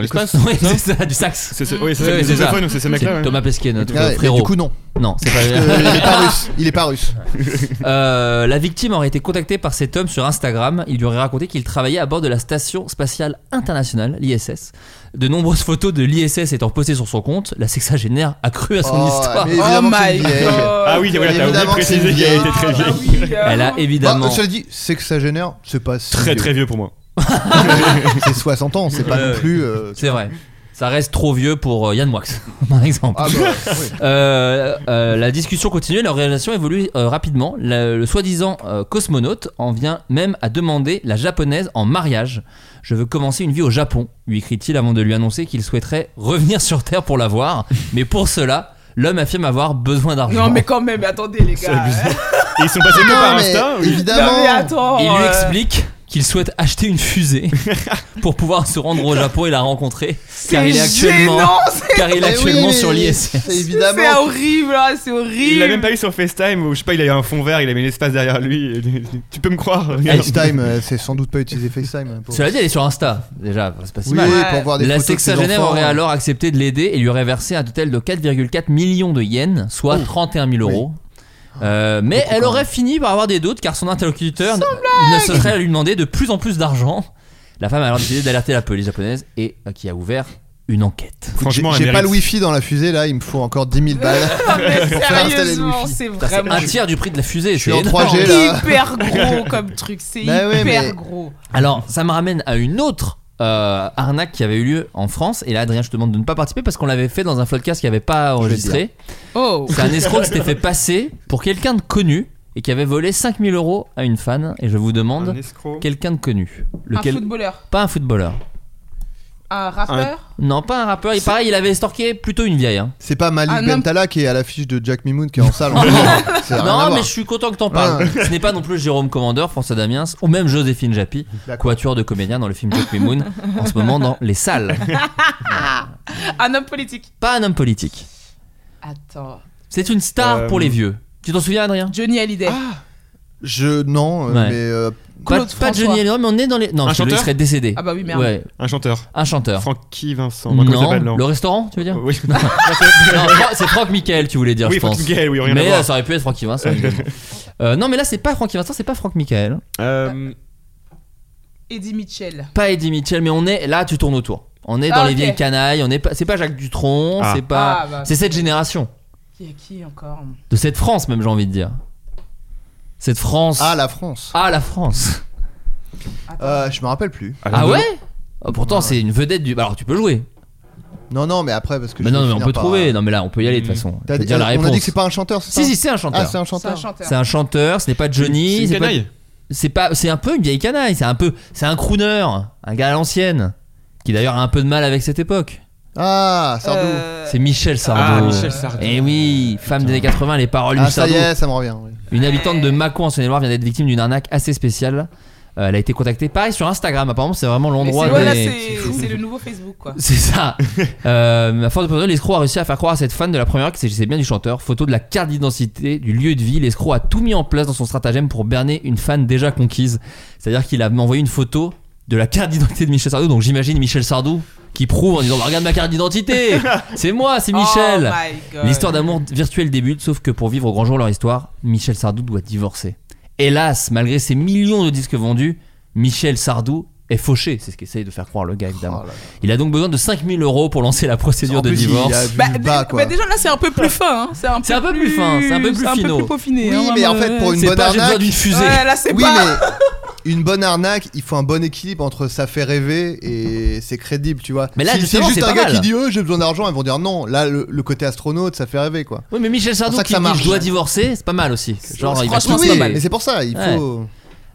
l'espace.
Oui, c'est ça, du sax.
C'est ce- oui, c'est
Ouais,
ça, les
c'est ça.
saxophones, c'est ces mecs-là.
C'est
ouais.
Thomas Pesquet, notre
Ah, mais
frérot.
Du coup, non.
Non, c'est pas
Euh, il est pas russe. Il est pas russe.
Euh, la victime aurait été contactée par cet homme sur Instagram. Il lui aurait raconté qu'il travaillait à bord de la station spatiale internationale, l'ISS. De nombreuses photos de l'ISS étant postées sur son compte, la sexagénaire a cru à son
Oh,
histoire.
mais-
Oh
Évidemment que c'est
my
une vieille. Bah,
god.
Ah oui, voilà, t'as oublié de
Euh, Évidemment que c'est
préciser
une
qu'il a été
ah,
vieille. Ah
très vieille.
euh.
Elle a évidemment.
Bah, cela dit, c'est que ça génère, c'est pas si
Très
vieux.
très vieux pour moi.
c'est 60 ans, c'est pas
Ouais,
non
ouais.
plus. euh,
C'est vrai. Ça reste trop vieux pour euh, Yann Moix, par exemple.
Ah bah, oui.
Euh, euh, la discussion continue, leur relation évolue euh, rapidement. Le, le soi-disant euh, cosmonaute en vient même à demander la japonaise en mariage. Je veux commencer une vie au Japon, lui écrit-il avant de lui annoncer qu'il souhaiterait revenir sur Terre pour la voir. Mais pour cela, l'homme affirme avoir besoin d'argent.
Non, mais quand même, attendez, les gars.
Et ils sont passés que par
Non, mais
Insta ou-
évidemment.
Non, mais attends.
Il lui
euh,
explique qu'il souhaite acheter une fusée pour pouvoir se rendre au Japon et la rencontrer. Car
C'est
il est actuellement,
gênant, c'est-
car il est
Mais oui,
actuellement
mais
sur l'ISS.
C'est
C'est
évidemment.
horrible, hein, c'est horrible.
Il l'a même pas eu sur FaceTime ou je sais pas, il a eu un fond vert, il a mis l'espace derrière lui. et- Tu peux me croire regarde.
FaceTime, euh, c'est sans doute pas utilisé FaceTime. hein, pour-
Cela dit, elle est sur Insta. Déjà, c'est pas si
Oui,
mal.
oui,
Ouais.
pour voir des
La
photos de ses
sexagénaire
enfants. hein. euh.
aurait alors accepté de l'aider et lui aurait versé un total de 4,4 millions de yens, soit
Oh.
31 000 euros. Euh, mais elle aurait fini par avoir des doutes car son interlocuteur ne- ne cesserait à lui demander de plus en plus d'argent. La femme a alors décidé d'alerter la police japonaise et euh, qui a ouvert une enquête.
Franchement,
J'ai-
elle
j'ai pas
mérite.
le wifi dans la fusée là, il me faut encore 10 000 balles.
Ah, mais
Pour faire installer le
sérieusement,
wifi.
c'est
Putain, C'est
vraiment
un tiers du prix de la fusée.
Je suis
c'est
en
énorme.
3G là.
hyper gros comme truc. C'est
Bah ouais,
hyper
mais-
gros.
Alors, ça me ramène à une autre euh, arnaque qui avait eu lieu en France. Et là, Adrien, je te demande de ne pas participer parce qu'on l'avait fait dans un floodcast qui n'avait pas enregistré.
Oh.
C'est un escroc qui s'était fait passer pour quelqu'un de connu et qui avait volé 5000 euros à une fan. Et je vous
Un
demande,
escroc.
quelqu'un de connu Lequel
Un footballeur.
Pas un footballeur.
Un rappeur.
Non, pas un rappeur. Et pareil, il avait estorqué plutôt une vieille. hein.
C'est pas Malik
Ah, non.
Bentala qui est à l'affiche de Jack Mimoun qui est en salle. en C'est rien à
Non,
voir.
mais je suis content que t'en parles.
Ah.
Ce n'est pas non plus Jérôme Commandeur, François Damiens ou même Joséphine Japy,
D'accord.
quatuor de comédien dans le film Jack Moon, en ce moment dans les salles.
Un homme politique.
Pas un homme politique.
Attends.
C'est une star
Euh,
pour les vieux. Tu t'en souviens, Adrien
Johnny Hallyday.
Je non, euh,
Ouais.
mais euh,
pas,
Claude
pas
François.
Johnny Hallyday, mais on est dans les. Non,
Un
parce que lui, il
chanteur
serait décédé.
Ah bah oui, merde.
ouais,
Un chanteur.
un chanteur.
Francky Vincent.
Non,
Comment il s'appelle, là
le restaurant, tu veux dire
Oui,
Non, Fra- c'est Franck Michael, tu voulais dire,
oui
je pense.
Franck Gay, oui, rien à
mais euh,
voir.
ça aurait pu être Francky Vincent. évidemment. Euh, non, mais là, c'est pas Francky Vincent, c'est pas Franck Michael.
Euh,
Eddie Mitchell.
Pas Eddie Mitchell, mais on est là, tu tournes autour. On est dans
Ah,
les
ok.
vieilles canailles, on est pas, c'est pas Jacques Dutronc,
Ah.
c'est pas.
Ah, bah.
c'est cette génération,
Qui est qui encore
de cette France même, j'ai envie de dire. Cette France.
ah la France.
Ah, la France.
Ah, Attends.
Euh, je me rappelle plus.
Alain
Ah
Delon.
ouais Oh,
Ah,
Pourtant, c'est une vedette du. bah, Alors, tu peux jouer.
Non non, mais après parce que.
Mais
je
non,
vais
mais on
finir
peut
par-
trouver. Non, mais là, on peut y aller de toute
Mmh.
façon.
T'as
Faut
dit-
dire la
euh, on
réponse.
a dit que c'est pas un chanteur, c'est ça
Si, si, c'est un chanteur.
Ah c'est un
C'est un
chanteur.
chanteur.
C'est un chanteur, ce n'est pas
C'est
Johnny,
une
c'est pas-
canaille.
c'est pas c'est un peu une vieille canaille, c'est un peu c'est un crooner, un gars à l'ancienne qui d'ailleurs a un peu de mal avec cette époque.
Ah Sardou.
Euh,
C'est Michel
Ah,
Sardou.
Michel Sardou.
Eh oui, femme des années 80, les paroles
Ah
du
ça
Sardou.
y est, ça me revient. oui.
Une habitante de Mâcon en Saône-et-Loire vient d'être victime d'une arnaque assez spéciale. Euh, elle a été contactée pareil sur Instagram, apparemment c'est vraiment
mais
l'endroit
c'est- voilà,
des-
c'est c'est le nouveau Facebook quoi.
c'est ça. euh, à force de présenter, l'escroc a réussi à faire croire à cette fan de la première heure qu'il s'agissait bien du chanteur. Photo de la carte d'identité, du lieu de vie. L'escroc a tout mis en place dans son stratagème pour berner une fan déjà conquise. C'est-à-dire qu'il a envoyé une photo de la carte d'identité de Michel Sardou. Donc j'imagine Michel Sardou qui prouve en disant Bah, Regarde ma carte d'identité C'est moi, c'est Michel
Oh my God.
L'histoire d'amour virtuel débute, sauf que pour vivre au grand jour leur histoire, Michel Sardou doit divorcer. Hélas, malgré ses millions de disques vendus, Michel Sardou est fauché. C'est ce qu'essaye de faire croire le gars, évidemment.
Oh là là.
Il a donc besoin de 5000 euros pour lancer la procédure
En
de
plus, il
divorce.
a vu
Bah, dé-
le bas, quoi.
bah, déjà là c'est un peu plus fin. hein. C'est un,
C'est un peu plus fin, c'est un peu plus finot.
peaufiné.
Oui,
hein,
mais en
vraiment,
fait,
ouais.
pour une
C'est
bonne
pas j'ai besoin
arnaque.
d'une fusée.
Ouais, là c'est
Oui,
pas.
mais une bonne arnaque, il faut un bon équilibre entre ça fait rêver et c'est crédible, tu vois.
Mais là,
si, si
justement,
juste
c'est
un
pas
gars
mal.
qui dit euh, j'ai besoin d'argent, ils vont dire non. Là, le, le côté astronaute, ça fait rêver, quoi.
Oui, mais Michel Sardou
pour ça que
qui
ça
dit
marche.
je dois divorcer, c'est pas mal aussi. Genre, il va
Franchement,
tout
oui,
se
mais
mal.
c'est pour ça, il
Ouais.
faut.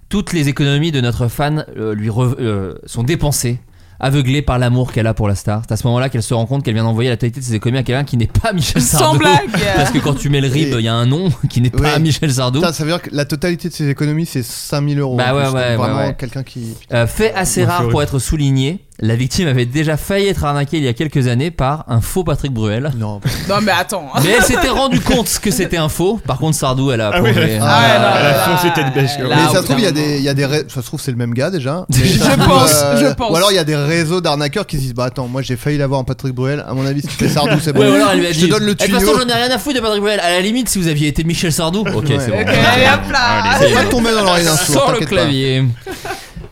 Toutes les économies de notre fan euh, lui re- euh, sont dépensées, aveuglées par l'amour qu'elle a pour la star. C'est à ce moment-là qu'elle se rend compte qu'elle vient d'envoyer la totalité de ses économies à quelqu'un qui n'est pas Michel
Sans
Sardou.
blague.
Parce que quand tu mets le rib, il
Et-
y a un nom qui n'est pas
Ouais.
Michel Sardou.
Putain, ça veut dire que la totalité de ses économies, c'est 5000 euros.
Bah
en
ouais,
plus, donc
ouais, ouais,
Vraiment,
ouais.
quelqu'un qui.
Euh, fait assez
Moi, je
rare
suis
pour être souligné, la victime avait déjà failli être arnaquée il y a quelques années par un faux Patrick Bruel.
Non.
Non mais attends.
Mais elle s'était rendue compte que c'était un faux. Par contre, Sardou, elle a
Ah oui,
plongé.
elle a-
Ah,
Ouais, non,
Elle a
là,
foncé tête bêche,
là,
quoi.
mais
au
ça
bout
se trouve, il y a
d'un moment.
des, il y a des, ré- ça se trouve, c'est le même gars déjà. Mais
Je
ça se trouve, euh,
pense, je pense.
Ou alors il y a des réseaux d'arnaqueurs qui se disent, bah attends, moi j'ai failli l'avoir en Patrick Bruel. À mon avis, si tu fais Sardou, c'est bon.
Ouais, ou alors elle lui a
je
dit.
te donne le
Eh, De
tuyau.
toute façon, j'en ai rien à foutre de Patrick Bruel. À la limite, si vous aviez été Michel Sardou, ok, c'est bon.
Ok, allez, hop là.
C'est pas tombé dans l'oreille d'un sourd,
Sors le
t'inquiète pas.
clavier.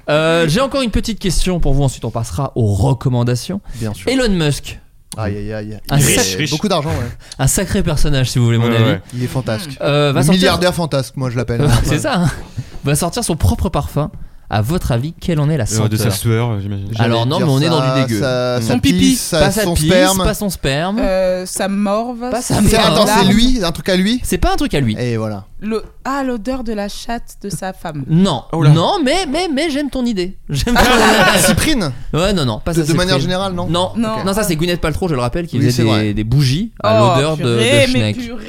Euh, J'ai encore une petite question pour vous. Ensuite, on passera aux recommandations.
Bien sûr.
Elon Musk,
Aïe aïe aïe.
Un
Il est-
riche, riche.
Beaucoup d'argent, ouais.
un sacré personnage, si vous voulez mon
Ouais,
avis,
ouais.
Il est fantasque.
Euh, va sortir.
Milliardaire fantasque, moi je l'appelle.
C'est ça. hein. Va sortir son propre parfum À votre avis, quelle en est la
Euh,
senteur
de sa sueur, j'imagine.
Ah, Alors
J'allais
non,
dire
mais on est dans
ça,
du dégueu.
ça-
Son
ça
pipi,
pisse, ça-
pas sa
son
pisse,
sperme.
pas son sperme.
Euh, sa morve.
Pas sa
ses
C'est-
merde.
Attends, c'est
larmes.
lui, un truc à lui.
C'est pas un truc à lui.
Et voilà.
Le... Ah, l'odeur de la chatte de sa femme.
Non,
Ah,
Oh là.
non, mais mais mais j'aime ton idée. J'aime.
Cyprine,
ton- ouais, non, non, pas
Ah.
Ah, ça.
de, de
c'est
manière
très-
générale, non
Non,
Non.
non, ça c'est Gwyneth Paltrow, je le rappelle, qui
Oui, c'est
faisait des,
vrai.
des bougies à
Oh,
Ah, l'odeur de, de
purée, mais
Schneck. Mmh.
purée.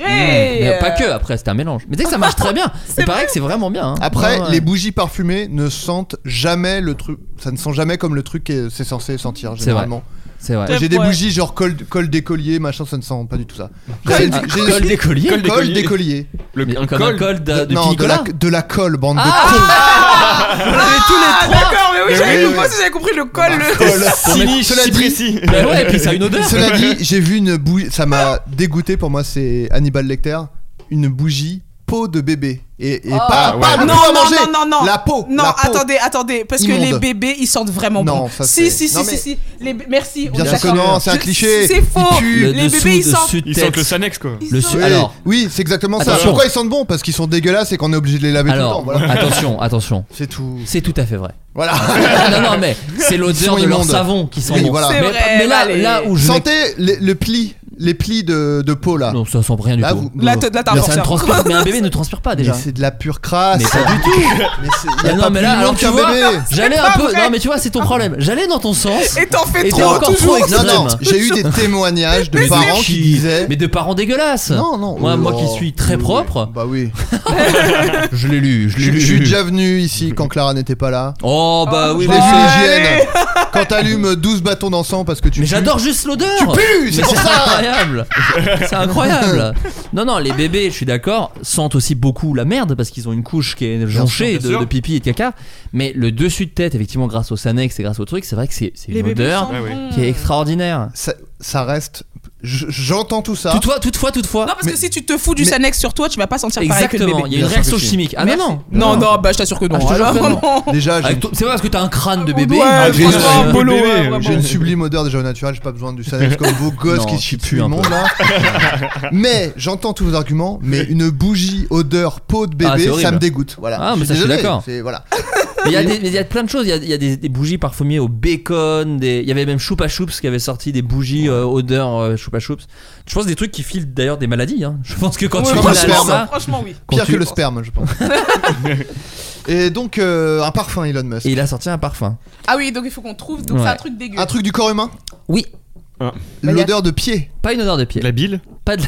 Mais pas que, après c'était un mélange. Mais tu sais que ça marche très bien.
C'est
Il paraît que c'est vraiment bien. hein.
Après,
Ouais, ouais.
les bougies parfumées ne sentent jamais le truc. Ça ne sent jamais comme le truc que c'est censé sentir
C'est
généralement.
C'est vrai.
Ouais.
J'ai des
Ouais.
bougies genre col, col d'écolier, machin, ça ne sent pas du tout ça. J'ai-
Ah,
j'ai-
col d'écolier
Col
Col
d'écolier.
d'écolier.
Le
Mais Comme un
col.
col de, de
non, de
Nicolas.
la, de la colle, bande
Ah, Vous avez tous les
Ah,
trois.
d'accord, mais oui, j'avais
oui,
compris,
oui.
j'avais compris le col.
de
le-
colle.
Fini,
Cela
si
dit-
précis.
Bah ouais, et puis ça a une odeur.
Cela dit, j'ai vu une bougie. Ça m'a dégoûté pour moi, c'est Hannibal Lecter. Une bougie peau de bébé. Et, et pas,
Ah,
pas
ouais.
le
Oh. Non,
coup à
non,
manger.
non, non, non.
La peau.
Non,
la peau.
attendez, attendez, parce que
Immonde.
les bébés, ils sentent vraiment
Non,
bon.
ça,
si,
c'est-
si, si,
Non,
si,
mais-
si, les bé- merci. on
Bien
est
sûr que
d'accord.
non, c'est un
Je-
cliché.
C'est faux.
Il pue.
Le
les
dessous
bébés, ils
de
sentent.
Ils
sous-tête.
sentent le Sanex, quoi.
Ils
Le
sentent-
su-
Oui,
Alors-
oui, c'est exactement ça.
Attention.
Pourquoi ils sentent bon Parce qu'ils sont dégueulasses et qu'on est obligé de les laver tout le temps.
Alors,
Voilà.
attention, attention.
C'est tout.
C'est tout à fait vrai.
Voilà.
non, non, mais c'est l'odeur
Ils sont
de leur
immondes.
savon qui sent
Oui,
bon.
voilà.
C'est
Mais,
vrai,
mais là,
allez.
là où je.
Sentez le, le pli, les plis de, de peau là.
Non, ça sent rien du
Là,
tout.
vous-
Là, t'as- là, t'as un
Mais ça ne
cancer.
transpire- mais un bébé ne transpire pas
Mais
déjà.
c'est de la pure crasse.
Mais pas du tout.
Mais c'est- il y a
Ah
pas
non, mais
plus
là,
immonde
alors tu
qu'un
vois,
bébé.
j'allais un peu.
vrai.
Non, mais tu vois, c'est ton problème. J'allais dans ton sens.
Et t'en fais
Ah. Et t'es
trop,
encore trop
toujours.
extrême.
Non, non, j'ai eu des témoignages de
Mais
parents
c'est-
qui disaient.
Mais de parents dégueulasses.
Non, non.
Moi,
oh
moi
là.
qui suis très
Oui,
propre.
Bah oui.
Je l'ai lu. Je
Je je suis déjà venu ici quand Clara n'était pas là.
Oh bah oui,
Je
mais,
l'ai
c'est-
fait hygiène. Quand t'allumes 12 bâtons d'encens parce que tu.
mais
pues.
j'adore juste l'odeur.
Tu pues, c'est
Mais
pour ça.
incroyable. C'est incroyable. Non, non, les bébés, je suis d'accord, sentent aussi beaucoup la merde parce qu'ils ont une couche qui est jonchée
sûr, bien
de,
sûr.
de pipi et de caca. Mais le dessus de tête, effectivement, grâce au Sanex et grâce au truc, c'est vrai que c'est c'est
Les
une
bébés
odeur
sentent
Ah, Ouais, ouais.
bon.
qui est extraordinaire.
Ça, ça reste. je- J'entends tout ça.
Toutefois, toutefois, toutefois.
Non, parce que
Mais-
si tu te fous du
mais-
Sanex sur toi, tu vas pas sentir pareil que le
Exactement,
bébé.
il y a une
Bien sûr
réaction
que si.
chimique. Ah
Merci.
non, non.
Non, non, bah je t'assure que non.
Ah, je te jure
alors,
que non.
vraiment.
Déjà, j'ai
Avec
une
ton- C'est vrai parce que t'as un crâne de bébé.
Ouais,
Ah, j'ai-
franchement,
j'ai-
Polo,
j'ai-
ouais,
j'ai-
vraiment.
J'ai une sublime odeur déjà au naturel, j'ai pas besoin du Sanex comme vos gosses
Non,
qui
tu
chient
pues
le
un peu.
monde là. mais j'entends tous vos arguments, mais une bougie odeur peau de
Ah,
bébé,
c'est horrible.
ça me dégoûte. Voilà.
Ah, mais ça, je suis
désolé,
d'accord.
c'est- Voilà.
Mais il y a des- mais il y a plein de choses. Il y a, il y a des, des bougies parfumées au bacon. Des... Il y avait même Choupa Choups qui avait sorti des bougies euh, odeur euh, Choupa Choups. Je pense des trucs qui filent d'ailleurs des maladies. hein. Je pense que quand
Ouais,
tu
Comme
prends
le
la
sperme.
ça-
franchement, franchement, oui.
Quand
Pire
tu-
que le sperme, je pense. Et donc, euh, un parfum, Elon Musk.
Et il a sorti un parfum.
Ah oui, donc il faut qu'on trouve. Donc
Ouais.
c'est un truc dégueu.
Un truc du corps humain
Oui,
L'odeur de pied.
pas une odeur de pied.
De la bile
Pas de...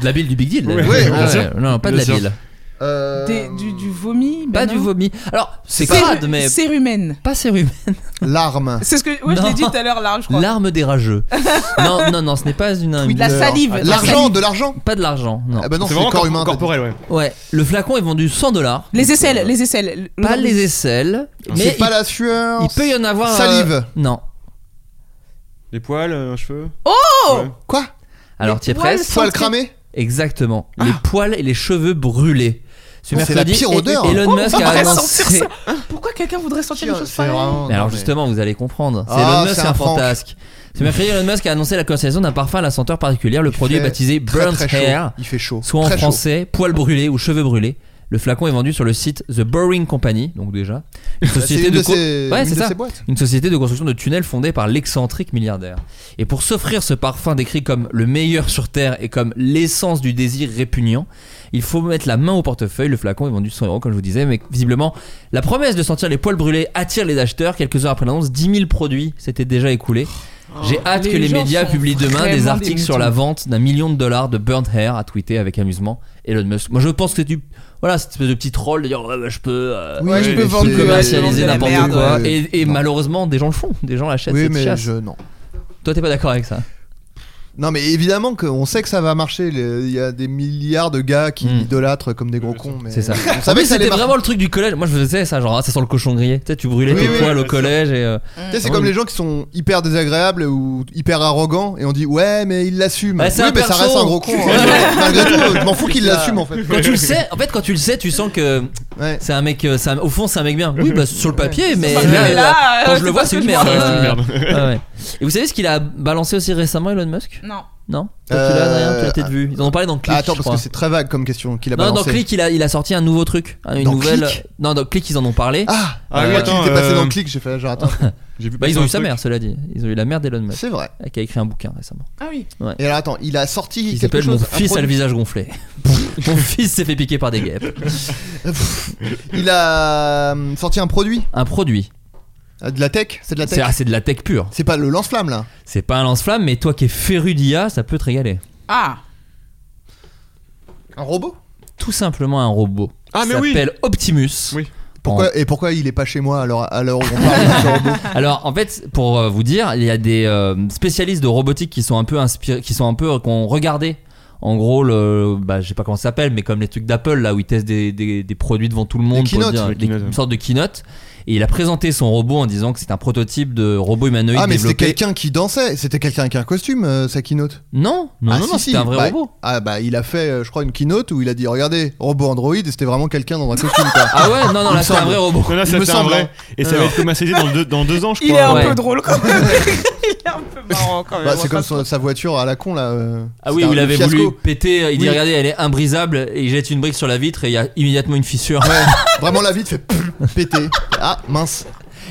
de la bile du Big Deal. d'ailleurs.
Oui, bien
Ouais,
sûr.
ouais. Non, pas de la
Bien sûr.
bile.
Euh,
Des- du, du vomi.
Pas
ben
du
non.
vomi. Alors, c'est
Séru-
crade, mais
Cérumen.
pas sérum.
Larme.
C'est ce que. Ouais, je
Non.
l'ai dit tout à l'heure, là, je crois.
L'arme des rageux. non, non, non, ce n'est pas une.
Oui, de la
une-
salive.
L'argent, de l'argent
Pas de l'argent, non.
Ah bah non,
C'est
c'est
vraiment
corps
corp-
humain. t'as dit.
corporel, ouais.
Ouais, le flacon est vendu 100 dollars.
Les aisselles, les aisselles.
Pas les aisselles, mais
C'est pas
il,
la sueur.
il peut y en avoir. euh,
Salive.
Non.
Des poils, un cheveu.
Oh
Ouais.
Quoi
Alors,
Les
tu es
poils Ah.
presque
Poil
Sentir-
cramé
Exactement. Les poils et les cheveux brûlés. Ce
Mais Oh, c'est la
mercredi,
pire
E-
odeur.
Elon
Oh,
Musk
on
a
pourrait
annoncé.
sentir Pourquoi quelqu'un voudrait sentir une chose
C'est
pareille
vraiment-
Mais alors
non,
justement, vous allez comprendre. C'est
Ah,
Elon Musk,
c'est
c'est
un
un
Franck.
fantasque. Ce mercredi, Elon Musk a annoncé la constellation d'un parfum à la senteur particulière. Le produit est
fait
baptisé
très,
Burnt
très chaud.
Hair,
Il fait chaud.
soit en
Très chaud.
français poils brûlés ou cheveux brûlés. Le flacon est vendu sur le site The Boring Company, donc déjà une
Bah, C'est une
société
de
co-
ces
Ouais,
une
c'est
de
ça.
ces boîtes.
Une société de construction de tunnels fondée par l'excentrique milliardaire. Et pour s'offrir ce parfum décrit comme le meilleur sur Terre et comme l'essence du désir répugnant, il faut mettre la main au portefeuille. Le flacon est vendu 100 euros, comme je vous disais, mais visiblement, la promesse de sentir les poils brûlés attire les acheteurs. Quelques heures après l'annonce, 10 000 produits s'étaient déjà écoulés. J'ai hâte
Oh. les
que les
gens
médias
sont
publient demain des
vraiment
articles
des
sur la vente d'un million de dollars de burnt hair à tweeter avec amusement Elon Musk. Moi, je pense que c'est du. Voilà, cette espèce de petit troll de dire Ouais, bah, je peux. euh,
Oui,
je peux
mais
vendre
c'est-
du-
commercialiser
de la
n'importe
merde,
quoi.
ouais.
Et, et
Non.
malheureusement, des gens le font. Des gens l'achètent.
Oui,
c'est
mais
chasse.
je non.
Toi, t'es pas d'accord avec ça
Non, mais évidemment qu'on sait que ça va marcher. les- Il y a des milliards de gars qui
Mm.
idolâtrent comme des gros cons. mais-
C'est ça.
On
En
savait
plus,
que ça allait
c'était
marcher.
vraiment le truc du collège. Moi, je faisais ça, genre, ah, ça sent le cochon grillé. Tu sais, tu brûlais
Oui,
tes
oui,
poils
oui,
au
bien
collège et. euh,
Tu sais, C'est comme les gens qui sont hyper désagréables ou hyper arrogants et on dit ouais, mais il l'assume.
Ouais, Bah,
oui,
c'est un
mais ça
perso.
reste un gros con. hein.
Ouais.
Malgré tout, je m'en fous qu'il
C'est ça.
l'assume en fait.
Quand tu le sais, en fait, quand tu le sais, tu sens que
Ouais.
c'est un mec. euh, c'est un- Au fond, c'est un mec bien. Oui, bah, sur le papier, mais là,
Mais là,
quand
euh,
je le
c'est
vois,
pas
c'est
ce
une
que je
merde.
vois.
Ouais, c'est une
Euh,
merde.
ouais, ouais. Et vous savez ce qu'il a balancé aussi récemment, Elon Musk truc
Non.
Non Toi, tu l'as,
Euh,
Adrien Tu l'as peut-être vu. Ils en ont parlé dans Click.
Ah, attends,
je
parce
crois.
que c'est très vague comme question qu'il a
Non, dans
balancé.
Click, il a, il a sorti un nouveau truc. hein, Une
Dans
nouvelle. euh,
Click
non, dans Click, ils en ont parlé.
Ah,
Ah
je
oui,
crois qu'il
attends,
était passé
euh,
dans Click, j'ai fait, genre, attends.
J'ai vu
Bah, ils ont eu
passer un
sa
truc.
mère, cela dit. Ils ont eu la mère d'Elon Musk, euh,
C'est vrai.
qui a écrit un bouquin récemment.
Ah oui.
Et alors, attends, il a sorti
Qui
quelque
s'appelle Mon
chose. un
fils a le
produit-
visage gonflé. Mon fils s'est fait piquer par des guêpes.
Il a euh, sorti un produit
Un produit.
Euh, de la tech. C'est de la
C'est
tech.
ah, c'est de la tech pure.
C'est pas le lance-flamme là.
C'est pas un lance-flamme, mais toi qui es féru d'IA, ça peut te régaler.
Ah.
Un robot.
Tout simplement un robot.
Ah, mais
Ça
oui.
s'appelle Optimus.
Oui.
Pourquoi, et pourquoi il est pas chez moi alors à l'heure où on parle de ce robot
Ah. Alors en fait, pour euh, vous dire, il y a des euh, spécialistes de robotique qui sont un peu inspirés, qui sont un peu, euh, qui ont regardé. En gros, le, bah, je sais pas comment ça s'appelle, mais comme les trucs d'Apple là où ils testent des, des- des produits devant tout le monde, pour
keynotes,
dire-
des keynotes,
une sorte de keynote. Et il a présenté son robot en disant que c'est un prototype de robot humanoïde
Ah mais c'était
développé.
quelqu'un qui dansait, c'était quelqu'un avec un costume, euh, sa keynote.
Non, non,
Ah,
non,
si,
non,
si,
c'était un vrai
bah,
robot.
Ah bah il a fait, euh, je crois, une keynote où il a dit regardez robot Android et c'était vraiment quelqu'un dans un costume. quoi.
Ah ouais, non, non, là c'est un vrai robot.
Non, là,
Il
ça
me
c'est un
semble,
vrai.
hein.
Et ça
Non,
va
non.
être commercialisé dans deux- dans deux ans, je
Il est
crois.
un
Ouais.
peu drôle quand même. il est un peu marrant quand même.
Bah,
on va
c'est
pas
comme
se
son- sa voiture à la con là. euh,
Ah oui,
c'était
où
un
il avait
fiasco.
voulu péter, il dit
Oui.
regardez, elle est imbrisable, et il jette une brique sur la vitre et il y a immédiatement une fissure.
Ouais, vraiment la vie te fait péter. Ah mince.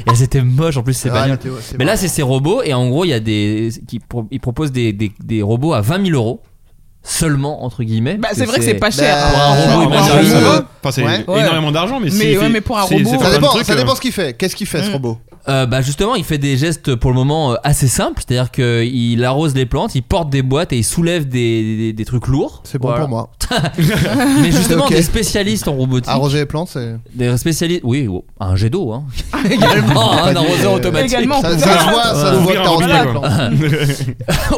Et elles étaient moches en plus, ces
Ah,
bagnoles.
Théo, c'est
Mais
vrai.
là, c'est ces robots, et en gros, il y a des. Qui pro- ils proposent des, des, des robots à 20 000 euros. Seulement, entre guillemets.
Bah,
parce
c'est vrai que c'est pas
Bah,
cher.
Pour un
Ah,
robot
bah,
imaginaire.
ça, ça
Ouais.
va. Enfin, c'est
Ouais.
énormément d'argent, mais si.
Mais
il
ouais,
fait-
mais pour un
c'est-
robot,
c'est
ça
plein de
dépend,
trucs,
ça
euh.
dépend ce qu'il fait. Qu'est-ce qu'il fait ce
Mm.
robot
Euh, bah, justement, il fait des gestes pour le moment euh, assez simples. C'est-à-dire qu'il arrose les plantes, il porte des boîtes et il soulève des, des, des trucs lourds.
C'est bon
Voilà.
pour moi.
Mais justement,
Ok.
des spécialistes en robotique.
Arroser les plantes, c'est.
Des spécialistes. Oui, oh, un jet d'eau, hein. Également, hein,
Pas
un
dit,
arroseur
euh,
automatique.
Également.
Ça, ça se voit, ça se voit que
euh, Ouvrir un
t'arroses pas les
robinet, quoi.
plantes.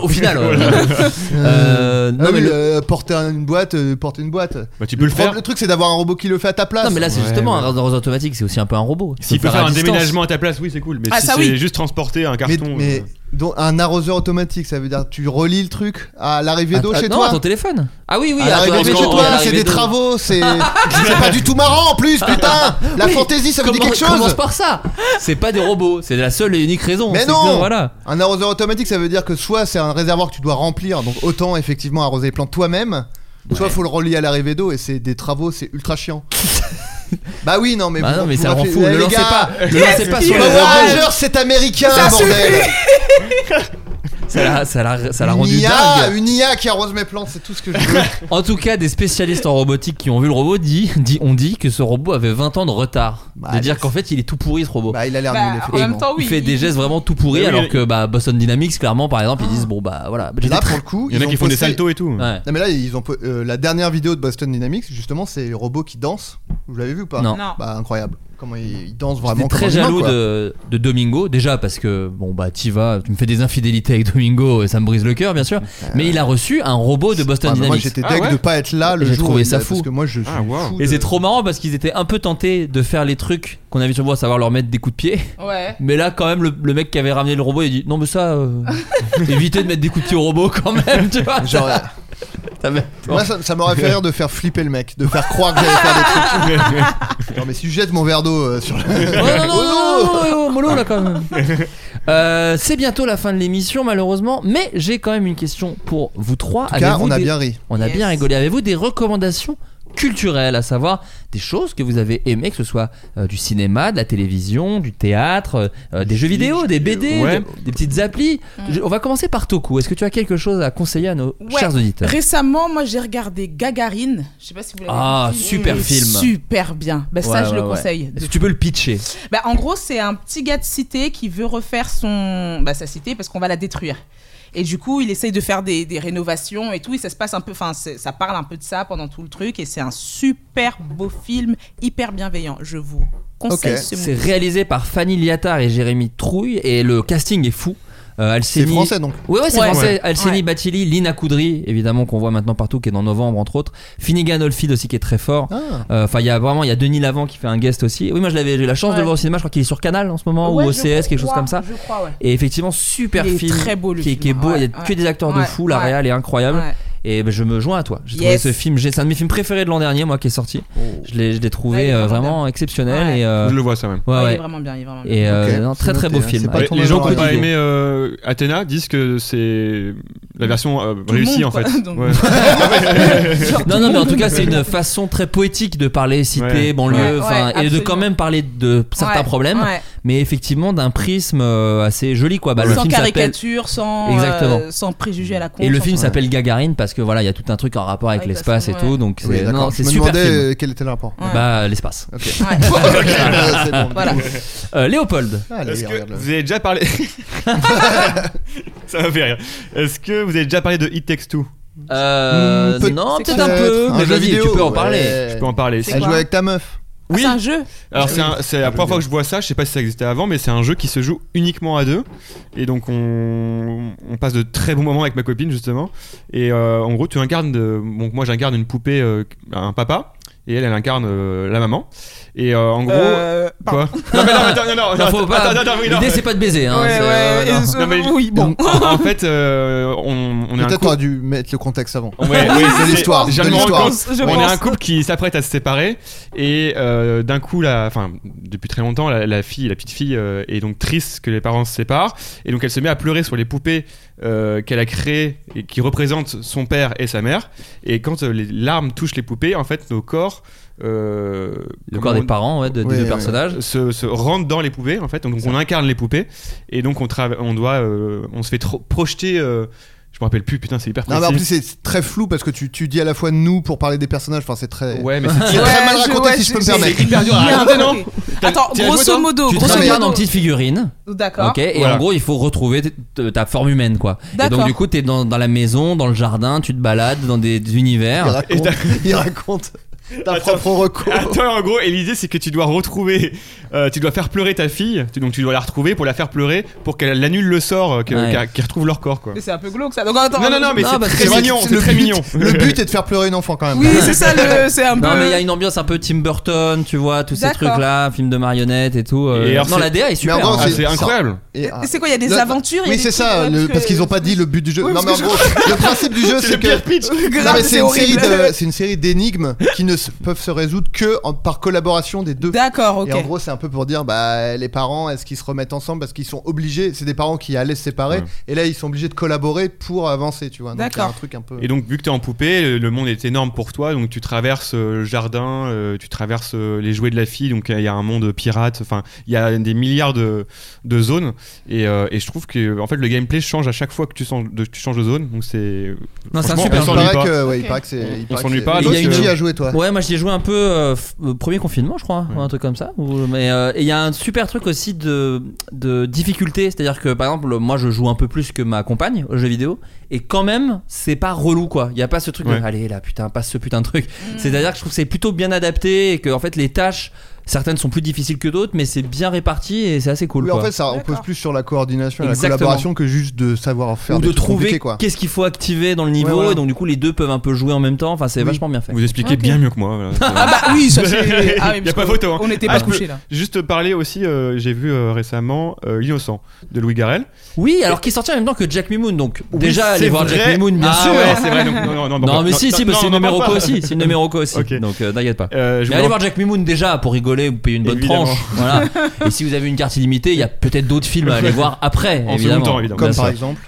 Au final, ouais. Euh,
Euh,
non,
ah
mais
oui,
le-
euh, porter une boîte, euh, porter une boîte.
Bah, tu peux le
Le, problème-
faire.
le truc, c'est d'avoir un robot qui le fait à ta place.
Non, mais là, c'est
Ouais,
justement
ouais.
un arroseur automatique, c'est aussi un peu un robot. Il
S'il peut faire
à
un
distance.
déménagement à ta place, oui, c'est cool. Mais
Ah,
si
ça,
c'est
oui.
juste transporter un
mais,
carton.
mais
euh,
donc, un arroseur automatique, ça veut dire tu relis le truc à l'arrivée d'eau
Ah,
chez
non,
toi.
à ton téléphone. Ah oui, oui,
à l'arrivée
ton- Ah,
chez
ton- à
toi,
l'arrivée
c'est des
de-
travaux, c'est c'est pas du tout marrant en plus, putain. La
Oui.
fantaisie, ça veut dire
Comment-
quelque
Commence
chose.
par ça. C'est pas des robots, c'est la seule et unique raison.
Mais
c'est
non
que, Voilà.
Un arroseur automatique, ça veut dire que soit c'est un réservoir que tu dois remplir, donc autant effectivement arroser les plantes toi-même, soit faut le relier à l'arrivée d'eau et c'est des travaux, c'est ultra chiant. bah oui, non mais
Bah
vous-
non, mais
vous
ça rend
m'appelez-
fou.
Eh,
Ne
les
lancez
gars,
pas, ne lancez pas sur les
Power
robots.
Rangers, c'est américain, bordel.
Ça l'a, ça l'a, ça l'a
Une
rendu
IA,
dingue.
une IA qui arrose mes plantes, c'est tout ce que je veux.
En tout cas, des spécialistes en robotique qui ont vu le robot dit, dit, on dit que ce robot avait 20 ans de retard.
Bah,
de dire
allez.
qu'en fait, il est tout pourri ce robot.
bah, il a l'air nul,
Bah, en
effectivement.
même temps, oui.
il fait des gestes vraiment tout pourris
Oui, oui,
alors
oui.
que bah, Boston Dynamics clairement par exemple ils disent bon bah voilà
Et
j'étais
Ah. là,
très-
pour le coup,
Il y en
ils
a
ont
qui font des
posté-
saltos et tout. Ah,
Ouais.
Non mais là ils ont po- euh, la dernière vidéo de Boston Dynamics justement c'est les robots qui dansent. Vous l'avez vu ou pas
Non.
Non.
Bah incroyable. Comment ils, ils dansent
J'étais
vraiment comme
très
un humain,
jaloux
quoi.
de, de Domingo déjà parce que bon bah t'y vas tu me fais des infidélités avec Domingo et ça me brise le cœur bien sûr mais il a reçu un robot de Boston
Ah, Euh, mais moi
Dynamics
j'étais
Ah
deg
ouais
de pas être là le
J'ai
jour où
trouvé
il
ça
a-
fou.
parce que moi je suis
Ah, wow.
fou
et
de-
c'est trop marrant parce qu'ils étaient un peu tentés de faire les trucs qu'on avait sur moi à savoir leur mettre des coups de pied
Ouais.
mais là quand même le, le mec qui avait ramené le robot il dit non mais ça euh, évitez de mettre des coups de pied au robot quand même tu vois
Genre, euh,
ça m'a-
moi ça, ça m'aurait fait rire de faire flipper le mec, de faire croire que j'allais faire des trucs. Non mais si je jette mon verre d'eau euh, sur le...
Oh non, non, non, non, non, non, non, mollo, là, quand même. Euh, c'est bientôt la fin de l'émission, malheureusement, mais j'ai quand même une question pour vous trois.
En tout cas,
Avez-vous
on a
des-
bien ri.
on a
Yes.
bien rigolé. Avez-vous des recommandations culturelles, à savoir des choses que vous avez aimées, que ce soit euh, du cinéma, de la télévision, du théâtre, euh, des jeux vidéo, des BD,
Ouais.
des- des petites applis Je- On va commencer par Toku. Est-ce que tu as quelque chose à conseiller à nos
Ouais.
chers auditeurs
Récemment, moi, j'ai regardé Gagarine. Je sais pas si vous l'avez
Ah,
vu.
super
Il est
film.
Super bien. Ben, ça,
Ouais,
je le
ouais, ouais.
conseille.
Est-ce que tu peux le pitcher
Bah, en gros, c'est un petit gars de cité qui veut refaire son... bah, sa cité parce qu'on va la détruire. Et du coup, il essaye de faire des, des rénovations et tout. Et ça se passe un peu. Enfin, c'est- ça parle un peu de ça pendant tout le truc. Et c'est un super beau film, hyper bienveillant. Je vous conseille
Ok.
ce
C'est
film.
réalisé par Fanny Liattard et Jérémy Trouille et le casting est fou. Euh,
C'est
Alcénie-
français donc.
Ouais, ouais, c'est
Ouais.
français.
Ouais.
Alcini
Ouais.
Batili, Lina Koudry, évidemment, qu'on voit maintenant partout, qui est dans novembre, entre autres. Finnegan Oldfield aussi, qui est très fort.
Ah.
Euh, Enfin, il y a vraiment, il y a Denis Lavant qui fait un guest aussi. Oui, moi, je l'avais, j'ai eu la chance de le
Ouais.
voir au cinéma. Je crois qu'il est sur Canal en ce moment,
Ouais,
ou
je
OCS, quelque chose
crois,
comme ça.
Je crois, ouais.
Et effectivement, super
Il est
film.
très beau, le
qui, est-
film.
qui est beau. Il y a
Ouais,
que des acteurs de
ouais,
fou. La
ouais.
réal est incroyable.
Ouais.
Et ben, je me joins à toi. J'ai trouvé
Yes.
ce film, j'ai- c'est un de mes films préférés de l'an dernier, moi, qui est sorti.
Oh.
Je l'ai, je l'ai
Ouais, il
trouvé
est
euh,
formidable.
vraiment exceptionnel.
Ouais.
Et, euh,
Je le vois, ça, même.
ouais,
Ouais, Il
ouais.
est vraiment bien. Il est vraiment bien.
Et euh,
Ok,
non,
c'est
très très
noté,
beau
hein.
film.
C'est pas
Ouais,
ton
les gens qui
meilleur
n'ont pas
idée.
aimé euh, Athéna disent que c'est La version euh,
le
réussie
monde,
en
quoi.
fait.
Donc-
Ouais.
Genre,
Non, non, mais en tout cas, c'est une façon très poétique de parler cité,
Ouais.
banlieue,
Ouais,
enfin,
ouais,
et de quand
absolument.
même parler de certains
ouais,
problèmes,
ouais.
mais effectivement d'un prisme euh, assez joli, quoi. Bah, le
sans
film s'appelle.
caricature, sans,
Exactement.
euh, sans préjugés à la con.
Et le
sans-
film
Ouais.
s'appelle Gagarine parce que voilà, il y a tout un truc en rapport avec
Ouais,
l'espace et
parce que,
tout, donc
Oui,
c'est
d'accord.
non, c'est
Je me
super
demandais
film.
euh, quel était le rapport.
Ouais.
Bah, l'espace.
Ok.
Ouais.
Ok, euh, c'est bon.
Voilà.
Euh, Léopold.
Allez,
Est-ce que
regarde-le.
vous avez déjà parlé. Ça m'a fait rire. Est-ce que vous avez déjà parlé de It Takes Two
Euh,
Hmm, peut-
non,
c'est
peut-être
quoi
un peu, mais
jeu
vas-y, tu
vidéo,
peux en
ouais.
parler.
Je peux en parler.
C'est
Elle
quoi
joue avec ta meuf.
Ah, c'est un jeu.
Alors c'est un- c'est la première fois que je vois ça, je sais pas si ça existait avant, mais c'est un jeu qui se joue uniquement à deux. Et donc on, on passe de très bons moments avec ma copine justement. Et euh, en gros tu incarnes, de- donc moi j'incarne une poupée, euh, un papa, et elle elle incarne euh, la maman. Et euh, en gros...
Euh, pardon.
Quoi Non mais non, attends, non, non,
Non, faut
attends,
pas-
attends, attends, oui, non.
L'idée, c'est pas de baiser, hein.
Ouais,
c'est, euh,
ouais, et
non.
ce-
Non, mais-
Oui, bon.
En, en fait, euh, on, on est un
Peut-être
couple-
t'aurais dû mettre le contexte avant.
Ouais, oui,
De
c'est-
l'histoire,
j'ai
de
me rends
l'histoire.
compte.
Je
on
pense.
est un couple qui s'apprête à se séparer et euh, d'un coup, la, enfin, depuis très longtemps, la, la fille, la petite fille euh, est donc triste que les parents se séparent et donc elle se met à pleurer sur les poupées euh, qu'elle a créées et qui représentent son père et sa mère. Et quand euh, les larmes touchent les poupées, en fait, nos corps, euh,
Le
comment
corps
on-
des parents, ouais, de- des
Ouais,
deux
ouais.
personnages.
se, se rentre dans les poupées en fait donc, on incarne les poupées et donc on trava- on doit euh, on se fait trop projeter euh, je me rappelle plus putain c'est hyper
Non,
précis
mais en plus, c'est très flou parce que tu, tu dis à la fois nous pour parler des personnages. Enfin, c'est très.
ouais mais
C'est
c'est
très
Ouais,
mal
je-
raconté
ouais,
si je peux me
c'est-
permettre.
c'est hyper dur à raconter Ah, non
Ok. Attends,
t'y as joué,
grosso
toi
modo,
Tu te
grosso
regardes en
modo.
petite figurine.
D'accord.
Ok, et
Voilà.
en gros, il faut retrouver t- t- ta forme humaine, quoi. Et
D'accord.
donc, du coup, t'es dans, dans la maison, dans le jardin, tu te balades dans des, des
Il
univers.
raconte, il raconte
Attends.
ta
Ah,
propre recours.
Attends, en gros, et l'idée c'est que tu dois retrouver, euh, tu dois faire pleurer ta fille, tu- donc tu dois la retrouver pour la faire pleurer, pour qu'elle annule le sort, euh, que-
Ouais.
qu'elle qu'elle retrouve leur corps quoi.
Mais C'est un peu glauque ça. Donc, attends,
Non, non, non, mais
Non,
c'est
parce que
très
c'est
mignon,
vrai que
c'est très
le but-
mignon.
Le but est de faire pleurer une enfant quand même.
Oui, c'est ça, le... c'est un peu.
Non, mais il y a une ambiance un peu Tim Burton, tu vois, tous ces
Euh. D'accord.
trucs-là, film de marionnettes et tout. euh.
Et alors,
non,
c'est-
la DA est super.
en gros,
Ah,
hein.
c'est
ça-
incroyable.
Et, ah,
Et C'est quoi Il y a des
le-
aventures il y a
Oui,
des
c'est
trucs, ouais,
ça, le-
que-
parce qu'ils ont pas dit le but du jeu.
Oui,
non, mais en
parce
gros, le principe du jeu,
C'est
c'est
le
que.
pire pitch.
Non,
Grave,
mais c'est une, série
horrible.
de- c'est une série d'énigmes qui ne se- peuvent se résoudre que en- par collaboration des deux.
D'accord, ok.
Et en gros, c'est un peu pour dire, bah, les parents, est-ce qu'ils se remettent ensemble parce qu'ils sont obligés C'est des parents qui allaient se séparer,
Ouais.
et là, ils sont obligés de collaborer pour avancer, tu vois. Donc,
D'accord.
c'est Un truc un peu.
Et donc, vu que t'es en poupée, le- le monde est énorme pour toi, donc tu traverses euh, le jardin, euh, tu traverses euh, les jouets de la fille, donc euh, il y a un monde pirate, enfin, il y a des milliards de, de zones, et, euh, et je trouve que, en fait, le gameplay change à chaque fois que tu, changes de, tu changes de zone, donc c'est.
Non, c'est un
franchement,
super
on
jeu.
il,
s'ennuie
paraît
pas.
que, ouais, il
Ok.
paraît que c'est. il
On
paraît que
s'ennuie
c'est-
pas,
Et
donc,
il y a une
euh,
fille à jouer, toi.
Ouais, moi j'y ai joué un peu euh, f- euh, premier confinement, je crois, ou
Ouais.
un truc comme ça. Ou- mais euh, et il y a un super truc aussi de, de difficulté, c'est-à-dire que par exemple, moi je joue un peu plus que ma compagne aux jeux vidéo, et quand même, c'est pas relou quoi. Il y a pas ce truc
Ouais.
de allez là putain, passe ce putain de truc. C'est-à-dire que je trouve que c'est plutôt bien adapté et que en fait les tâches, certaines sont plus difficiles que d'autres, mais c'est bien réparti et c'est assez cool.
Oui,
quoi.
en fait, ça
D'accord.
repose plus sur la coordination et la
Exactement.
collaboration que juste de savoir faire
ou
des
de
trucs compliqués,
trouver
quoi.
qu'est-ce qu'il faut activer dans le niveau,
Ouais, voilà.
et donc du coup les deux peuvent un peu jouer en même temps. Enfin, c'est
Oui.
vachement bien fait.
Vous expliquez
Ok.
bien mieux que moi. voilà.
Ah bah oui, ça c'est. Ah, oui,
Y a
parce
pas
qu'on-
photo, hein.
On n'était
Ah,
pas
je peux-
couchés là.
Juste parler aussi, euh, j'ai vu euh, récemment euh, L'innocent de Louis Garrel.
Oui, alors qui est sorti en même temps que Jack Mimoun, donc déjà
c'est
aller voir
vrai.
Jack Mimoun, bien
Ah
sûr.
ouais, c'est vrai. donc- non, non, non,
Non,
non,
mais
bah, non,
si,
non,
si, parce que c'est
non,
une
non,
numéro
pas.
aussi, c'est une numéro aussi.
Ok.
Donc euh, n'inquiète pas.
Euh,
Mais
je vous
allez
en-
voir Jack Mimoun déjà pour rigoler, vous payez une bonne
Évidemment.
tranche. Voilà. Et si vous avez une carte illimitée, il y a peut-être d'autres films à aller voir après.
En second
évidemment.
temps, évidemment.
Bien
Comme
sûr.
par exemple.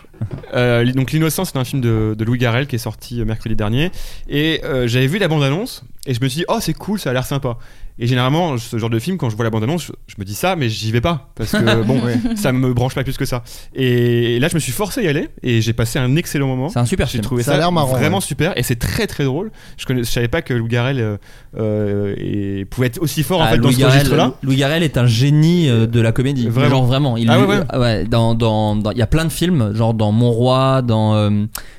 Euh, donc L'innocent, c'est un film de, de Louis Garrel qui est sorti euh, mercredi dernier. Et euh, j'avais vu la bande-annonce et je me suis dit, oh c'est cool, ça a l'air sympa. Et généralement, ce genre de film, quand je vois la bande-annonce, je, je me dis ça, mais j'y vais pas parce que bon, ça me branche pas plus que ça. Et, là, je me suis forcé à y aller et j'ai passé un excellent moment.
C'est un super
J'ai
film.
trouvé
Ça
ça,
a l'air marrant,
vraiment
ouais.
super et c'est très très drôle. Je connais, je savais pas que Lou Garrel euh, euh, et- pouvait être aussi fort en
Ah,
fait dans
Louis
ce
Garrel-
registre là.
Louis Garrel est un génie euh, de la comédie.
Vraiment.
Genre vraiment. Il, euh,
Ah ouais, ouais.
dans, dans, dans- il y a plein de films, genre dans Mon Roi, dans euh,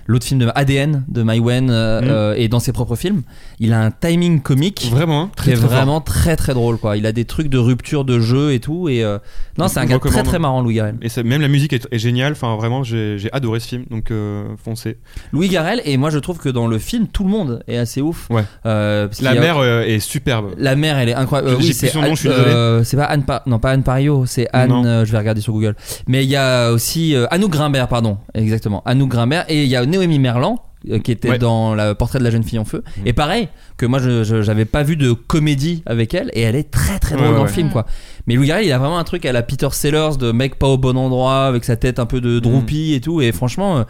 l'autre film de ADN de Mai Wen euh,
Mm.
euh, et dans ses propres films. Il a un timing comique.
Vraiment, hein,
qui
très,
est
très fort.
vraiment très très drôle quoi. Il a des trucs de rupture de jeu et tout et euh, non
Je
c'est un
vous
gars
recommande.
très très marrant Louis Garrel.
Et ça- même la musique est, est géniale. Enfin, vraiment, j'ai j'ai adoré ce film. Donc, euh, foncez.
Louis Garrel et moi je trouve que dans le film tout le monde est assez ouf.
Ouais.
Euh, parce
La
qu'il y a-
mère euh, est superbe.
La mère, elle est incroyable. Euh,
J'ai-
oui,
j'ai plus
c'est
son nom,
Anne-
je suis désolé.
euh, c'est pas Anne, Par- non pas Anne Pario, c'est
Non.
Anne. euh, je vais regarder sur Google. Mais il y a aussi euh, Anouk Grimbert, pardon, exactement. Anouk Grimbert et il y a Noémie Merlan euh, qui était
Ouais. Mm.
dans le portrait de la jeune fille en feu. Et pareil que moi, je je- j'avais pas vu de comédie avec elle et elle est très très drôle
Ouais,
dans le
ouais.
film quoi. Mais Louis Garrel, il a vraiment un
Mm.
truc à la Peter Sellers de mec pas au bon endroit avec sa tête un peu de droopy et tout. Et franchement. euh,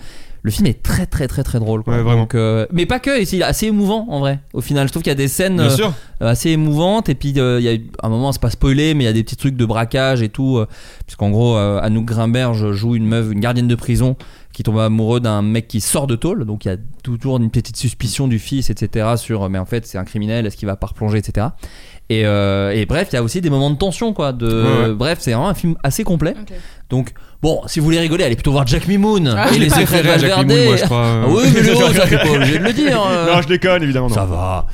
le film est très très très très drôle. quoi.
Ouais, vraiment.
Donc, euh, mais pas que, et c'est assez émouvant en vrai. Au final, je trouve qu'il y a des scènes
Bien
euh,
sûr.
euh, assez émouvante et puis euh, il y a eu- à un moment c'est pas spoilé mais il y a des petits trucs de braquage et tout euh, puisqu'en gros euh, Anouk Grimberge joue une meuf une gardienne de prison qui tombe amoureux d'un mec qui sort de tôle donc il y a toujours une petite suspicion du fils etc sur euh, mais en fait c'est un criminel est-ce qu'il va pas replonger etc et, euh, et bref il y a aussi des moments de tension quoi de
Ouais, ouais.
bref c'est vraiment un film assez complet
Ok.
donc bon si vous voulez rigoler allez plutôt voir Jack Mimoun
Ah,
et
Je l'ai
les secrets de
préféré à Jacques
Valverde
Mimoun, moi, je crois.
Ah oui mais le haut, ça t'es pas obligé de le dire euh.
Non, je déconne, évidemment. non.
Ça va.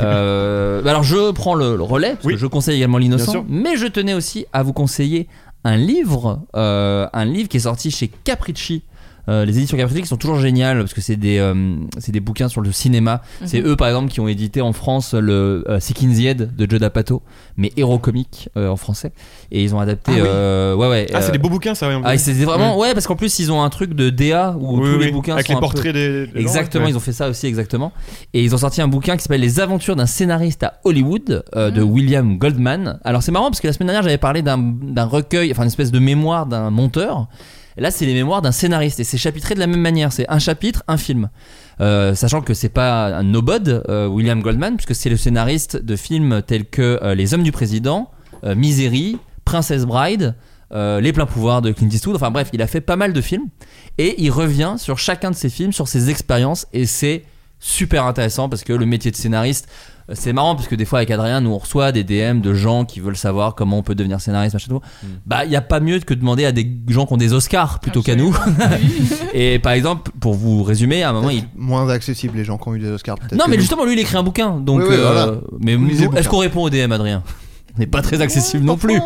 Euh, bah alors je prends le, le relais, parce
Oui.
que je conseille également
Bien
l'innocent,
sûr.
mais je tenais aussi à vous conseiller un livre, euh, un livre qui est sorti chez Capricci. Euh, les éditions Capricci qui sont toujours géniales parce que c'est des, euh, c'est des bouquins sur le cinéma. C'est eux par exemple qui ont édité en France le euh, Sick in the Head de Joe D'Apato, mais héros comique euh, en français. Et ils ont adapté.
Ah oui.
euh, ouais, ouais,
Ah, c'est
euh,
des beaux bouquins, ça. ouais, en
ah,
plus.
c'est c'est vraiment ouais parce qu'en plus ils ont un truc de DA où
Oui,
tous
oui,
les
oui.
bouquins
Avec
sont
les
un peu-
portraits des. des gens,
Exactement,
ouais.
ils ont fait ça aussi, exactement. Et ils ont sorti un bouquin qui s'appelle Les aventures d'un scénariste à Hollywood euh, de William Goldman. Alors c'est marrant parce que la semaine dernière j'avais parlé d'un- d'un recueil, enfin une espèce de mémoire d'un monteur. Et Là, c'est les mémoires d'un scénariste et c'est chapitré de la même manière. C'est un chapitre, un film. Euh, sachant que c'est pas un nobod, euh, William Goldman, puisque c'est le scénariste de films tels que euh, Les Hommes du Président, euh, Misery, Princess Bride, euh, Les Pleins Pouvoirs de Clint Eastwood. Enfin bref, il a fait pas mal de films et il revient sur chacun de ses films, sur ses expériences et c'est super intéressant parce que le métier de scénariste euh, c'est marrant parce que des fois avec Adrien nous on reçoit des DM de gens qui veulent savoir comment on peut devenir scénariste machin tout. Bah il y a pas mieux que de demander à des gens qui ont des Oscars plutôt qu'à nous. et par exemple pour vous résumer à un moment il
Moins accessible les gens qui ont eu des Oscars. peut-être
non,
que
mais
nous.
justement, lui, il écrit un bouquin. Donc,
Oui, oui,
euh,
voilà.
mais
Vous lisez
nous,
le
est-ce
bouquin.
qu'on répond aux DM, Adrien On n'est pas très accessible non plus.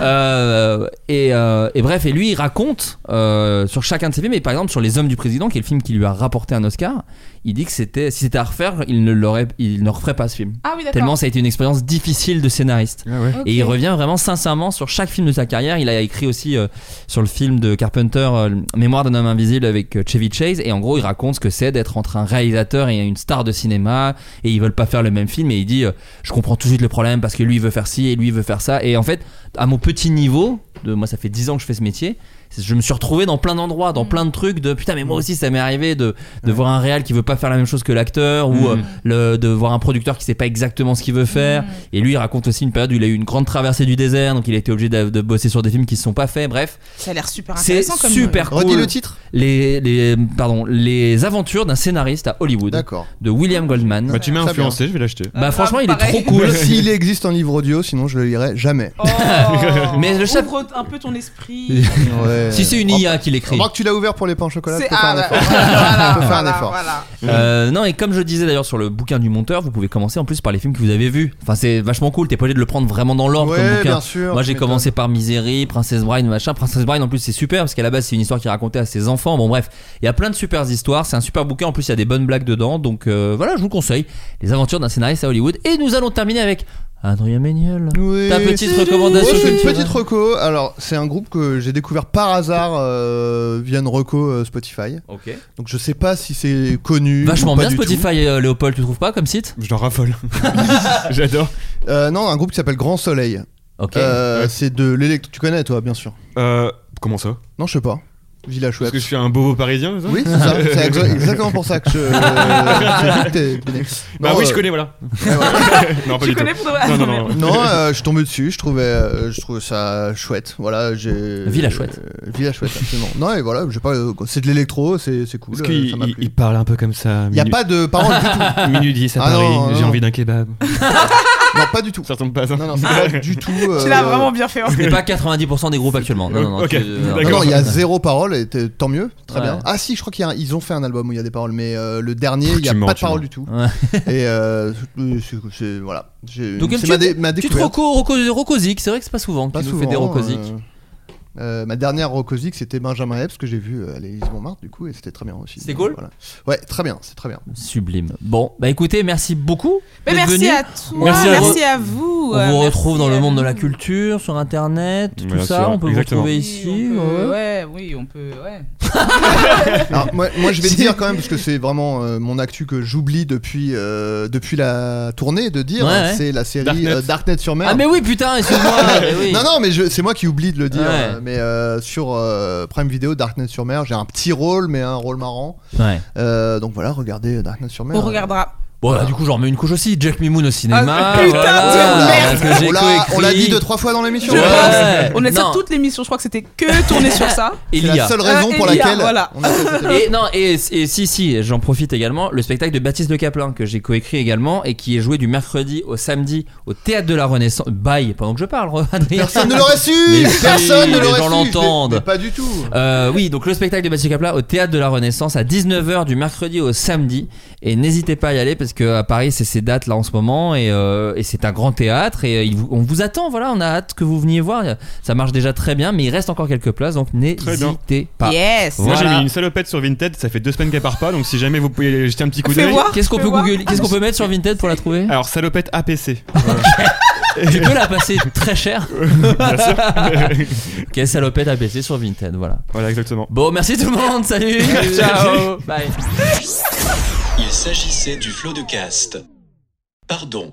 Euh, et, euh, et bref, et lui, il raconte euh, sur chacun de ses films, et par exemple sur Les Hommes du Président, qui est le film qui lui a rapporté un Oscar, il dit que c'était, si c'était à refaire, il ne, l'aurait, il ne referait pas ce film.
Ah oui, d'accord.
Tellement ça a été une expérience difficile de scénariste.
Ok.
Et il revient vraiment sincèrement sur chaque film de sa carrière. Il a écrit aussi euh, sur le film de Carpenter, euh, Mémoire d'un homme invisible avec euh, Chevy Chase. Et en gros, il raconte ce que c'est d'être entre un réalisateur et une star de cinéma. Et ils veulent pas faire le même film. Et il dit, euh, je comprends tout de suite le problème parce que lui il veut faire ci et lui il veut faire ça. Et en fait, à mon petit niveau, de, moi ça fait 10 ans que je fais ce métier. c'est- Je me suis retrouvé dans plein d'endroits,
Mm.
dans plein de trucs de putain, mais moi aussi ça m'est arrivé de, de voir un réal qui veut pas faire la même chose que l'acteur ou euh,
Mm.
le, de voir un producteur qui sait pas exactement ce qu'il veut faire. Et lui, il raconte aussi une période où il a eu une grande traversée du désert, donc il a été obligé de, de bosser sur des films qui se sont pas faits. Bref,
Ça a l'air super
c'est
intéressant comme euh,
super
Redis
cool.
le titre
Les, les, pardon, les aventures d'un scénariste à Hollywood
D'accord.
de William Goldman.
Bah, tu m'as
Ça
influencé, je vais l'acheter.
Bah, franchement, il est
Ah, Pareil.
trop cool.
S'il existe en livre audio, sinon je le lirai jamais.
Oh.
Mais le chap-
Ouvre un peu ton esprit.
Ouais.
Si c'est une IA qui l'écrit.
Remarque, tu l'as ouvert pour les pains au chocolat.
C'est
faut faire un
ah, bah,
effort.
voilà,
Faut faire un
voilà,
effort.
voilà.
Mm.
Euh, non, et comme je disais d'ailleurs sur le bouquin du monteur, vous pouvez commencer en plus par les films que vous avez vus. Enfin, c'est vachement cool, t'es pas obligé de le prendre vraiment dans l'ordre comme
Ouais,
bouquin.
bien sûr.
Moi j'ai
tu
commencé par Misery, Princess Bride, machin. Princess Bride en plus c'est super parce qu'à la base c'est une histoire qui racontait à ses enfants. Bon bref, il y a plein de super histoires, c'est un super bouquin, en plus il y a des bonnes blagues dedans. Donc euh, voilà, je vous conseille les aventures d'un scénariste à Hollywood. Et nous allons terminer avec Adrien Méniel.
Oui.
Ta petite recommandation
Moi, j'ai une
culturelle.
petite reco. Alors, c'est un groupe que j'ai découvert par hasard euh, via une reco euh, Spotify.
Ok.
Donc, je sais pas si c'est connu.
Vachement
ou pas
bien
du tout.
Spotify, euh, Léopold, tu trouves pas comme site
Je leur raffole. J'adore.
Euh, non, un groupe qui s'appelle Grand Soleil.
Ok.
Euh,
Ouais.
C'est de l'électro. Tu connais, toi, bien sûr.
Euh, comment ça
Non, je sais pas.
Parce
Village chouette.
que je suis un bobo parisien, c'est ça
Oui, c'est ça. C'est exa- exactement pour ça que je. j'ai dit que t'es- t'es né.
Bah
Non,
oui,
euh,
je connais, voilà. non, pas
Tu
du tout.
connais pour de vrai
Non, non, non.
Non, euh, je suis tombé dessus, je trouvais, euh, je trouvais ça chouette. Voilà, j'ai.
Villa chouette.
Euh, Villa chouette, absolument. non, et voilà, j'ai pas. euh, c'est de l'électro, c'est c'est cool.
Parce
euh,
qu'il
ça m'a
il-
plu.
il parle un peu comme ça.
Il y a
minu-
pas de paroles du tout.
Minute 10 à
Ah non,
Paris,
non,
j'ai
non.
envie d'un kebab.
Non, pas du tout.
Ça tombe pas, ça
Non, non, c'est pas du tout. euh,
Tu l'as vraiment bien fait. hein.
C'est pas 90% des groupes actuellement. Non, non, non.
Ok,
tu- non,
Non, non,
d'accord.
il y a zéro parole, et t- tant mieux, très
Ouais.
bien. Ah si, je crois qu'ils ont fait un album où il y a des paroles, mais euh, le dernier,
Pff,
il y a
Oh, tu mens,
pas de
tu
parole
mens.
du tout.
Ouais.
Et euh, c'est- c'est- voilà. J'ai-
Donc,
C'est
tu-
ma, dé- ma
Petite
découverte.
roco, roco, rocozique, c'est vrai que c'est pas souvent
Pas
qu'il nous
souvent,
fait des rocosiques.
euh, euh, ma dernière Rocosic, c'était Benjamin Epps que j'ai vu euh, à l'Élysée Montmartre, du coup, et c'était très bien aussi.
C'était cool
Voilà. Ouais, très bien, c'est très bien.
Sublime. Bon, bah écoutez, merci beaucoup.
Mais
d'être
merci
venu.
à toi,
Merci à
merci à vous.
beaucoup.
On
euh,
vous
merci,
retrouve dans
euh,
le monde de la culture, sur internet, tout
Bien
ça.
sûr,
on peut
exactement.
vous retrouver
oui,
ici.
on peut-
ouais.
ouais, oui, on peut. Ouais.
Alors, moi, moi, je vais te dire quand même, parce que c'est vraiment euh, mon actu que j'oublie depuis, euh, depuis la tournée, de dire
Ouais, ouais.
c'est la série
Darknet.
euh, Darknet sur mer.
Ah, mais oui, putain, excuse-moi. mais oui.
Non, non, mais je- c'est moi qui oublie de le dire.
Ouais.
euh, Mais euh, sur euh, Prime Video, Darknet sur mer, j'ai un petit rôle, mais un rôle marrant.
Ouais.
Euh, donc voilà, regardez Darknet sur mer.
On regardera.
Bon, là, du coup, j'en remets une couche aussi. Jack Mimoun au cinéma.
Ah, putain,
voilà,
de merde.
parce que j'ai
on l'a-
coécrit.
on l'a dit deux, trois fois dans l'émission.
Ouais.
On a ça
Non,
toute l'émission, je crois que c'était que tourné sur ça.
C'est
Elia.
la seule raison
Ah,
pour
Elia,
laquelle
voilà.
on a fait cette
Et non, et, et si, si, j'en profite également, le spectacle de Baptiste Le Caplin que j'ai coécrit également et qui est joué du mercredi au samedi au Théâtre de la Renaissance. Bye, pendant que je parle, Adrien.
Personne ne l'aurait su
Mais si,
Personne ne
les
l'aurait
gens
su
l'entendent.
Mais- mais Pas du tout
Euh, oui, donc le spectacle de Baptiste Capla au théâtre de la Renaissance à 19h du mercredi au samedi. Et n'hésitez pas à y aller parce que à Paris, c'est ces dates là en ce moment et, euh, et c'est un grand théâtre et euh, il vous- on vous attend. Voilà, on a hâte que vous veniez voir. Ça marche déjà très bien, mais il reste encore quelques places donc n'hésitez pas.
Yes.
Voilà.
Moi j'ai mis une salopette sur Vinted, ça fait deux semaines qu'elle part pas, donc si jamais vous pouvez aller jeter un petit coup
Fais
d'œil.
voir.
Qu'est-ce qu'on
Fais
peut
voir.
googler Qu'est-ce qu'on peut mettre sur Vinted pour la trouver
Alors salopette APC.
Tu peux la passer très cher.
Bien sûr.
Ok, salopette à baisser sur Vinted, voilà.
voilà exactement.
Bon, merci tout le monde, salut Ciao Bye
Il s'agissait du flot de caste. Pardon.